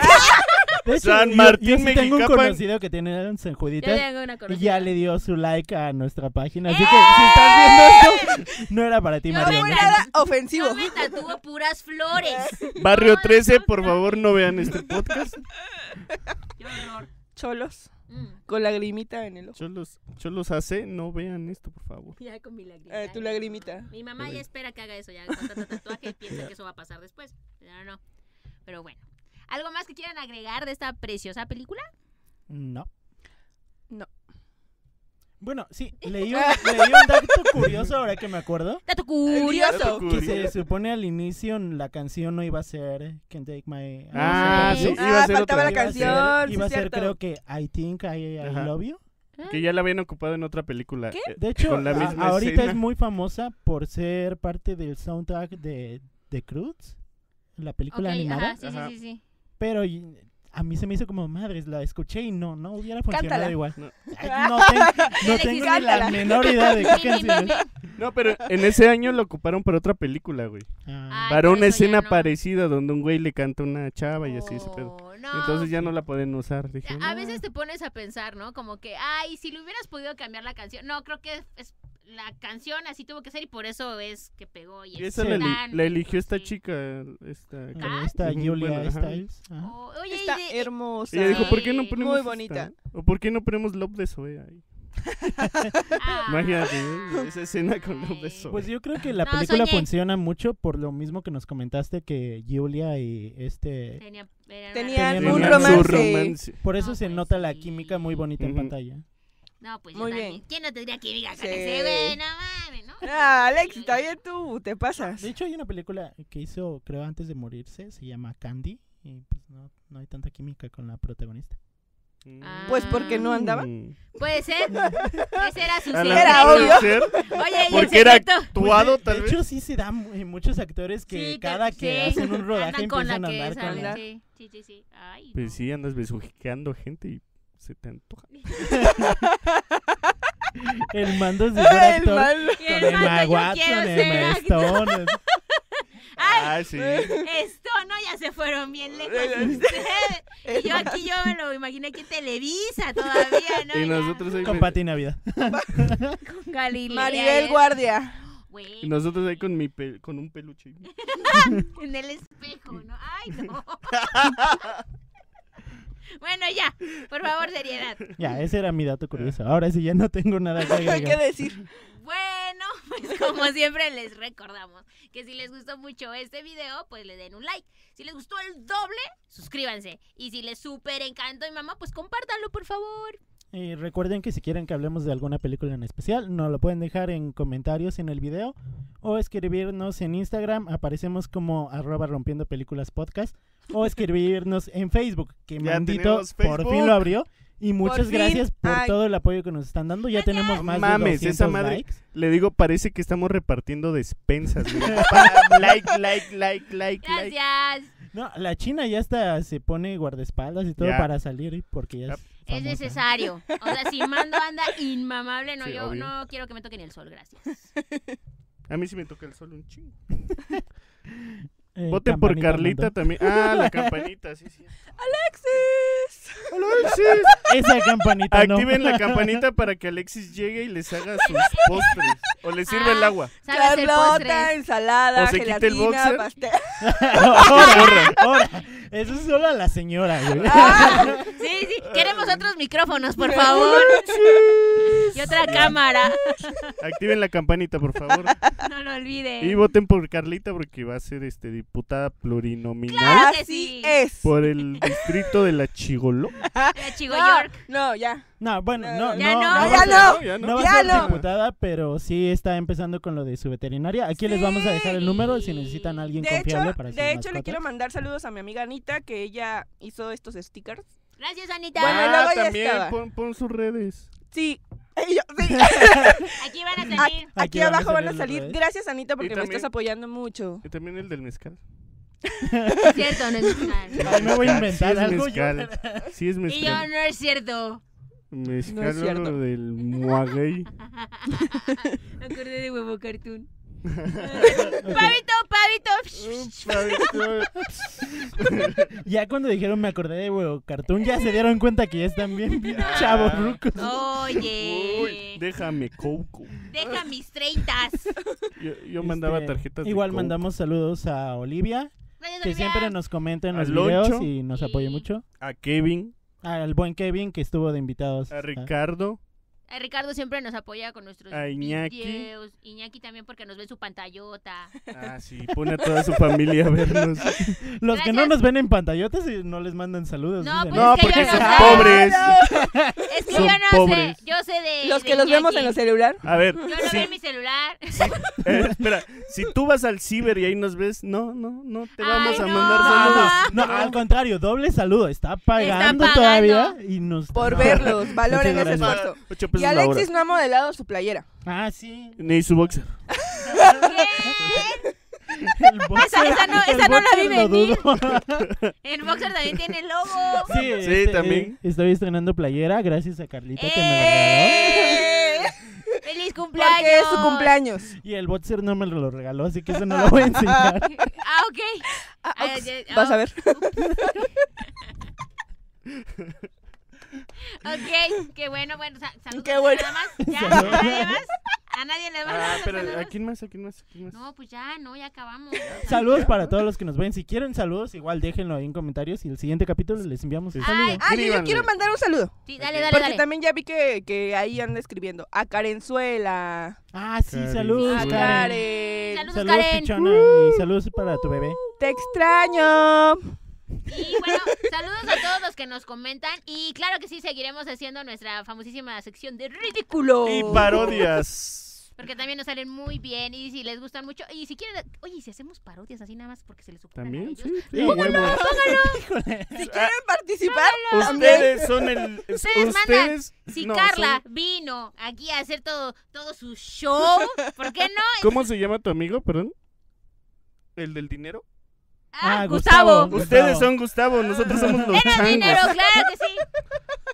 [SPEAKER 2] de hecho,
[SPEAKER 4] San
[SPEAKER 2] yo-
[SPEAKER 4] Martín,
[SPEAKER 2] yo, sí tengo un
[SPEAKER 4] Mexicapan.
[SPEAKER 2] conocido que tiene un San
[SPEAKER 1] Yo
[SPEAKER 2] Juditas
[SPEAKER 1] tengo una
[SPEAKER 2] y
[SPEAKER 1] conocida.
[SPEAKER 2] ya le dio su like a nuestra página. Así que si estás viendo esto, no era para ti,
[SPEAKER 1] ¡Eh! Yo
[SPEAKER 3] no
[SPEAKER 1] me
[SPEAKER 2] Mariana.
[SPEAKER 1] la-
[SPEAKER 3] nada ofensivo.
[SPEAKER 1] Yo me tatúo puras flores.
[SPEAKER 4] Barrio
[SPEAKER 1] Todas
[SPEAKER 4] 13,
[SPEAKER 1] son
[SPEAKER 4] por favor no vean este podcast.
[SPEAKER 1] flores. Qué horror.
[SPEAKER 3] Cholos,
[SPEAKER 1] Mm,
[SPEAKER 3] con lagrimita en el ojo.
[SPEAKER 4] Cholos, Cholos AC, no vean esto, por favor.
[SPEAKER 1] ya con mi lagrimita.
[SPEAKER 3] Eh, tu lagrimita.
[SPEAKER 1] Mi mamá ya espera que haga eso, ya con tanto tatuaje piensa que eso va a pasar después. Pero no. Pero bueno. ¿Algo más que quieran agregar de esta preciosa película?
[SPEAKER 2] No.
[SPEAKER 3] No.
[SPEAKER 2] Bueno, sí, leí un, leí un dato curioso ahora que me acuerdo.
[SPEAKER 1] Dato curioso.
[SPEAKER 3] Curioso.
[SPEAKER 2] Que se supone al inicio la canción no iba a ser Can Take My...
[SPEAKER 4] Ah,
[SPEAKER 1] Ay.
[SPEAKER 4] sí,
[SPEAKER 3] Ah,
[SPEAKER 4] iba a ser
[SPEAKER 3] faltaba
[SPEAKER 4] otra.
[SPEAKER 3] la
[SPEAKER 2] Iba a ser-
[SPEAKER 3] canción, sí,
[SPEAKER 2] Iba a ser,
[SPEAKER 3] cierto.
[SPEAKER 2] creo que I Think I, I
[SPEAKER 4] Ajá.
[SPEAKER 2] Love You.
[SPEAKER 4] Que ya la habían ocupado en otra película. Eh,
[SPEAKER 2] De hecho,
[SPEAKER 4] con la
[SPEAKER 2] a-
[SPEAKER 4] misma
[SPEAKER 2] ahorita
[SPEAKER 4] escena.
[SPEAKER 2] es muy famosa por ser parte del soundtrack de The Cruz, la película
[SPEAKER 1] Ok,
[SPEAKER 2] animada.
[SPEAKER 1] ajá, sí,
[SPEAKER 4] Ajá.
[SPEAKER 1] sí, sí, sí.
[SPEAKER 2] Pero y- a mí se me hizo como madres, la escuché y no, no hubiera funcionado
[SPEAKER 3] Cántala.
[SPEAKER 2] igual.
[SPEAKER 4] No.
[SPEAKER 2] Ay, no ten- no
[SPEAKER 1] Alexis,
[SPEAKER 2] tengo ni
[SPEAKER 3] cántala.
[SPEAKER 2] la menor idea de qué
[SPEAKER 1] Ni, ni, ni,
[SPEAKER 2] canción
[SPEAKER 1] ni.
[SPEAKER 2] es.
[SPEAKER 4] No, pero en ese año la ocuparon para otra película, güey.
[SPEAKER 2] Ah,
[SPEAKER 1] Ay,
[SPEAKER 4] para
[SPEAKER 1] pero
[SPEAKER 4] una
[SPEAKER 1] eso ya
[SPEAKER 4] escena
[SPEAKER 1] no.
[SPEAKER 4] parecida donde un güey le canta a una chava y así ese pedo.
[SPEAKER 1] Oh, no.
[SPEAKER 4] Entonces ya no la pueden usar. Dije,
[SPEAKER 1] A
[SPEAKER 4] "No".
[SPEAKER 1] veces te pones a pensar, ¿no? Como que, ay, si le hubieras podido cambiar la canción. No, creo que es la canción así tuvo que ser y por eso es que pegó. Y
[SPEAKER 4] Y
[SPEAKER 1] es
[SPEAKER 4] esa la,
[SPEAKER 1] tan-
[SPEAKER 4] eli- la eligió esta
[SPEAKER 1] sí.
[SPEAKER 4] chica. Esta,
[SPEAKER 2] con
[SPEAKER 1] ¿Ah?
[SPEAKER 2] esta
[SPEAKER 4] Ujú,
[SPEAKER 2] Julia
[SPEAKER 4] bueno, ajá.
[SPEAKER 2] Stiles. ajá.
[SPEAKER 1] Oh, oye,
[SPEAKER 3] Está
[SPEAKER 1] y de-
[SPEAKER 3] hermosa.
[SPEAKER 4] Ella dijo, ¿por qué no
[SPEAKER 1] Muy
[SPEAKER 4] ponemos esta?
[SPEAKER 3] bonita.
[SPEAKER 4] ¿O por qué no ponemos Love de Zoe ahí?
[SPEAKER 1] Ah.
[SPEAKER 4] Imagínate, ¿eh? Esa escena con Love de
[SPEAKER 1] Ay.
[SPEAKER 4] Zoe.
[SPEAKER 2] Pues yo creo que la
[SPEAKER 1] Oh. No,
[SPEAKER 2] película
[SPEAKER 1] soñé.
[SPEAKER 2] funciona mucho por lo mismo que nos comentaste que Julia y este...
[SPEAKER 1] Tenía, era-
[SPEAKER 3] Tenían
[SPEAKER 2] Tenían
[SPEAKER 3] un
[SPEAKER 2] su
[SPEAKER 4] su
[SPEAKER 3] romance.
[SPEAKER 4] romance.
[SPEAKER 2] Por eso
[SPEAKER 1] No,
[SPEAKER 2] se
[SPEAKER 1] pues
[SPEAKER 2] nota la
[SPEAKER 1] sí.
[SPEAKER 2] química muy bonita en
[SPEAKER 4] Ujú.
[SPEAKER 2] pantalla.
[SPEAKER 1] No, pues yo
[SPEAKER 3] Muy
[SPEAKER 1] también.
[SPEAKER 3] bien.
[SPEAKER 1] ¿Quién no tendría que ir a
[SPEAKER 3] Sí.
[SPEAKER 1] ese güey? No mames, ¿no?
[SPEAKER 3] Ah, Alex, está bien tú, te pasas.
[SPEAKER 2] De hecho, hay una película que hizo, creo, antes de morirse, se llama Candy, y pues no, no hay tanta química con la protagonista.
[SPEAKER 1] Ah.
[SPEAKER 3] Pues porque no andaba.
[SPEAKER 4] Mm.
[SPEAKER 1] Puede ser. Ese era su secreto.
[SPEAKER 4] A la-
[SPEAKER 3] Era
[SPEAKER 4] puede
[SPEAKER 3] obvio.
[SPEAKER 4] ser
[SPEAKER 1] Oye, y el
[SPEAKER 4] Porque era-
[SPEAKER 1] secreto.
[SPEAKER 4] actuado,
[SPEAKER 2] Pues, de,
[SPEAKER 4] tal
[SPEAKER 2] de
[SPEAKER 4] vez.
[SPEAKER 2] hecho, sí se da mu- en muchos actores que
[SPEAKER 1] Sí,
[SPEAKER 2] cada que
[SPEAKER 1] sí.
[SPEAKER 2] hacen un rodaje
[SPEAKER 1] Andan con la
[SPEAKER 2] empiezan a
[SPEAKER 1] que
[SPEAKER 2] andar
[SPEAKER 1] sale,
[SPEAKER 2] con la...
[SPEAKER 1] Sí, sí, sí. sí. Ay,
[SPEAKER 4] Pues
[SPEAKER 1] no.
[SPEAKER 4] sí, andas besujeando gente y se te antoja.
[SPEAKER 2] El mando es de buen
[SPEAKER 3] El
[SPEAKER 2] actor.
[SPEAKER 3] malo.
[SPEAKER 1] Y
[SPEAKER 2] Con
[SPEAKER 1] hermano,
[SPEAKER 2] Emma
[SPEAKER 1] yo
[SPEAKER 2] Watson,
[SPEAKER 1] quiero ser
[SPEAKER 2] Emma
[SPEAKER 1] act-
[SPEAKER 2] Stone.
[SPEAKER 1] Ay,
[SPEAKER 4] Ah, sí.
[SPEAKER 1] esto no, ya se fueron bien lejos. ustedes. Y yo aquí yo me lo imaginé aquí en Televisa todavía, ¿no?
[SPEAKER 4] Y
[SPEAKER 1] Ya.
[SPEAKER 4] nosotros ahí,
[SPEAKER 2] Con Pati Navidad.
[SPEAKER 1] Con Galilea.
[SPEAKER 3] Maribel
[SPEAKER 1] ya.
[SPEAKER 3] Guardia.
[SPEAKER 1] Güey,
[SPEAKER 4] y nosotros ahí con, mi pe- con un peluche.
[SPEAKER 1] En el espejo, ¿no? Ay, no. bueno, ya. Por favor, seriedad.
[SPEAKER 2] Ya, ese era mi dato curioso. Ahora sí ya no tengo nada que
[SPEAKER 3] Hay que
[SPEAKER 2] agregar.
[SPEAKER 3] decir.
[SPEAKER 1] Bueno, pues como siempre les recordamos que si les gustó mucho este video, pues le den un like. Si les gustó el doble, suscríbanse. Y si les súper encantó mi mamá, pues compártanlo, por favor.
[SPEAKER 2] Y Eh, recuerden que si quieren que hablemos de alguna película en especial, nos lo pueden dejar en comentarios en el video o escribirnos en Instagram, aparecemos como arroba rompiendo películas podcast o escribirnos en Facebook, que
[SPEAKER 4] Ya
[SPEAKER 2] Mandito
[SPEAKER 4] tenemos
[SPEAKER 2] por fin
[SPEAKER 4] Facebook.
[SPEAKER 2] lo abrió. Y muchas
[SPEAKER 3] fin.
[SPEAKER 2] gracias por
[SPEAKER 3] Ay.
[SPEAKER 2] todo el apoyo que nos están dando. Ya tenemos
[SPEAKER 4] No
[SPEAKER 2] más
[SPEAKER 4] mames,
[SPEAKER 2] de 200
[SPEAKER 4] esa madre-
[SPEAKER 2] likes.
[SPEAKER 4] Le digo, parece que estamos repartiendo despensas. güey. Pa- like, like, like, like, like.
[SPEAKER 1] Gracias.
[SPEAKER 2] No, la China ya hasta se pone guardaespaldas y todo
[SPEAKER 4] Ya.
[SPEAKER 2] para salir porque ya es,
[SPEAKER 1] Es
[SPEAKER 2] famosa.
[SPEAKER 1] necesario. O sea, si mando anda inmamable, no,
[SPEAKER 4] Sí,
[SPEAKER 1] yo
[SPEAKER 4] obvio.
[SPEAKER 1] no quiero que me toque ni el sol, gracias.
[SPEAKER 4] A mí sí me toca el sol un chingo.
[SPEAKER 2] Eh,
[SPEAKER 4] Voten por
[SPEAKER 2] campanita
[SPEAKER 4] Carlita
[SPEAKER 2] mandó.
[SPEAKER 4] también. Ah, la campanita, sí, sí.
[SPEAKER 3] Alexis.
[SPEAKER 4] Alexis.
[SPEAKER 2] Esa campanita no.
[SPEAKER 4] Ah, Activen la campanita para que Alexis llegue y les haga sus postres. O les sirve el
[SPEAKER 1] Ah,
[SPEAKER 4] agua.
[SPEAKER 1] ¿Sabes hacer
[SPEAKER 3] Carlota,
[SPEAKER 1] postres?
[SPEAKER 3] ensalada,
[SPEAKER 4] O se quita el
[SPEAKER 3] gelatina,
[SPEAKER 4] boxer.
[SPEAKER 3] pastel.
[SPEAKER 2] Ahora, ahora. Eso es solo a la señora, güey.
[SPEAKER 1] Sí, sí, queremos otros micrófonos, por favor. Y otra cámara.
[SPEAKER 4] Activen la campanita, por favor.
[SPEAKER 1] No lo
[SPEAKER 4] Y
[SPEAKER 3] Eh.
[SPEAKER 1] olviden.
[SPEAKER 4] voten por Carlita porque va a ser este diputada plurinominal
[SPEAKER 1] Claro que sí.
[SPEAKER 3] Así es.
[SPEAKER 4] por el distrito de la Chigoló.
[SPEAKER 1] La Chigo
[SPEAKER 3] No,
[SPEAKER 1] York.
[SPEAKER 3] no, ya.
[SPEAKER 2] No, bueno, no, no.
[SPEAKER 1] Ya no,
[SPEAKER 2] va a
[SPEAKER 3] Ah, ya
[SPEAKER 2] ser-
[SPEAKER 3] no.
[SPEAKER 4] ya
[SPEAKER 2] No va
[SPEAKER 3] Ya
[SPEAKER 2] a ser
[SPEAKER 3] no.
[SPEAKER 2] diputada, pero sí está empezando con lo de su veterinaria. Aquí les vamos a dejar el número si necesitan a alguien
[SPEAKER 3] De hecho,
[SPEAKER 2] confiable para sus
[SPEAKER 3] de hecho le
[SPEAKER 2] mascotas.
[SPEAKER 3] quiero mandar saludos a mi amiga Anita, que ella hizo estos stickers.
[SPEAKER 1] Gracias, Anita.
[SPEAKER 3] Bueno,
[SPEAKER 4] Ah,
[SPEAKER 3] luego ya
[SPEAKER 4] también
[SPEAKER 3] estaba.
[SPEAKER 4] pon, pon sus redes.
[SPEAKER 3] Sí. Y yo- sí.
[SPEAKER 1] Aquí van
[SPEAKER 3] Ah.
[SPEAKER 1] a salir.
[SPEAKER 2] Aquí
[SPEAKER 3] Aquí
[SPEAKER 2] van a
[SPEAKER 3] abajo van a
[SPEAKER 2] salir las
[SPEAKER 3] salir.
[SPEAKER 2] redes.
[SPEAKER 3] Gracias, Anita, porque me
[SPEAKER 4] también-
[SPEAKER 3] estás apoyando mucho.
[SPEAKER 4] Y también el del mezcal.
[SPEAKER 1] Es Cierto, no es mezcal.
[SPEAKER 2] Ay, me voy a
[SPEAKER 4] sí
[SPEAKER 2] inventar
[SPEAKER 4] es
[SPEAKER 2] algo yo.
[SPEAKER 4] Mezcal. Sí es
[SPEAKER 1] Y yo,
[SPEAKER 4] mezcal.
[SPEAKER 1] no es cierto.
[SPEAKER 3] No es
[SPEAKER 4] Mezcal
[SPEAKER 3] cierto.
[SPEAKER 4] lo del muagay.
[SPEAKER 1] Me acordé de huevo cartoon. Pavito, pavito.
[SPEAKER 2] Ya cuando dijeron me acordé de huevo cartoon, ya se dieron cuenta que ya están bien, bien
[SPEAKER 4] Ya.
[SPEAKER 2] chavos rucos.
[SPEAKER 1] Oye.
[SPEAKER 4] Uy, déjame coco.
[SPEAKER 1] Deja mis treintas.
[SPEAKER 4] Yo, yo mandaba
[SPEAKER 2] Este,
[SPEAKER 4] tarjetas de
[SPEAKER 2] Igual
[SPEAKER 4] coco.
[SPEAKER 2] mandamos saludos a Olivia,
[SPEAKER 1] Gracias,
[SPEAKER 2] que
[SPEAKER 1] Olivia.
[SPEAKER 2] siempre nos comenta en los
[SPEAKER 4] Al Loncho.
[SPEAKER 2] videos y nos apoya
[SPEAKER 1] Sí.
[SPEAKER 2] mucho.
[SPEAKER 4] a Kevin,
[SPEAKER 2] Al buen Kevin, que estuvo de invitados.
[SPEAKER 4] a
[SPEAKER 2] Ah,
[SPEAKER 4] Ricardo.
[SPEAKER 1] Eh, Ricardo siempre nos apoya con nuestros
[SPEAKER 4] A Iñaki.
[SPEAKER 1] videos. Iñaki también porque nos ve en su pantallota.
[SPEAKER 4] Ah, sí, pone a toda su familia a vernos.
[SPEAKER 2] Los que no
[SPEAKER 1] Gracias.
[SPEAKER 2] nos ven en pantallotas y no les mandan saludos.
[SPEAKER 1] No,
[SPEAKER 2] dicen,
[SPEAKER 1] pues
[SPEAKER 4] No,
[SPEAKER 1] es que
[SPEAKER 4] porque
[SPEAKER 1] yo no
[SPEAKER 4] son
[SPEAKER 1] sé.
[SPEAKER 4] pobres.
[SPEAKER 1] Es que
[SPEAKER 4] Son
[SPEAKER 1] yo no
[SPEAKER 4] pobres.
[SPEAKER 1] sé. Yo sé de.
[SPEAKER 3] Los
[SPEAKER 1] de
[SPEAKER 3] que los vemos
[SPEAKER 1] Iñaki.
[SPEAKER 3] en el celular.
[SPEAKER 4] A ver,
[SPEAKER 1] Yo lo
[SPEAKER 4] sí,
[SPEAKER 1] veo en mi celular.
[SPEAKER 4] eh, espera, si tú vas al ciber y ahí nos ves, no, no, no, te
[SPEAKER 1] Ay,
[SPEAKER 4] vamos a
[SPEAKER 1] no.
[SPEAKER 4] mandar saludos.
[SPEAKER 1] Ah.
[SPEAKER 2] No, al contrario, doble saludo. Está pagando,
[SPEAKER 1] pagando.
[SPEAKER 2] todavía y nos.
[SPEAKER 3] Por
[SPEAKER 2] no.
[SPEAKER 3] verlos, valoren ese
[SPEAKER 2] Muchas gracias.
[SPEAKER 3] esfuerzo.
[SPEAKER 4] Ocho pesos
[SPEAKER 3] Y
[SPEAKER 4] Pues la hora.
[SPEAKER 3] Alexis no ha modelado su playera.
[SPEAKER 2] Ah, sí.
[SPEAKER 4] Ni su boxer.
[SPEAKER 1] ¿Qué?
[SPEAKER 2] El boxer-
[SPEAKER 1] esa no-
[SPEAKER 2] el
[SPEAKER 1] esa no la
[SPEAKER 2] boxer
[SPEAKER 1] vi
[SPEAKER 2] lo
[SPEAKER 1] venir.
[SPEAKER 2] dudo.
[SPEAKER 1] En Boxer también tiene logo.
[SPEAKER 2] Sí, este,
[SPEAKER 4] también.
[SPEAKER 2] eh, Estoy estrenando playera, gracias a Carlita que me la regaló.
[SPEAKER 1] ¡Eh! ¡Feliz cumpleaños!
[SPEAKER 3] Porque es su cumpleaños.
[SPEAKER 2] Y el boxer no me lo regaló, así que eso no lo voy a enseñar.
[SPEAKER 1] Ah, ok.
[SPEAKER 3] Ah,
[SPEAKER 1] Ah,
[SPEAKER 3] ox,
[SPEAKER 1] ya-
[SPEAKER 3] Vas
[SPEAKER 1] ah,
[SPEAKER 3] a ver.
[SPEAKER 1] Ok, qué bueno, bueno, sa- saludos.
[SPEAKER 3] Qué bueno.
[SPEAKER 1] Nada más. ¿Ya?
[SPEAKER 2] Saludos.
[SPEAKER 1] ¿A nadie más? ¿A nadie le
[SPEAKER 4] Ah,
[SPEAKER 1] más?
[SPEAKER 4] pero ¿a quién más? ¿A quién más? ¿A quién más?
[SPEAKER 1] No, pues ya, no, ya acabamos.
[SPEAKER 2] Saludos para todos los que nos ven. Si quieren saludos, igual déjenlo ahí en comentarios y el siguiente capítulo les enviamos un
[SPEAKER 4] Ay,
[SPEAKER 2] saludo.
[SPEAKER 3] Ah, yo, yo
[SPEAKER 4] Escríbanle.
[SPEAKER 3] quiero mandar un saludo.
[SPEAKER 1] Sí, dale, dale,
[SPEAKER 3] porque
[SPEAKER 1] dale.
[SPEAKER 3] también ya vi que, que ahí anda escribiendo. A Karenzuela.
[SPEAKER 2] Ah, sí,
[SPEAKER 4] Karen.
[SPEAKER 2] saludos,
[SPEAKER 1] Sí,
[SPEAKER 3] a
[SPEAKER 2] Karen.
[SPEAKER 3] Karen.
[SPEAKER 1] Saludos,
[SPEAKER 2] Saludos,
[SPEAKER 1] Karen.
[SPEAKER 2] Pichona, y saludos para tu bebé.
[SPEAKER 3] Te extraño.
[SPEAKER 1] Y bueno, saludos a todos los que nos comentan. Y claro que sí, seguiremos haciendo nuestra famosísima sección de ridículo.
[SPEAKER 4] Y parodias.
[SPEAKER 1] Porque también nos salen muy bien y si les gustan mucho. Y si quieren, oye, ¿y si hacemos parodias así nada más porque se les ocurran a
[SPEAKER 4] También,
[SPEAKER 1] ellos?
[SPEAKER 4] sí. sí,
[SPEAKER 2] Póngalo,
[SPEAKER 4] huevo.
[SPEAKER 3] Si quieren participar, también.
[SPEAKER 4] Ustedes son el.
[SPEAKER 1] Ustedes
[SPEAKER 4] ustedes
[SPEAKER 1] Si
[SPEAKER 4] no,
[SPEAKER 1] Carla
[SPEAKER 4] son-
[SPEAKER 1] vino aquí a hacer todo, todo su show, ¿por qué no?
[SPEAKER 4] ¿Cómo se llama tu amigo, perdón? ¿El del dinero?
[SPEAKER 1] Ah,
[SPEAKER 2] Ah,
[SPEAKER 1] Gustavo.
[SPEAKER 2] Gustavo.
[SPEAKER 4] Ustedes son Gustavo, nosotros somos los
[SPEAKER 1] Denos dinero,
[SPEAKER 4] changos.
[SPEAKER 1] claro que sí.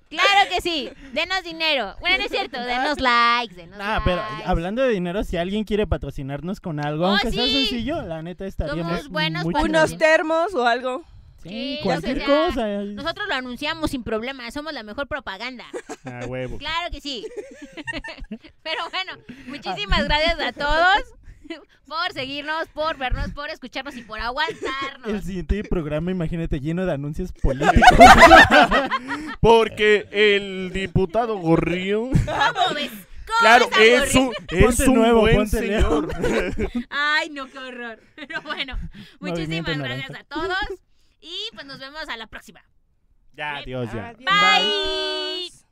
[SPEAKER 1] Claro que sí. Denos dinero. Bueno, no es cierto. Denos likes. Denos
[SPEAKER 2] Ah, pero
[SPEAKER 1] likes.
[SPEAKER 2] hablando de dinero, si alguien quiere patrocinarnos con algo,
[SPEAKER 1] Oh,
[SPEAKER 2] aunque sea
[SPEAKER 1] sí.
[SPEAKER 2] sencillo, la neta estaríamos
[SPEAKER 1] Somos buenos
[SPEAKER 2] muy
[SPEAKER 1] para-
[SPEAKER 3] Unos
[SPEAKER 2] chingones.
[SPEAKER 3] termos o algo.
[SPEAKER 2] Sí,
[SPEAKER 1] Sí,
[SPEAKER 2] cualquier
[SPEAKER 1] lo que sea.
[SPEAKER 2] cosa.
[SPEAKER 1] Nosotros lo anunciamos sin problema. Somos la mejor propaganda.
[SPEAKER 4] Ah, huevo.
[SPEAKER 1] Claro que sí. Pero bueno, muchísimas gracias a todos por seguirnos, por vernos, por escucharnos y por
[SPEAKER 2] El
[SPEAKER 1] aguantarnos.
[SPEAKER 2] siguiente programa, imagínate, lleno de anuncios políticos.
[SPEAKER 4] Porque el diputado Gorrión,
[SPEAKER 1] ¿Cómo ves? ¿Cómo
[SPEAKER 4] claro,
[SPEAKER 1] ves algo
[SPEAKER 4] es un, es
[SPEAKER 2] Ponte
[SPEAKER 4] un
[SPEAKER 2] nuevo,
[SPEAKER 4] buen
[SPEAKER 2] ponte nuevo.
[SPEAKER 4] señor.
[SPEAKER 1] Ay, no, qué horror. Pero bueno,
[SPEAKER 2] Movimiento
[SPEAKER 1] muchísimas
[SPEAKER 2] naranja.
[SPEAKER 1] gracias a todos y pues nos vemos a la próxima.
[SPEAKER 4] ya, adiós, ya.
[SPEAKER 3] Adiós.
[SPEAKER 1] Bye.